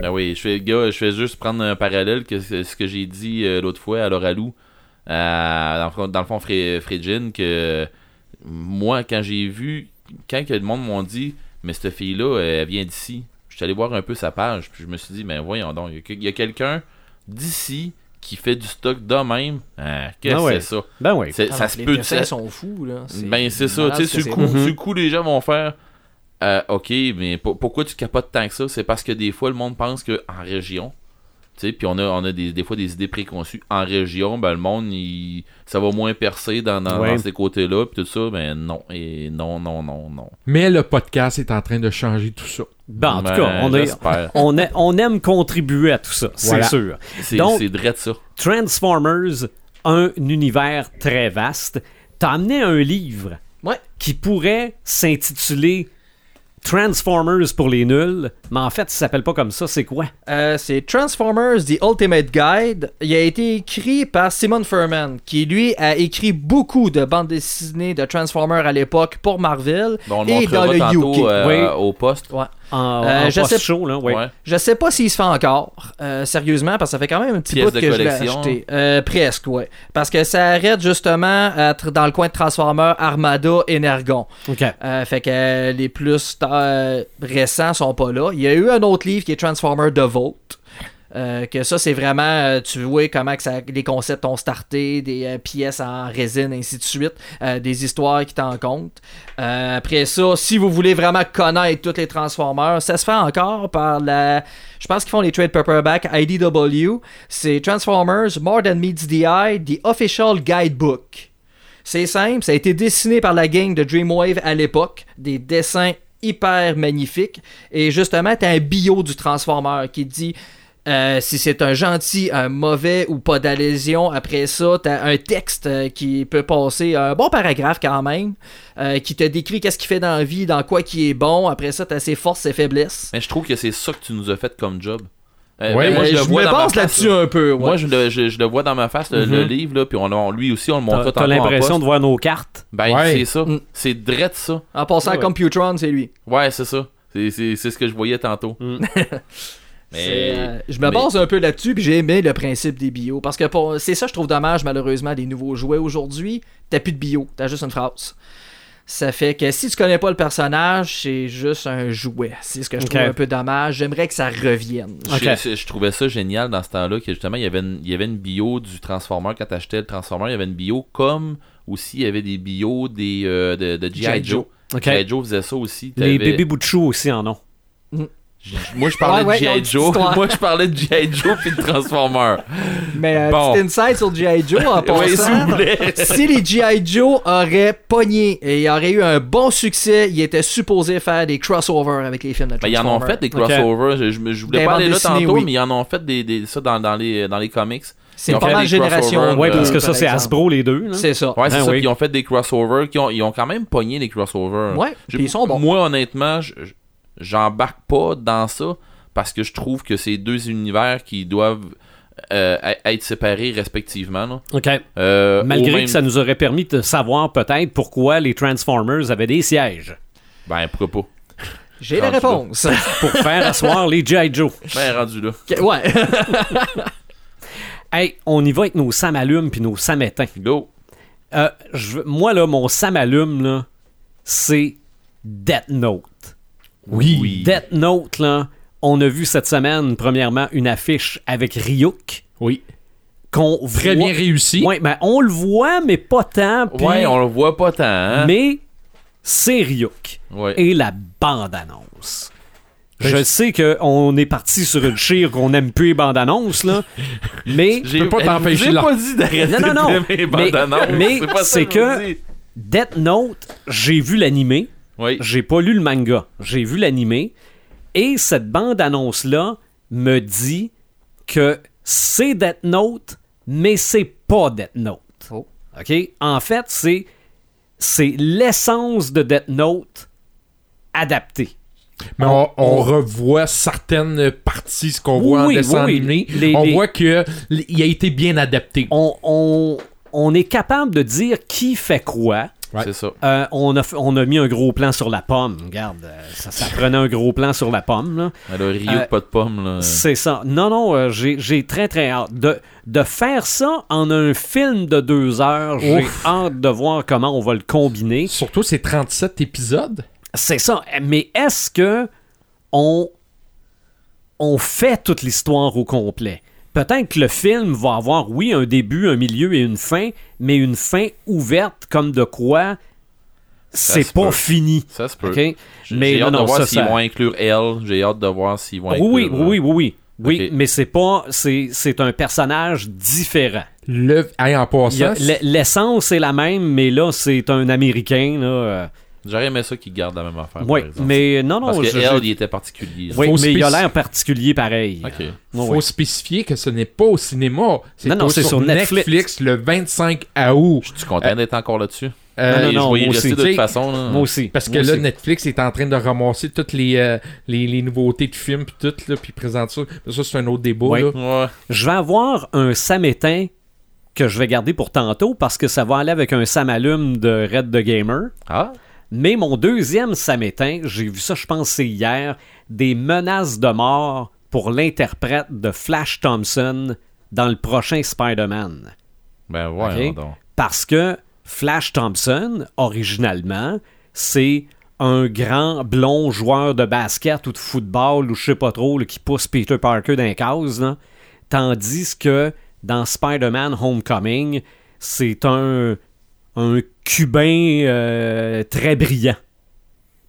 Speaker 3: Ben oui, je fais, gars, je fais juste prendre un parallèle que c'est ce que j'ai dit euh, l'autre fois à Loralou. Euh, dans, le fond- dans le fond, Fré- Frédjine, que moi, quand j'ai vu, quand que le monde m'ont dit, mais cette fille-là, elle vient ben d'ici, je suis allé voir un peu sa page, puis je me suis dit, mais voyons donc, il y a que- il y a, quelqu'un d'ici qui fait du stock de même, ah, qu'est-ce
Speaker 1: Ah
Speaker 3: que
Speaker 1: ouais.
Speaker 3: c'est ça?
Speaker 1: Ben oui.
Speaker 3: C'est-
Speaker 5: Ah,
Speaker 3: ça
Speaker 5: non,
Speaker 3: se
Speaker 5: les
Speaker 3: peut,
Speaker 5: dessins
Speaker 3: ça-
Speaker 5: sont fous, là.
Speaker 3: Ben c'est ça,
Speaker 5: malade
Speaker 3: tu sais,
Speaker 5: ce
Speaker 3: sur
Speaker 5: que
Speaker 3: le coup,
Speaker 5: c'est beau.
Speaker 3: sur le coup, les gens vont faire euh, OK, mais pour- pourquoi tu capotes tant que ça? C'est parce que des fois le monde pense que en région, tu sais, puis on a, on a des, des fois des idées préconçues. En région, ben le monde, il- ça va moins percer dans, dans,
Speaker 1: Ouais.
Speaker 3: dans ces côtés-là, puis tout ça, ben non, et non, non, non, non.
Speaker 4: Mais le podcast est en train de changer tout ça.
Speaker 1: Ben, en tout
Speaker 3: Ben,
Speaker 1: cas, on, est-
Speaker 3: j'espère.
Speaker 1: on, est- on aime contribuer à tout ça, c'est
Speaker 4: Voilà.
Speaker 1: sûr.
Speaker 3: C'est
Speaker 1: Donc-
Speaker 3: c'est drette ça.
Speaker 1: Transformers, un univers très vaste. T'as amené un livre
Speaker 5: Ouais.
Speaker 1: qui pourrait s'intituler Transformers pour les nuls, mais en fait, ça s'appelle pas comme ça, c'est quoi?
Speaker 5: Euh, c'est Transformers The Ultimate Guide. Il a été écrit par Simon Furman, qui lui a écrit beaucoup de bandes dessinées de Transformers à l'époque pour Marvel
Speaker 3: Ben, on le
Speaker 5: et dans
Speaker 3: montrera
Speaker 5: le UK.
Speaker 3: tantôt euh,
Speaker 1: Oui.
Speaker 3: au poste.
Speaker 5: Ouais.
Speaker 1: En,
Speaker 5: Euh,
Speaker 1: en
Speaker 5: je sais-
Speaker 1: post-show, là, ouais.
Speaker 3: Ouais.
Speaker 5: Je sais pas s'il se fait encore, euh, sérieusement, parce que ça fait quand même un petit
Speaker 3: Pièce
Speaker 5: bout
Speaker 3: de
Speaker 5: que je l'ai
Speaker 3: collection.
Speaker 5: acheté. Euh, presque, ouais. Parce que ça arrête justement à tr- dans le coin de Transformers, Armada, Energon.
Speaker 1: OK.
Speaker 5: Euh, fait que euh, les plus euh, récents sont pas là. Il y a eu un autre livre qui est Transformer The Vault. Euh, que ça, c'est vraiment, euh, tu vois comment que ça- les concepts ont starté, des euh, pièces en résine, ainsi de suite, euh, des histoires qui t'en comptent. Euh, après ça, si vous voulez vraiment connaître tous les Transformers, ça se fait encore par la. Je pense qu'ils font les trade paperback IDW. C'est Transformers More Than Meets the Eye, The Official Guidebook. C'est simple, ça a été dessiné par la gang de Dreamwave à l'époque, des dessins hyper magnifiques. Et justement, t'as un bio du Transformer qui dit euh, si c'est un gentil, un mauvais ou pas d'allésion. Après ça, t'as un texte euh, qui peut passer, un bon paragraphe quand même, euh, qui te décrit qu'est-ce qu'il fait dans la vie, dans quoi qui est bon. Après ça, t'as ses forces, ses faiblesses.
Speaker 3: Mais je trouve que c'est ça que tu nous as fait comme job. Euh,
Speaker 4: Ouais.
Speaker 3: ben,
Speaker 4: moi,
Speaker 5: Euh,
Speaker 4: je
Speaker 5: je me
Speaker 3: dans ma
Speaker 5: base
Speaker 3: face,
Speaker 5: là-dessus un peu. ouais.
Speaker 3: Moi, je le, je, je le vois dans ma face, le, le
Speaker 1: Mhm.
Speaker 3: livre, là, puis on, on- lui aussi, on le montre
Speaker 1: T'as t'as l'impression de voir nos cartes.
Speaker 3: Ben,
Speaker 4: Ouais.
Speaker 3: c'est ça.
Speaker 5: Mm.
Speaker 3: C'est drette, ça.
Speaker 5: En passant
Speaker 1: Ouais,
Speaker 5: à
Speaker 1: ouais.
Speaker 5: Computron, c'est lui.
Speaker 3: Ouais, c'est ça. C'est c'est- c'est ce que je voyais tantôt.
Speaker 1: Mm.
Speaker 5: C'est,
Speaker 3: Mais.
Speaker 5: euh, je me
Speaker 3: mais-
Speaker 5: base un peu là-dessus, puis j'ai aimé le principe des bio. Parce que pour- c'est ça, je trouve dommage, malheureusement, des nouveaux jouets aujourd'hui. T'as plus de bio, t'as juste une phrase. Ça fait que si tu connais pas le personnage, c'est juste un jouet. C'est ce que je
Speaker 1: Ok.
Speaker 5: trouve un peu dommage. J'aimerais que ça revienne.
Speaker 3: je-
Speaker 1: Ok.
Speaker 3: Je, je trouvais ça génial dans ce temps-là que justement il y avait une, il y avait une bio du Transformer quand t'achetais le Transformer il y avait une bio comme aussi il y avait des bios des euh, de, de G.I.
Speaker 5: G.I.
Speaker 3: Joe
Speaker 1: OK.
Speaker 3: G.I. Joe faisait ça aussi
Speaker 1: Les
Speaker 3: T'avais-
Speaker 1: bébés bouts de chou aussi en ont.
Speaker 3: moi je parlais
Speaker 5: Ouais, ouais,
Speaker 3: de
Speaker 5: ils ont
Speaker 3: G.I.
Speaker 5: une
Speaker 3: Joe
Speaker 5: histoire.
Speaker 3: moi je parlais de G.I. Joe puis de Transformer
Speaker 5: Mais euh,
Speaker 3: Bon.
Speaker 5: petit insight sur G.I. Joe en
Speaker 3: Oui, s'il vous
Speaker 5: passant.
Speaker 3: plaît
Speaker 5: si les G.I. Joe auraient pogné et auraient eu un bon succès, ils étaient supposés faire des crossovers avec les films de
Speaker 3: Ben, ils en ont fait
Speaker 5: Transformers.
Speaker 3: des crossovers. Je, je, je voulais
Speaker 5: Des
Speaker 3: pas
Speaker 5: bandes
Speaker 3: aller là
Speaker 5: dessinées,
Speaker 3: tantôt,
Speaker 5: oui.
Speaker 3: mais ils en ont fait des, des- ça dans, dans les, dans les comics.
Speaker 5: C'est
Speaker 3: ils ont
Speaker 5: pas
Speaker 3: fait
Speaker 5: mal
Speaker 3: des
Speaker 5: génération.
Speaker 3: crossovers,
Speaker 1: Ouais,
Speaker 3: Euh,
Speaker 1: parce que
Speaker 5: deux,
Speaker 1: ça,
Speaker 5: par
Speaker 1: c'est
Speaker 5: exemple.
Speaker 1: Hasbro, les deux. là.
Speaker 5: C'est ça.
Speaker 3: Ouais, c'est
Speaker 1: Ah
Speaker 3: ça.
Speaker 1: oui.
Speaker 3: Puis ils ont fait des crossovers. Qui ont, ils ont quand même pogné les crossovers.
Speaker 5: Ouais,
Speaker 3: Je-
Speaker 5: puis ils sont bons.
Speaker 3: Moi, honnêtement, je- je- j'embarque pas dans ça parce que je trouve que c'est deux univers qui doivent euh, ê- être séparés respectivement. là.
Speaker 1: OK.
Speaker 3: Euh,
Speaker 1: Malgré
Speaker 3: au même-
Speaker 1: que ça nous aurait permis de savoir peut-être pourquoi les Transformers avaient des sièges
Speaker 3: Ben, pourquoi pas.
Speaker 5: J'ai la
Speaker 3: Rendu là.
Speaker 5: réponse.
Speaker 1: pour faire asseoir les G.I. Joe.
Speaker 3: Ben, rendu là.
Speaker 5: Ok, ouais.
Speaker 1: Hey, on y va avec nos samalumes puis nos samétins.
Speaker 3: Go.
Speaker 1: Euh, je veux- moi, là, mon samalume, là, c'est Death Note.
Speaker 4: Oui.
Speaker 1: Death Note, là, on a vu cette semaine, premièrement, une affiche avec Ryuk.
Speaker 4: Oui.
Speaker 1: Qu'on
Speaker 4: Très
Speaker 1: voit-
Speaker 4: bien réussi.
Speaker 1: Ouais, mais on le voit, mais pas tant. puis-
Speaker 3: Ouais, on le voit pas tant. hein.
Speaker 1: Mais c'est Ryuk.
Speaker 3: Ouais. Ben,
Speaker 1: et la bande-annonce. Je sais qu'on est parti sur une chire qu'on aime plus les bandes-annonces, là, mais
Speaker 3: J'ai-
Speaker 4: Je peux pas t'empêcher
Speaker 3: J'ai
Speaker 4: là.
Speaker 3: pas dit d'arrêter
Speaker 1: Non, non, non.
Speaker 3: de filmer les
Speaker 1: Mais-
Speaker 3: bandes-annonces.
Speaker 1: mais
Speaker 3: pas ça
Speaker 1: c'est
Speaker 3: je vous
Speaker 1: que-
Speaker 3: dis.
Speaker 1: Death Note, j'ai vu l'animé,
Speaker 3: Oui.
Speaker 1: j'ai pas lu le manga, j'ai vu l'animé, et cette bande-annonce-là me dit que c'est Death Note, mais c'est pas Death Note.
Speaker 5: Oh.
Speaker 1: OK? En fait, c'est, c'est l'essence de Death Note adaptée.
Speaker 4: Mais on, on revoit certaines parties, ce qu'on
Speaker 1: Oui,
Speaker 4: voit en
Speaker 1: oui,
Speaker 4: dessin
Speaker 1: oui,
Speaker 4: animé.
Speaker 1: les-
Speaker 4: on
Speaker 1: les-
Speaker 4: voit que l- il a été bien adapté.
Speaker 1: on, on- on est capable de dire qui fait quoi.
Speaker 4: Ouais.
Speaker 3: C'est ça.
Speaker 1: Euh, on, a, f- on a mis un gros plan sur la pomme. Regarde, euh, ça, ça prenait un gros plan sur la pomme. là.
Speaker 3: Mais le Rio,
Speaker 1: Euh,
Speaker 3: pas de pomme, là.
Speaker 1: C'est ça. Non, non, euh, j'ai j'ai très, très hâte. De, de faire ça en un film de deux heures, j'ai
Speaker 4: Ouf.
Speaker 1: hâte de voir comment on va le combiner.
Speaker 4: Surtout ces 37 épisodes.
Speaker 1: C'est ça. Mais est-ce que on, on fait toute l'histoire au complet? peut-être que le film va avoir, oui, un début, un milieu et une fin, mais une fin ouverte comme de quoi c'est
Speaker 3: se
Speaker 1: pas
Speaker 3: peut.
Speaker 1: fini.
Speaker 3: Ça se peut.
Speaker 1: OK?
Speaker 3: J'ai
Speaker 1: Mais
Speaker 3: j'ai
Speaker 1: non,
Speaker 3: hâte de
Speaker 1: non, ça,
Speaker 3: voir s'ils
Speaker 1: ça-
Speaker 3: vont inclure elle. J'ai hâte de voir s'ils vont inclure.
Speaker 1: Ah, Oui, oui, oui, oui, oui. Oui,
Speaker 3: Ok.
Speaker 1: mais c'est pas. C'est c'est un personnage différent.
Speaker 4: Le, hey, en
Speaker 1: Il y a-
Speaker 4: passant,
Speaker 1: l'e- L'essence est la même, mais là, c'est un Américain. Là, euh.
Speaker 3: J'aurais aimé ça qu'ils gardent la même affaire.
Speaker 1: Oui,
Speaker 3: par exemple.
Speaker 1: mais non, non.
Speaker 3: Parce que
Speaker 1: je-
Speaker 3: elle,
Speaker 1: je-
Speaker 3: il était particulier. là.
Speaker 1: Oui,
Speaker 4: Faut
Speaker 1: mais il a
Speaker 4: spécif-
Speaker 1: l'air particulier pareil.
Speaker 3: Ok.
Speaker 1: Oui,
Speaker 4: faut
Speaker 1: oui.
Speaker 4: spécifier que ce n'est pas au cinéma. C'est
Speaker 1: Non, non,
Speaker 4: au-
Speaker 1: c'est
Speaker 4: sur,
Speaker 1: sur Netflix.
Speaker 4: Netflix. le 25 août.
Speaker 3: Je suis content d'être encore là-dessus.
Speaker 4: Euh,
Speaker 1: Non, non,
Speaker 3: Et
Speaker 1: non,
Speaker 3: je voyais
Speaker 1: moi
Speaker 3: rester
Speaker 1: aussi.
Speaker 3: de toute
Speaker 4: T'sais,
Speaker 3: façon. là.
Speaker 1: Moi aussi.
Speaker 4: Parce que
Speaker 1: moi
Speaker 4: là,
Speaker 1: aussi.
Speaker 4: Netflix est en train de ramasser toutes les, euh, les, les nouveautés de films, puis tout, là, puis présente ça. Mais ça, c'est un autre débat.
Speaker 1: Ouais.
Speaker 4: là.
Speaker 3: Ouais.
Speaker 1: je vais avoir un samétain que je vais garder pour tantôt parce que ça va aller avec un samalume de Red the Gamer.
Speaker 3: Ah,
Speaker 1: Mais mon deuxième samétain, j'ai vu ça, je pense, c'est hier, des menaces de mort pour l'interprète de Flash Thompson dans le prochain Spider-Man.
Speaker 3: ben
Speaker 1: OK?
Speaker 3: ouais, donc.
Speaker 1: Parce que Flash Thompson, originalement, c'est un grand blond joueur de basket ou de football ou je sais pas trop là, qui pousse Peter Parker dans les cases, là. Tandis que dans Spider-Man Homecoming, c'est un, un Cubain euh, très brillant.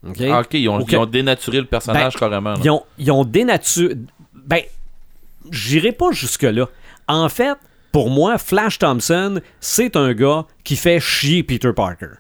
Speaker 1: OK?
Speaker 3: Ah, ok, ils ont,
Speaker 1: Ok.
Speaker 3: ils ont dénaturé le personnage
Speaker 1: Ben,
Speaker 3: carrément. là.
Speaker 1: Ils ont, ils ont dénaturé. Ben, j'irai pas jusque-là. En fait, pour moi, Flash Thompson, c'est un gars qui fait chier Peter Parker.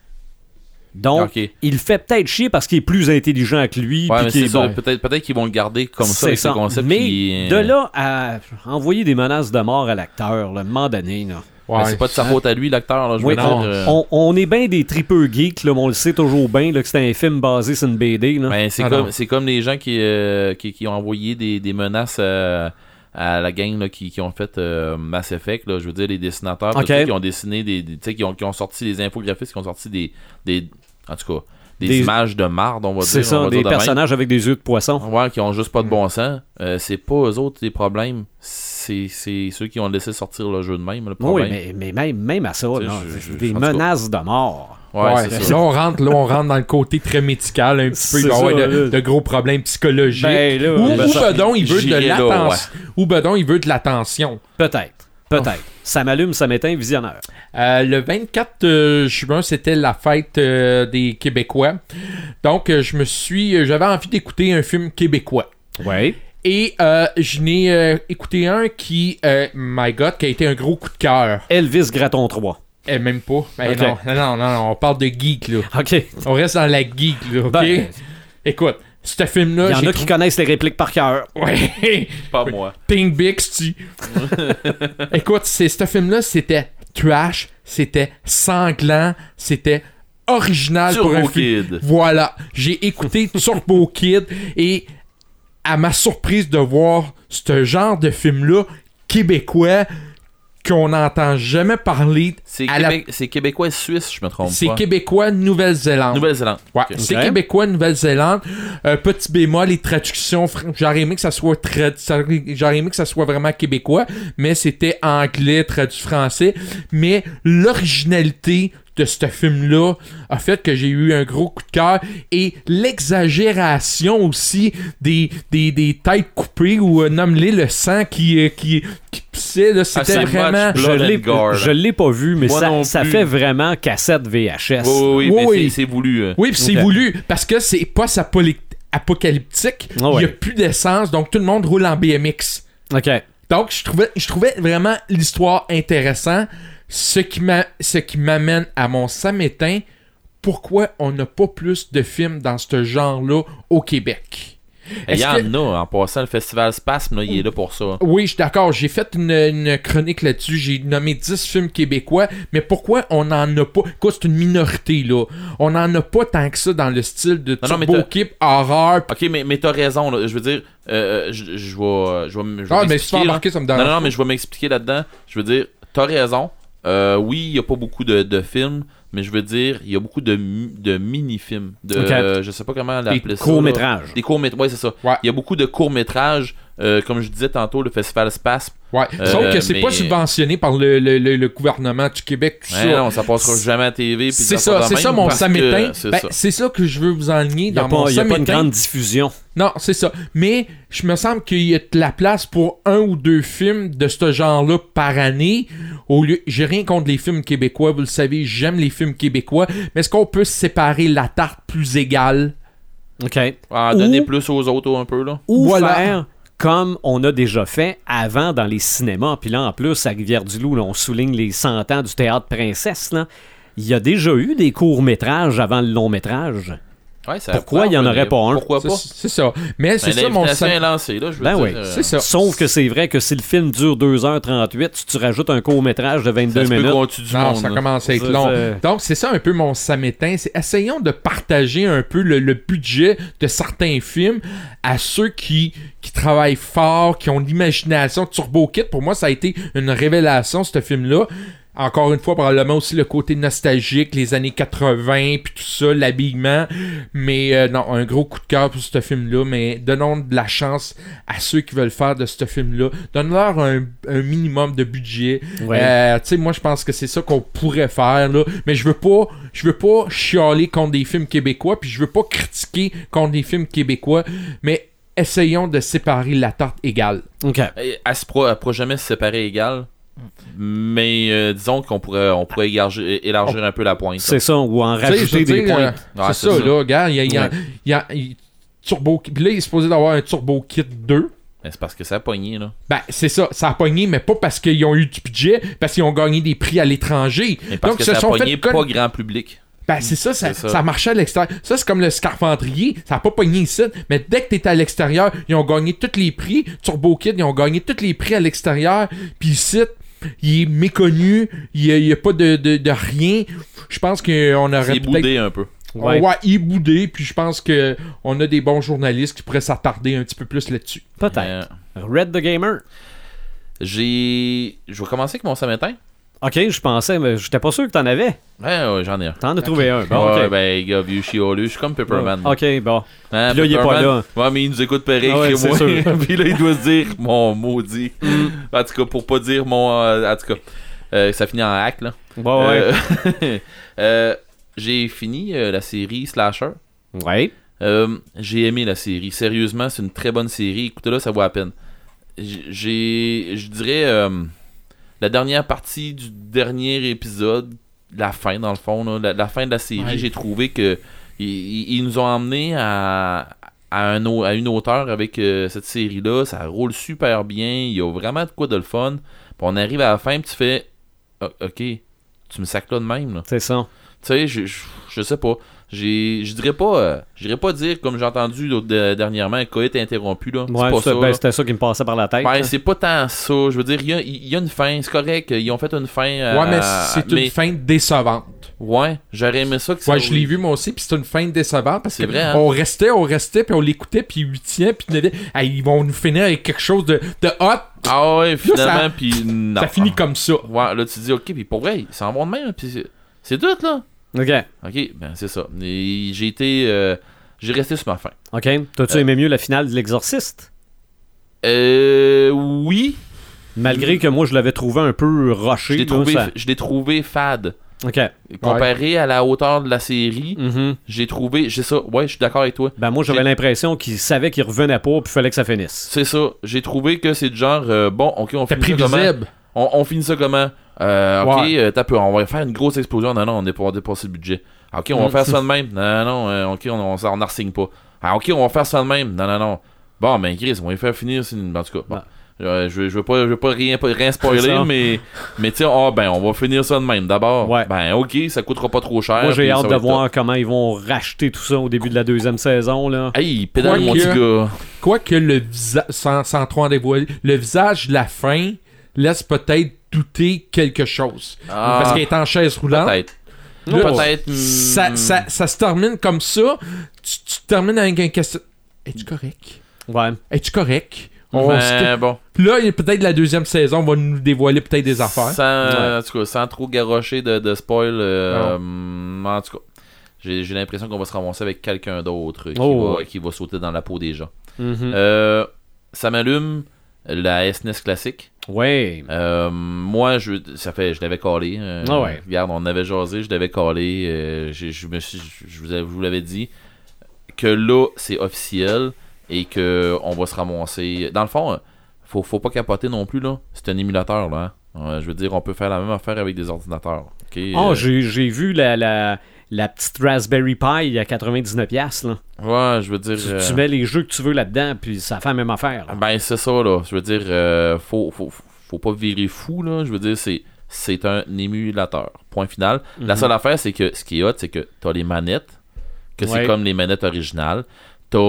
Speaker 1: Donc,
Speaker 3: Ok.
Speaker 1: il le fait peut-être chier parce qu'il est plus intelligent que lui.
Speaker 3: Ouais,
Speaker 1: puis
Speaker 3: mais
Speaker 1: qu'il
Speaker 3: c'est
Speaker 1: est
Speaker 3: ça.
Speaker 1: bon.
Speaker 3: Peut-être peut-être qu'ils vont le garder comme ça
Speaker 1: ben. C'est
Speaker 3: avec ce concept.
Speaker 1: Mais
Speaker 3: qui-
Speaker 1: de là à envoyer des menaces de mort à l'acteur, le moment donné, là.
Speaker 3: Ben,
Speaker 4: Ouais.
Speaker 3: c'est pas de sa faute à lui, l'acteur. là, je
Speaker 1: Hein? Oui,
Speaker 3: veux
Speaker 1: on,
Speaker 3: dire, euh,
Speaker 1: on- on est bien des tripeux geeks, là, mais on le sait toujours bien là, que c'est un film basé sur une BD. là.
Speaker 3: Ben, c'est
Speaker 4: Ah
Speaker 3: comme
Speaker 4: non.
Speaker 3: c'est comme les gens qui, euh, qui, qui ont envoyé des, des menaces euh, à la gang là, qui, qui ont fait euh, Mass Effect là, je veux dire les dessinateurs
Speaker 1: Ok.
Speaker 3: tout ça, qui ont dessiné des, des- tu sais qui ont, qui ont sorti des infographistes qui ont sorti des, des en tout cas des,
Speaker 1: Des-
Speaker 3: images de marde on va dire
Speaker 1: c'est
Speaker 3: on
Speaker 1: ça,
Speaker 3: va
Speaker 1: des
Speaker 3: dire de même.
Speaker 1: personnages Mm. avec des yeux de poisson.
Speaker 3: Ouais, qui ont juste pas de bon sens Euh, c'est pas eux autres les problèmes c'est c'est ceux qui ont laissé sortir le jeu de même le
Speaker 1: Oui,
Speaker 3: problème
Speaker 1: mais, mais même, même à ça,
Speaker 3: Ah ben. Tu sais,
Speaker 1: là,
Speaker 3: je- je-
Speaker 1: des
Speaker 3: en tout cas.
Speaker 1: menaces de mort.
Speaker 3: ouais,
Speaker 4: Ouais,
Speaker 3: c'est
Speaker 4: là,
Speaker 3: ça.
Speaker 4: on rentre, là, on rentre dans le côté très médical, un petit peu.
Speaker 1: C'est
Speaker 4: Il va y avoir
Speaker 1: ça,
Speaker 4: de,
Speaker 1: là.
Speaker 4: de gros problèmes psychologiques.
Speaker 1: Ben, là,
Speaker 4: ou,
Speaker 1: ben,
Speaker 4: ou
Speaker 1: ça-
Speaker 4: Bedon, il veut de
Speaker 3: j'irai là,
Speaker 4: l'attention. Ou Bedon, il veut de l'attention.
Speaker 1: Peut-être, peut-être. Ça m'allume, ça m'éteint, visionneur.
Speaker 4: Euh, le 24 euh, juin, c'était la fête euh, des Québécois. Donc, euh, je me suis, euh, j'avais envie d'écouter un film québécois.
Speaker 1: Oui.
Speaker 4: Et euh, je n'ai euh, écouté un qui, euh, my God, qui a été un gros coup de cœur.
Speaker 1: Elvis Graton 3.
Speaker 4: Eh, même pas. Eh,
Speaker 1: Ok.
Speaker 4: non, non, non, non, on parle de geek là.
Speaker 1: OK.
Speaker 4: On reste dans la geek là, ok.
Speaker 1: Ben,
Speaker 4: Écoute, ce film-là,
Speaker 1: Il y en
Speaker 4: j'ai
Speaker 1: a qui connaissent les répliques par cœur.
Speaker 4: Ouais.
Speaker 3: pas moi
Speaker 4: Ping Bix, tu. Écoute, c'est ce film-là, c'était trash, c'était sanglant, c'était original pour un
Speaker 3: Turbo
Speaker 4: film.
Speaker 3: Kid.
Speaker 4: Voilà, j'ai écouté Turbo Kid et à ma surprise de voir ce genre de film-là québécois qu'on n'entend jamais parler.
Speaker 3: c'est
Speaker 4: à la-
Speaker 3: Québec- c'est québécois et suisse je me trompe
Speaker 4: C'est
Speaker 3: pas
Speaker 4: québécois, Nouvelle-Zélande.
Speaker 3: Nouvelle-Zélande
Speaker 4: Ouais,
Speaker 3: Ok.
Speaker 4: c'est
Speaker 1: Ok.
Speaker 4: québécois, Nouvelle-Zélande. Euh, petit bémol, les traductions, fran- j'aurais aimé que ça soit tra- ça- j'aurais aimé que ça soit vraiment québécois, mais c'était anglais traduit français. Mais l'originalité de ce film-là a fait que j'ai eu un gros coup de cœur et l'exagération aussi des, des, des têtes coupées ou euh, nomme-les le sang qui, euh, qui, qui pissait, là, c'était
Speaker 3: c'est
Speaker 4: vraiment...
Speaker 3: much
Speaker 1: Je
Speaker 3: Blood and
Speaker 1: l'ai,
Speaker 3: gore, là.
Speaker 1: je l'ai pas vu, mais
Speaker 3: Moi
Speaker 1: ça,
Speaker 3: non
Speaker 1: ça
Speaker 3: plus.
Speaker 1: fait vraiment cassette VHS.
Speaker 3: Oui, oui, oui,
Speaker 4: Oui,
Speaker 3: mais
Speaker 4: oui.
Speaker 3: c'est- c'est voulu. euh.
Speaker 4: Oui, puis c'est
Speaker 1: Ok.
Speaker 4: voulu parce que c'est post-apocalyptique. apocalyptique.
Speaker 1: Ah
Speaker 4: Il
Speaker 1: ouais.
Speaker 4: n'y a plus d'essence, donc tout le monde roule en BMX.
Speaker 1: OK.
Speaker 4: Donc je trouvais, je trouvais vraiment l'histoire intéressante. Ce qui m'a- ce qui m'amène à mon samétain, pourquoi on n'a pas plus de films dans ce genre-là au Québec?
Speaker 3: Il
Speaker 4: Est-ce
Speaker 3: y
Speaker 4: que-
Speaker 3: en a, en passant, le festival Spasme, là, il est là pour ça.
Speaker 4: Oui, je suis d'accord. J'ai fait une, une chronique là-dessus. J'ai nommé 10 films québécois. Mais pourquoi on n'en a pas? Écoute, c'est une minorité, là. On n'en a pas tant que ça dans le style de
Speaker 3: Non, non, mais
Speaker 4: Turbo
Speaker 3: t'as-
Speaker 4: Kid, horreur,
Speaker 3: Ok, mais, mais t'as raison, là. je veux dire, euh, euh, je je vais. Je vais m- je vais
Speaker 4: Ah, mais
Speaker 3: m'expliquer,
Speaker 4: si tu vas
Speaker 3: là.
Speaker 4: embarquer, ça me dérange
Speaker 3: Non, non, non,
Speaker 4: pas.
Speaker 3: mais je vais m'expliquer là-dedans. Je veux dire, t'as raison. Euh, oui, il n'y a pas beaucoup de, de films, mais je veux dire, il y a beaucoup de, mi- de mini-films. De,
Speaker 1: Ok.
Speaker 3: euh, je sais pas comment l'appeler ça. là.
Speaker 1: courts-métrages.
Speaker 3: Des courts-métrages, ouais, c'est ça. Il
Speaker 4: Ouais.
Speaker 3: y a beaucoup de courts-métrages Euh, comme je disais tantôt, le festival Spasp.
Speaker 4: Ouais.
Speaker 3: Euh,
Speaker 4: Sauf que c'est
Speaker 3: mais-
Speaker 4: pas subventionné par le, le- le- le gouvernement du Québec. tout
Speaker 3: Ouais,
Speaker 4: ça.
Speaker 3: non, ça hein, passera jamais à la TV. puis
Speaker 4: C'est
Speaker 3: des
Speaker 4: ça,
Speaker 3: affaires de
Speaker 4: c'est ça
Speaker 3: même,
Speaker 4: mon
Speaker 3: parce que
Speaker 4: samétain.
Speaker 3: C'est
Speaker 4: Ben,
Speaker 3: ça.
Speaker 4: C'est ça que je veux vous enligner
Speaker 1: Il n'y a,
Speaker 4: dans
Speaker 1: pas,
Speaker 4: mon
Speaker 1: y a pas une
Speaker 4: samétain.
Speaker 1: grande diffusion.
Speaker 4: Non, c'est ça. Mais je me semble qu'il y a de la place pour un ou deux films de ce genre-là par année. Au lieu, j'ai rien contre les films québécois, vous le savez, j'aime les films québécois. Mais est-ce qu'on peut séparer la tarte plus égale
Speaker 1: OK.
Speaker 3: Ah,
Speaker 1: Ou-
Speaker 3: donner plus aux autos un peu, là.
Speaker 1: Ou
Speaker 4: Voilà.
Speaker 1: faire comme on a déjà fait avant dans les cinémas. Puis là, en plus, à Rivière-du-Loup, là, on souligne les 100 ans du théâtre Princesse. Là. Il y a déjà eu des courts-métrages avant le long-métrage.
Speaker 3: Ouais, ça
Speaker 1: Pourquoi il y en
Speaker 3: mais
Speaker 1: aurait pas un?
Speaker 3: Pourquoi
Speaker 4: C'est
Speaker 3: pas?
Speaker 4: c'est ça. Mais c'est
Speaker 3: Ben,
Speaker 4: ça mon
Speaker 3: l'invitation
Speaker 4: sam-
Speaker 3: est lancée, là, je veux
Speaker 1: Ben
Speaker 3: dire,
Speaker 1: oui.
Speaker 3: euh,
Speaker 4: C'est ça.
Speaker 1: Sauf que c'est vrai que si le film dure 2h38, si tu rajoutes un court-métrage de 22
Speaker 3: Ça se peut
Speaker 1: minutes.
Speaker 3: qu'on tue du
Speaker 4: Non,
Speaker 3: monde,
Speaker 4: ça
Speaker 3: là.
Speaker 4: commence à être
Speaker 1: Ça,
Speaker 4: long.
Speaker 1: c'est-
Speaker 4: Donc, c'est ça un peu mon samétain. C'est essayons de partager un peu le, le budget de certains films à ceux qui, qui travaillent fort, qui ont l'imagination. Turbo Kid, pour moi, ça a été une révélation, ce film-là. Encore une fois, probablement aussi le côté nostalgique, les années 80, puis tout ça, l'habillement. Mais euh, non, un gros coup de cœur pour ce film-là. Mais donnons de la chance à ceux qui veulent faire de ce film-là. Donnons-leur un, un minimum de budget.
Speaker 1: Ouais.
Speaker 4: Euh, tu sais, moi, je pense que c'est ça qu'on pourrait faire, là. Mais je veux pas, je veux pas chialer contre des films québécois, puis je veux pas critiquer contre des films québécois, mais essayons de séparer la tarte égale.
Speaker 1: OK.
Speaker 3: Et Elle ne pourra jamais se séparer égal. Mais euh, disons qu'on pourrait, on pourrait élargir, élargir un peu la pointe.
Speaker 1: C'est ça, ou en
Speaker 4: Tu sais, je veux
Speaker 1: rajouter des
Speaker 4: dire,
Speaker 1: points.
Speaker 4: euh,
Speaker 3: Ouais,
Speaker 4: c'est
Speaker 3: c'est
Speaker 4: ça,
Speaker 3: ça.
Speaker 4: là. Regarde, il y a, il y a-
Speaker 3: Ouais.
Speaker 4: il y a- il- Turbo... puis là, il est supposé d'avoir un Turbo Kit 2.
Speaker 3: Ben, c'est parce que ça a pogné, là.
Speaker 4: Ben, c'est ça, ça a pogné, mais pas parce qu'ils ont eu du budget, parce qu'ils ont gagné des prix à l'étranger.
Speaker 3: Mais parce
Speaker 4: Donc,
Speaker 3: que
Speaker 4: se
Speaker 3: ça a
Speaker 4: sont fait
Speaker 3: pogné
Speaker 4: con-
Speaker 3: pas grand public.
Speaker 4: Ben, c'est ça, ça,
Speaker 3: C'est ça.
Speaker 4: ça marchait à l'extérieur. Ça, c'est comme le Scarfandrier, ça a pas pogné ici, mais dès que t'étais à l'extérieur, ils ont gagné tous les prix. Turbo Kid, ils ont gagné tous les prix à l'extérieur, puis ici, il est méconnu, il y a, il y a pas de, de, de rien. Je pense qu'on aurait
Speaker 3: C'est
Speaker 4: peut-être...
Speaker 3: boudé un peu.
Speaker 1: Ouais.
Speaker 4: Ouais, il est boudé, puis je pense que on a des bons journalistes qui pourraient s'attarder un petit peu plus là-dessus.
Speaker 1: Peut-être.
Speaker 3: Euh,
Speaker 1: Red the Gamer.
Speaker 3: j'ai. Je vais commencer avec mon samétain.
Speaker 1: OK, je pensais, mais j'étais pas sûr que t'en avais.
Speaker 3: Ben, Ouais, ouais, j'en ai un.
Speaker 1: T'en as trouvé un. Bon,
Speaker 3: Ouais,
Speaker 1: Ah, OK.
Speaker 3: ben, gars, vieux chiolu, je suis comme Pepperman.
Speaker 1: OK, bon.
Speaker 3: Hein,
Speaker 1: Puis là, il est pas
Speaker 3: Pepperman, Ouais, mais il nous écoute pareil
Speaker 1: Ah ouais,
Speaker 3: que
Speaker 1: c'est
Speaker 3: moi.
Speaker 1: sûr. Mm.
Speaker 3: Puis là, il doit se dire mon maudit. En tout cas, pour pas dire mon. euh, en tout cas, euh, ça finit en hack, là.
Speaker 1: Bon, Ah ouais.
Speaker 3: Euh, euh, j'ai fini euh, la série Slasher.
Speaker 1: Ouais.
Speaker 3: Euh, j'ai aimé la série. Sérieusement, c'est une très bonne série. Écoutez-la, ça vaut la peine. J- J'ai, je dirais, euh, la dernière partie du dernier épisode, la fin dans le fond, là, la, la fin de la série,
Speaker 4: Ouais.
Speaker 3: j'ai trouvé que i- i- ils, nous ont emmenés à, à, un au- à une hauteur avec euh, cette série-là. Ça roule super bien. Il y a vraiment de quoi de le fun. Puis on arrive à la fin, puis tu fais, Ah, ok, tu me sacs là de même. Là.
Speaker 1: C'est ça.
Speaker 3: Tu sais, je, je, je sais pas. J'ai, je dirais pas, euh, j'irais pas dire comme j'ai entendu l'autre- de- dernièrement, coït interrompu là.
Speaker 1: Ouais,
Speaker 3: c'est pas
Speaker 1: c'était-
Speaker 3: ça.
Speaker 1: ben,
Speaker 3: là.
Speaker 1: c'était ça qui me passait par la tête.
Speaker 4: hein.
Speaker 3: Ben,
Speaker 1: là.
Speaker 3: c'est pas tant ça. Je veux dire, il y a, il y a une fin. C'est correct. Ils ont fait une fin. euh,
Speaker 4: ouais, mais c'est
Speaker 3: mais-
Speaker 4: une fin décevante.
Speaker 3: Ouais, j'aurais aimé ça. Que ça-
Speaker 4: Ouais, je l'ai vu moi aussi, puis c'est une fin décevante parce
Speaker 3: C'est
Speaker 4: que
Speaker 3: vrai, hein?
Speaker 4: on restait, on restait, puis on l'écoutait, puis huitième, puis neuvième. Ah, ils vont nous finir avec quelque chose de, de hot.
Speaker 3: Ah ouais, finalement,
Speaker 4: ça-
Speaker 3: puis non.
Speaker 4: Ça finit comme ça.
Speaker 3: Ouais, là tu dis ok, puis pour vrai, ils s'en vont de même. Puis c'est, c'est tout là.
Speaker 1: OK.
Speaker 3: Ok, ben c'est ça. Et j'ai été, euh, j'ai resté sur ma fin.
Speaker 1: OK. T'as-tu aimé mieux la finale de l'Exorciste?
Speaker 3: Euh, oui,
Speaker 1: Malgré que moi, je l'avais trouvé un peu
Speaker 3: je
Speaker 1: rushé. là,
Speaker 3: l'ai trouvé,
Speaker 1: ça-
Speaker 3: je l'ai trouvé fade.
Speaker 1: OK.
Speaker 3: Comparé à la hauteur de la série,
Speaker 1: Mhm.
Speaker 3: j'ai trouvé. J'ai ça. Ouais, je suis d'accord avec toi.
Speaker 1: Ben, moi, j'avais
Speaker 3: Mm-hmm. J'ai-
Speaker 1: l'impression qu'il savait qu'il revenait pas, puis fallait que ça finisse.
Speaker 3: C'est ça. J'ai trouvé que c'est du genre. euh, bon, ok, on
Speaker 4: T'es
Speaker 3: finit ça comment
Speaker 4: prévisible.
Speaker 3: on, on finit ça comment Euh, Ok,
Speaker 4: Ouais.
Speaker 3: euh, t'as peu. On va faire une grosse explosion. Non, non, on est pas on va dépasser le budget. Ah, ok, on va
Speaker 1: Mm.
Speaker 3: faire ça de même. Non, non, non. euh, ok, on, on, s'en- on en resigne pas. Ah, ok, on va faire ça de même. Non, non, non. Bon, ben, Chris, on va y faire finir. c'est une- En tout cas, bon.
Speaker 1: Ouais.
Speaker 3: Euh, je, veux- je veux pas, je veux pas rien, pas- rien
Speaker 1: C'est
Speaker 3: spoiler,
Speaker 1: ça.
Speaker 3: mais, mais tu sais, ah, ben, on va finir ça de même d'abord.
Speaker 1: Ouais.
Speaker 3: Ben, ok, ça coûtera pas trop cher.
Speaker 1: moi, j'ai
Speaker 3: puis ça
Speaker 1: hâte
Speaker 3: va
Speaker 1: de
Speaker 3: être
Speaker 1: voir comment ils vont racheter tout ça au début de la deuxième saison, là.
Speaker 3: top. Hey, il pédale mon
Speaker 4: Quoique-
Speaker 3: petit gars.
Speaker 4: Quoique le visage, sans, sans trop en dévoiler, le visage de la fin laisse peut-être douter quelque chose.
Speaker 3: Ah.
Speaker 4: Parce qu'elle est en chaise roulante.
Speaker 3: Peut-être.
Speaker 4: Là,
Speaker 3: Peut-être.
Speaker 4: Ça,
Speaker 3: hmm,
Speaker 4: ça, ça se termine comme ça. Tu, tu termines avec un question. Es-tu correct?
Speaker 1: Ouais.
Speaker 4: Es-tu correct? On
Speaker 3: ben,
Speaker 4: se-
Speaker 3: bon.
Speaker 4: Puis là, il y a peut-être la deuxième saison va nous dévoiler peut-être des affaires.
Speaker 3: Sans, en tout cas, sans trop garocher de, de spoil. euh, hmm, en tout cas, j'ai j'ai l'impression qu'on va se ramasser avec quelqu'un d'autre qui,
Speaker 1: Oh,
Speaker 3: va,
Speaker 1: ouais.
Speaker 4: Mm.
Speaker 3: Mm-hmm. qui va sauter dans la peau des gens.
Speaker 1: Mhm.
Speaker 3: Euh, ça m'allume la SNES classique.
Speaker 1: Ouais.
Speaker 3: Euh, moi, je, ça fait, je l'avais collé. euh,
Speaker 1: Ah ouais.
Speaker 3: Regarde, on avait jasé, je l'avais collé. euh, j'ai- je, me suis, je- je vous, av- je vous l'avais dit que là, c'est officiel et que on va se ramasser. Dans le fond, euh, faut, faut pas capoter non plus là. C'est un émulateur là. hein. Euh, je veux dire, on peut faire la même affaire avec des ordinateurs. ok?
Speaker 1: Oh,
Speaker 3: Euh,
Speaker 1: j'ai j'ai vu la, la, la petite Raspberry Pi à 99$. piastres, Là.
Speaker 3: ouais, je veux dire.
Speaker 1: Tu,
Speaker 3: euh,
Speaker 1: tu mets les jeux que tu veux là-dedans, puis ça fait la même affaire. là.
Speaker 3: Ben, c'est ça, là. Je veux dire, euh, faut, faut, faut pas virer fou, là. Je veux dire, c'est, c'est un émulateur. Point final. La
Speaker 1: Mhm.
Speaker 3: seule affaire, c'est que ce qui est hot, c'est que t'as les manettes, que
Speaker 1: Ouais.
Speaker 3: c'est comme les manettes originales. T'as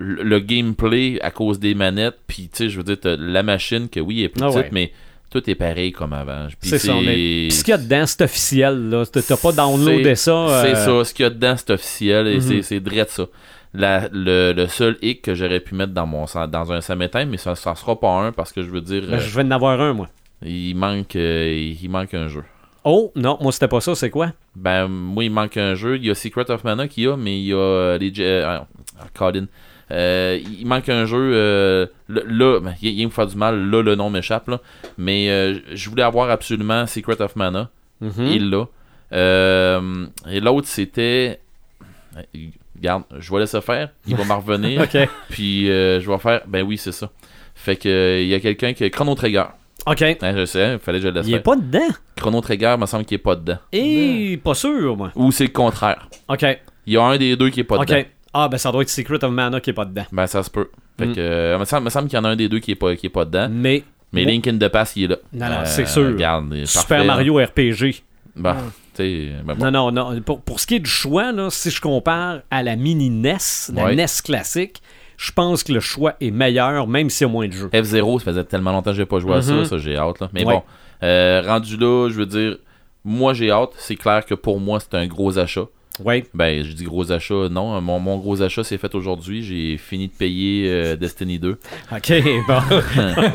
Speaker 3: le le gameplay à cause des manettes, puis tu sais, je veux dire, t'as la machine, que oui, elle est plus
Speaker 1: Ah
Speaker 3: petite,
Speaker 1: ouais.
Speaker 3: mais tout est pareil comme avant. Puis
Speaker 1: C'est ça. Mais... Puis ce qu'il y a dedans, c'est officiel. là. T'as t'as pas downloadé
Speaker 3: c'est-
Speaker 1: ça. euh, Mhm.
Speaker 3: C'est ça. Ce qu'il y a dedans, c'est officiel et c'est- c'est direct ça. La- le, le seul hic que j'aurais pu mettre dans mon sa- dans un samétain, mais ça ça sera pas un parce que je veux dire,
Speaker 1: ben, je vais en avoir un, moi.
Speaker 3: euh, il manque euh, il, il manque un jeu.
Speaker 1: Oh, non, moi, c'était pas ça. C'est quoi?
Speaker 3: Ben moi il manque un jeu. Il y a Secret of Mana qui a, mais il y a euh, les Je- euh, ah, Colin. Euh, il manque un jeu euh, le- là, ben, il, il me fait du mal, là le nom m'échappe là. Mais euh, je voulais avoir absolument Secret of Mana.
Speaker 1: Mhm.
Speaker 3: il l'a. Euh, et l'autre, c'était. Euh, Garde, je vais laisser faire. Il va m'en revenir.
Speaker 1: OK.
Speaker 3: Puis euh, je vais faire. Ben oui, c'est ça. Fait que euh, il y a quelqu'un qui. Chrono Trigger.
Speaker 1: OK.
Speaker 3: Hein, je sais, il fallait que je le laisse
Speaker 1: Il est
Speaker 3: faire.
Speaker 1: pas dedans.
Speaker 3: Chrono Trigger, me semble qu'il est pas dedans.
Speaker 1: Et Eh, pas sûr, moi.
Speaker 3: Ou c'est le contraire.
Speaker 1: OK.
Speaker 3: Il y a un des deux qui est pas
Speaker 1: OK.
Speaker 3: dedans.
Speaker 1: Ah, ben ça doit être Secret of Mana qui est pas dedans.
Speaker 3: Ben ça se peut. Fait
Speaker 1: Mm.
Speaker 3: que. euh, me semble, me semble qu'il y en a un des deux qui est pas, qui est pas dedans.
Speaker 1: Mais
Speaker 3: Mais
Speaker 1: Hmm. Moi-
Speaker 3: Link in the Past, il est là.
Speaker 1: Non, non, c'est sûr.
Speaker 3: Garde, il est
Speaker 1: Super
Speaker 3: parfait,
Speaker 1: Mario Hmm. RPG.
Speaker 3: Ben, tu sais. ben bon.
Speaker 1: Non, non, non. Pour, pour ce qui est du choix, là, si je compare à la mini NES, la
Speaker 3: Ouais.
Speaker 1: NES classique, je pense que le choix est meilleur, même s'il y a moins de jeux.
Speaker 3: F-Zero, ça faisait tellement longtemps que j'ai pas joué à ça, ça j'ai hâte. Là. Mais
Speaker 1: Mhm. Ouais.
Speaker 3: bon, euh, rendu là, je veux dire, moi j'ai hâte. C'est clair que pour moi c'est un gros achat.
Speaker 1: Oui.
Speaker 3: Ben, je dis gros achat, non. euh, Mon, mon gros achat s'est fait aujourd'hui. J'ai fini de payer euh, Destiny 2.
Speaker 1: OK, bon.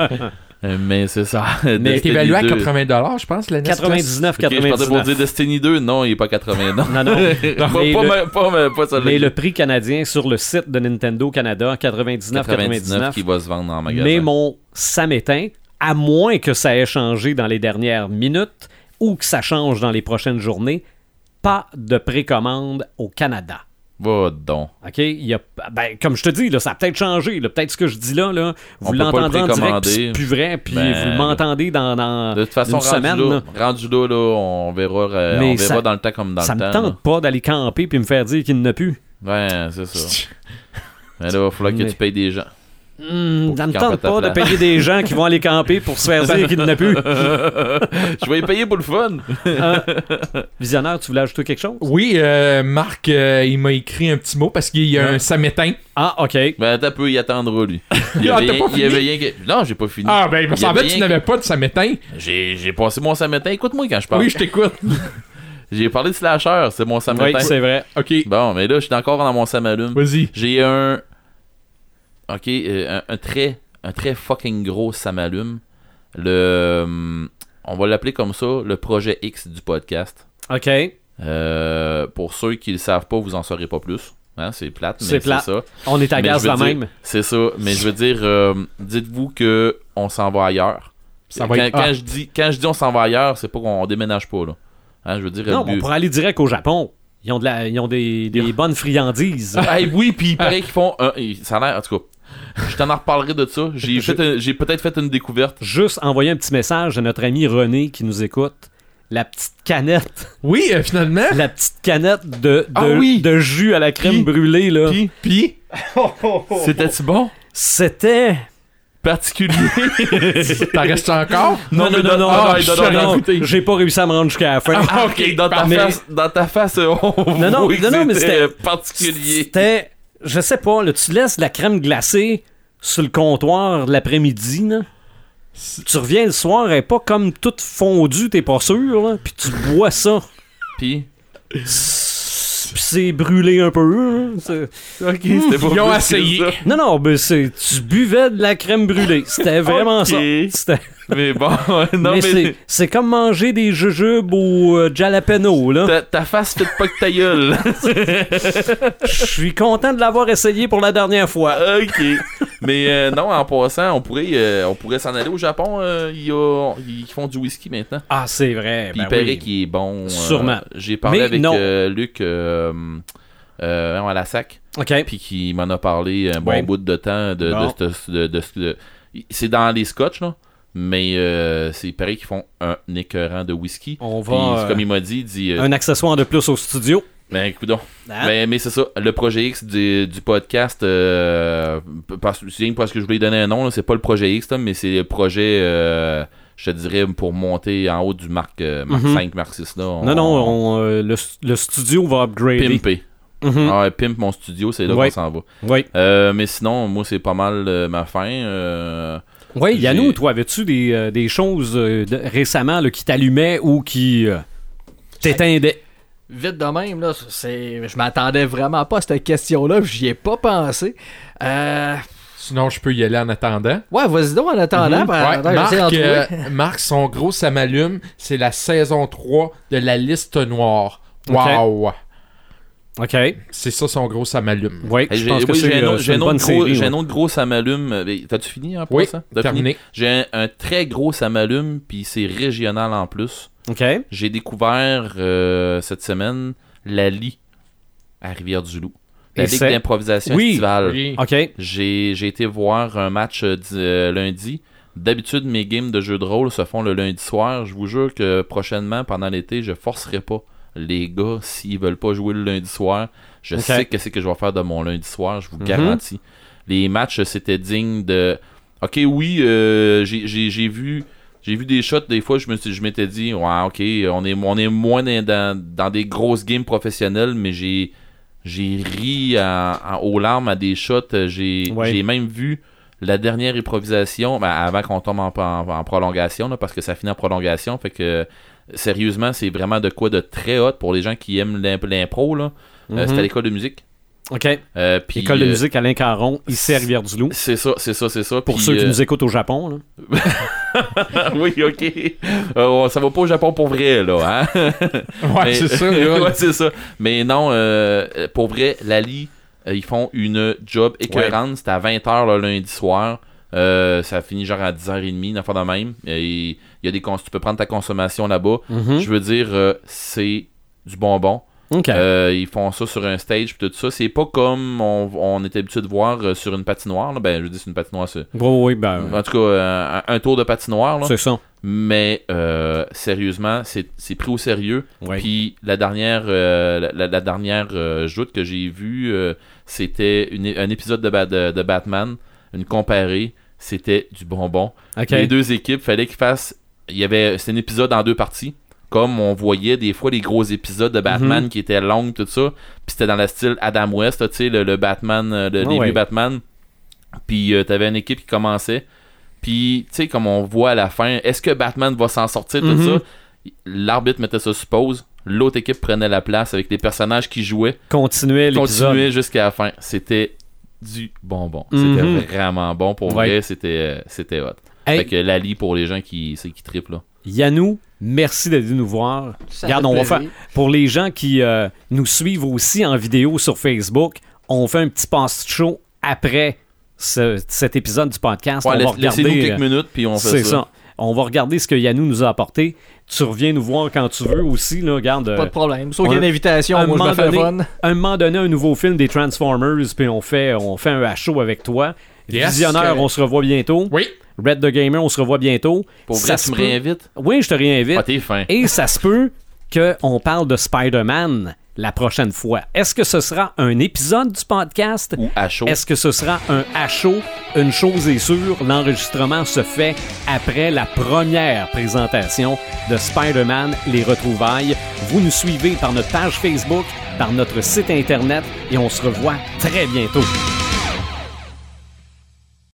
Speaker 3: Euh, mais c'est ça.
Speaker 4: Mais
Speaker 3: Destiny
Speaker 4: t'es évalué à
Speaker 3: 2.
Speaker 4: 80$, je pense, la NES Classic.
Speaker 1: 99,
Speaker 3: Ok, je pensais pour
Speaker 1: 99.
Speaker 3: dire Destiny 2, non, il est pas 80, non.
Speaker 1: Non, non.
Speaker 3: Pas-
Speaker 1: Mais
Speaker 3: pas,
Speaker 1: le-
Speaker 3: ma- pas ma- pas ça,
Speaker 1: Mais
Speaker 3: là.
Speaker 1: le prix canadien sur le site de Nintendo Canada, 99,
Speaker 3: 99
Speaker 1: 99.
Speaker 3: qui va se vendre en magasin.
Speaker 1: Mais mon samétain, à moins que ça ait changé dans les dernières minutes ou que ça change dans les prochaines journées, pas de précommande au Canada.
Speaker 3: Va donc.
Speaker 1: OK? Il y a, ben, comme je te dis, là, ça a peut-être changé. là. Peut-être ce que je dis là, là vous
Speaker 3: On peut pas
Speaker 1: l'entendez
Speaker 3: le
Speaker 1: en direct, puis c'est
Speaker 3: précommander.
Speaker 1: plus vrai, puis
Speaker 3: Ben,
Speaker 1: vous m'entendez dans, dans
Speaker 3: De toute façon,
Speaker 1: une
Speaker 3: rendu,
Speaker 1: semaine.
Speaker 3: là,
Speaker 1: là.
Speaker 3: rendu là, là, on verra, euh,
Speaker 1: Mais
Speaker 3: on verra
Speaker 1: ça-
Speaker 3: dans le temps comme dans
Speaker 1: ça
Speaker 3: le temps.
Speaker 1: me
Speaker 3: là.
Speaker 1: tente pas d'aller camper puis me faire dire qu'il n'a plus.
Speaker 3: Ouais, c'est ça. Mais là, il va falloir que
Speaker 1: Mais-
Speaker 3: tu payes des gens.
Speaker 1: Hmm, ça me
Speaker 3: qu'il campe à
Speaker 1: tente
Speaker 3: ta
Speaker 1: pas de
Speaker 3: place.
Speaker 1: payer des gens qui vont aller camper pour se faire dire qu'il n'a plus.
Speaker 3: Je vais y payer pour le fun.
Speaker 1: Visionnaire, tu voulais ajouter quelque chose?
Speaker 4: Oui, euh, Marc, euh, il m'a écrit un petit mot parce qu'il y a
Speaker 1: Hein?
Speaker 4: un samétain.
Speaker 1: Ah, OK.
Speaker 3: Ben, t'as peu y attendre, lui. Il y
Speaker 4: Ah,
Speaker 3: avait,
Speaker 4: t'as pas
Speaker 3: il y avait rien que- Non, j'ai pas fini.
Speaker 4: Ah, ben, il me
Speaker 3: Il y a
Speaker 4: semblait que
Speaker 3: bien
Speaker 4: tu n'avais pas de samétain.
Speaker 3: J'ai j'ai passé mon samedi. Écoute-moi quand je parle.
Speaker 4: Oui, je t'écoute.
Speaker 3: J'ai parlé de slasher, c'est mon samedi.
Speaker 1: Oui, c'est vrai.
Speaker 4: OK,
Speaker 3: Bon, mais là, je suis encore dans mon samalume.
Speaker 4: vas-y.
Speaker 3: J'ai un. Ok, euh, un, un très. Un très fucking gros samalume. Le. hum, On va l'appeler comme ça, le projet X du podcast.
Speaker 1: OK.
Speaker 3: Euh, pour ceux qui le savent pas, vous en saurez pas plus. Hein, c'est plate, mais
Speaker 1: C'est
Speaker 3: c'est
Speaker 1: plate.
Speaker 3: ça.
Speaker 1: On est à
Speaker 3: Mais
Speaker 1: gaz
Speaker 3: je veux
Speaker 1: la
Speaker 3: dire-
Speaker 1: même.
Speaker 3: C'est ça, mais je veux dire, euh, dites-vous que on s'en va ailleurs.
Speaker 4: Ça va
Speaker 3: quand,
Speaker 4: être-
Speaker 3: quand
Speaker 4: ah.
Speaker 3: je dis, quand je dis on s'en va ailleurs, c'est pas qu'on déménage pas là. Hein, je veux dire,
Speaker 1: Non,
Speaker 3: le
Speaker 1: on
Speaker 3: but-
Speaker 1: pourrait aller direct au Japon. Ils ont, de la- ils ont des, des bonnes friandises.
Speaker 3: Hey, oui, puis il paraît qu'ils font. un- ça a l'air, en tout cas. Je t'en en reparlerai de ça. J'ai
Speaker 1: Je-
Speaker 3: fait un- j'ai peut-être fait une découverte.
Speaker 1: Juste envoyer un petit message à notre ami René qui nous écoute. La petite canette,
Speaker 4: Oui, euh, finalement.
Speaker 1: la petite canette de, de,
Speaker 4: Ah oui!
Speaker 1: de jus à la crème
Speaker 4: Puis-
Speaker 1: brûlée, là.
Speaker 4: Puis, puis,
Speaker 3: C'était-tu bon?
Speaker 1: C'était.
Speaker 3: Particulier.
Speaker 4: t'en restes encore?
Speaker 1: Non, non, non, non,
Speaker 4: Ah,
Speaker 1: non,
Speaker 4: je
Speaker 1: non,
Speaker 4: suis
Speaker 1: non,
Speaker 4: allé goûter.
Speaker 1: j'ai pas réussi à me rendre jusqu'à la fin.
Speaker 4: Ah,
Speaker 3: ok, dans ta
Speaker 1: Mais-
Speaker 3: face, dans ta face, euh, on
Speaker 1: Non, non,
Speaker 3: voit que
Speaker 1: non, non, mais c'était-
Speaker 3: particulier.
Speaker 1: C'était. Je sais pas, là, tu laisses la crème glacée sur le comptoir l'après-midi, là. Tu reviens le soir, elle est pas comme toute fondue, t'es pas sûr, là. Puis tu bois ça.
Speaker 3: Puis,
Speaker 1: Puis c'est brûlé un peu. hein, c'est-
Speaker 3: c'était pas
Speaker 4: Ils ont
Speaker 3: plus que
Speaker 4: essayé.
Speaker 3: ça.
Speaker 1: Non, non, ben c'est. Tu buvais de la crème brûlée. C'était vraiment
Speaker 3: Ok.
Speaker 1: ça. C'était-
Speaker 3: Mais bon, non,
Speaker 1: mais
Speaker 3: mais.
Speaker 1: c'est- c'est comme manger des jujubes ou euh, jalapeno, là.
Speaker 3: Ta, ta face fait pas que ta gueule.
Speaker 1: Je suis content de l'avoir essayé pour la dernière fois.
Speaker 3: ok. Mais euh, non, en passant, on pourrait, euh, on pourrait s'en aller au Japon. euh, il y a- ils font du whisky maintenant.
Speaker 1: Ah, c'est vrai.
Speaker 3: Puis
Speaker 1: ben
Speaker 3: il paraît
Speaker 1: oui.
Speaker 3: qu'il est bon. euh,
Speaker 1: Sûrement.
Speaker 3: J'ai parlé
Speaker 1: Mais
Speaker 3: avec
Speaker 1: non.
Speaker 3: euh, Luc euh, euh, non, à la sac.
Speaker 1: OK.
Speaker 3: Puis qui m'en a parlé un bon
Speaker 1: Ouais.
Speaker 3: bout de temps. de, de
Speaker 1: Bon.
Speaker 3: cette- de- de ce- de- C'est dans les scotch, là. Mais euh, c'est pareil qu'ils font un écœurant de whisky.
Speaker 1: On
Speaker 3: Puis,
Speaker 1: va...
Speaker 3: c'est
Speaker 1: euh,
Speaker 3: comme il m'a dit, il dit. euh,
Speaker 1: un accessoire de plus au studio.
Speaker 3: Ben, coudonc.
Speaker 1: Hein?
Speaker 3: Ben, mais c'est ça, le projet X du, du podcast, euh, parce, c'est rien que parce que je voulais lui donner un nom, là, c'est pas le projet X, là, mais c'est le projet, euh, je te dirais, pour monter en haut du Mark, euh, Mark
Speaker 1: Mhm.
Speaker 3: 5, Mark 6. Là, on-
Speaker 1: non, non, on, euh, le, le studio va upgrader.
Speaker 3: Pimper.
Speaker 1: Mhm.
Speaker 3: Ah, ouais, pimp mon studio, c'est là
Speaker 1: Ouais.
Speaker 3: qu'on s'en va.
Speaker 1: Oui.
Speaker 3: Euh, mais sinon, moi, c'est pas mal euh, ma fin. euh,
Speaker 1: Oui,
Speaker 3: J'ai-
Speaker 1: Yannou, toi, avais-tu des, euh, des choses euh, de- récemment là, qui t'allumaient ou qui euh, t'éteindaient?
Speaker 5: Vite de même, là, c'est... je m'attendais vraiment pas à cette question-là, puis j'y ai pas pensé. Euh...
Speaker 4: Sinon, je peux y aller en attendant.
Speaker 5: Ouais, vas-y donc en attendant. par-
Speaker 4: Mhm. Ouais,
Speaker 5: attends, Ah, ben, j'essaie d'en
Speaker 4: Marc,
Speaker 5: trouver.
Speaker 4: euh, Marc, son gros, ça m'allume. C'est la saison 3 de la liste noire. Wow!
Speaker 1: OK.
Speaker 4: C'est ça son gros, ça m'allume.
Speaker 1: Oui,
Speaker 3: hey,
Speaker 1: je
Speaker 3: j'ai
Speaker 1: pense que
Speaker 3: oui, j'ai
Speaker 1: c'est
Speaker 3: un
Speaker 1: euh,
Speaker 3: autre- j'ai
Speaker 1: c'est
Speaker 3: un
Speaker 1: une
Speaker 3: autre
Speaker 1: bonne
Speaker 3: gros-
Speaker 1: série.
Speaker 3: j'ai
Speaker 1: ouais.
Speaker 3: un autre gros ça m'allume. Euh, T'as-tu fini en
Speaker 4: Oui,
Speaker 3: passant? T'as fini?
Speaker 4: terminé.
Speaker 3: J'ai un, un très gros ça m'allume, puis c'est régional en plus.
Speaker 1: OK.
Speaker 3: J'ai découvert euh, cette semaine la Lie à Rivière-du-Loup. La
Speaker 1: Et
Speaker 3: Ligue
Speaker 1: c'est-
Speaker 3: d'improvisation
Speaker 1: Oui.
Speaker 3: estivale.
Speaker 4: Oui.
Speaker 1: OK.
Speaker 3: J'ai j'ai été voir un match euh, di- euh, lundi. D'habitude, mes games de jeux de rôle se font le lundi soir. Je vous jure que prochainement, pendant l'été, je forcerai pas les gars s'ils veulent pas jouer le lundi soir. Je
Speaker 1: Ok.
Speaker 3: sais que c'est que je vais faire de mon lundi soir, je vous
Speaker 1: Mhm.
Speaker 3: garantis. Les matchs, c'était digne de. Ok, oui, euh, j'ai- j'ai j'ai vu. J'ai vu des shots, des fois, je me suis- je m'étais dit, ouais, ok, on est, on est moins dans, dans- dans des grosses games professionnelles, mais j'ai, j'ai ri à- à- aux larmes à des shots. euh, J'ai,
Speaker 1: Ouais.
Speaker 3: j'ai même vu la dernière improvisation, ben, avant qu'on tombe en, en- en prolongation, là, parce que ça finit en prolongation. Fait que, sérieusement, c'est vraiment de quoi de très hot pour les gens qui aiment l'imp- l'impro. là. Euh,
Speaker 1: Mhm.
Speaker 3: C'était à l'école de musique.
Speaker 1: OK.
Speaker 3: Euh, puis,
Speaker 1: École de
Speaker 3: euh,
Speaker 1: musique Alain Caron, ici à Rivière-du-Loup.
Speaker 3: C'est ça, c'est ça, c'est ça.
Speaker 1: Pour
Speaker 3: Puis,
Speaker 1: ceux qui
Speaker 3: euh,
Speaker 1: nous écoutent au Japon. Là.
Speaker 3: oui, ok. Euh, ça va pas au Japon pour vrai, là. Hein?
Speaker 4: Ouais,
Speaker 3: Mais-
Speaker 4: c'est ça. là.
Speaker 3: Ouais, c'est ça. Mais non, euh, euh, pour vrai, Lali, euh, ils font une job écœurante. C'était à 20h le lundi soir. Euh, ça finit genre à 10h30, une affaire de même. Et Il y a des cons- tu peux prendre ta consommation là-bas.
Speaker 4: Hmm?
Speaker 1: Mhm.
Speaker 3: Je veux dire, euh, c'est du bonbon.
Speaker 1: OK.
Speaker 3: Euh, ils font ça sur un stage puis tout ça. C'est pas comme on, on est habitué de voir euh, sur une patinoire. là. Ben, je dis c'est une patinoire. c'est-
Speaker 1: Oui, oui, ben,
Speaker 3: En tout cas, euh, un, un tour de patinoire. là.
Speaker 1: c'est ça.
Speaker 3: Mais euh, sérieusement, c'est c'est pris au sérieux.
Speaker 1: Ouais.
Speaker 3: Puis la dernière, euh, la- la, la dernière euh, joute que j'ai vue, euh, c'était une- un épisode de, Ba- de- de Batman, une comparée. C'était du bonbon.
Speaker 1: OK.
Speaker 3: Les deux équipes, fallait qu'ils fassent. Il y avait, c'était un épisode en deux parties. Comme on voyait des fois les gros épisodes de Batman
Speaker 1: Mhm.
Speaker 3: qui étaient longs, tout ça. Puis c'était dans le style Adam West, là, tu sais, le, le Batman, euh, le
Speaker 1: Ah
Speaker 3: début
Speaker 1: ouais.
Speaker 3: Batman. Puis euh, t'avais une équipe qui commençait. Puis, tu sais, comme on voit à la fin, est-ce que Batman va s'en sortir, tout
Speaker 1: Mhm.
Speaker 3: ça? L'arbitre mettait ça sur pause. L'autre équipe prenait la place avec les personnages qui jouaient.
Speaker 1: Continuez l'épisode.
Speaker 3: Continuait jusqu'à la fin. C'était du bonbon.
Speaker 1: Mhm.
Speaker 3: C'était vraiment bon pour
Speaker 1: Ouais.
Speaker 3: vrai. C'était, euh, c'était hot.
Speaker 1: Hey.
Speaker 3: Fait que Lali pour les gens qui, c'est- qui trippent là.
Speaker 1: Yanou, merci d'être venu nous voir.
Speaker 5: Ça
Speaker 1: Regarde,
Speaker 5: fait
Speaker 1: on va
Speaker 5: plaisir.
Speaker 1: faire. Pour les gens qui euh, nous suivent aussi en vidéo sur Facebook, on fait un petit post-show après ce- cet épisode du podcast.
Speaker 3: Ouais,
Speaker 1: on va
Speaker 3: laisse- Laissez-nous
Speaker 1: regarder.
Speaker 3: quelques
Speaker 1: euh,
Speaker 3: minutes puis on fait
Speaker 1: C'est
Speaker 3: ça.
Speaker 1: ça. On va regarder ce que Yanou nous a apporté. Tu reviens nous voir quand tu veux aussi. Là, regarde, euh,
Speaker 5: Pas de problème. Sauf qu'il y a
Speaker 1: un-
Speaker 5: une invitation,
Speaker 1: un
Speaker 5: moi je
Speaker 1: moment
Speaker 5: me fais
Speaker 1: donné-
Speaker 5: fun.
Speaker 1: un moment donné, un nouveau film des Transformers, puis on fait, on fait un show avec toi.
Speaker 4: Yes,
Speaker 1: Visionnaire,
Speaker 4: que-
Speaker 1: on se revoit bientôt.
Speaker 4: Oui.
Speaker 1: Red the Gamer, on se revoit bientôt.
Speaker 3: Pour
Speaker 1: Ça
Speaker 3: vrai,
Speaker 1: se
Speaker 3: tu me
Speaker 1: peut-
Speaker 3: réinvites.
Speaker 1: Oui, je te réinvite.
Speaker 3: Ah, t'es fin.
Speaker 1: Et ça se peut qu'on parle de Spider-Man la prochaine fois. Est-ce que ce sera un épisode du podcast?
Speaker 3: Ou à chaud.
Speaker 1: Est-ce que ce sera un à chaud? Une chose est sûre, l'enregistrement se fait après la première présentation de Spider-Man Les Retrouvailles. Vous nous suivez par notre page Facebook, par notre site Internet et on se revoit très bientôt.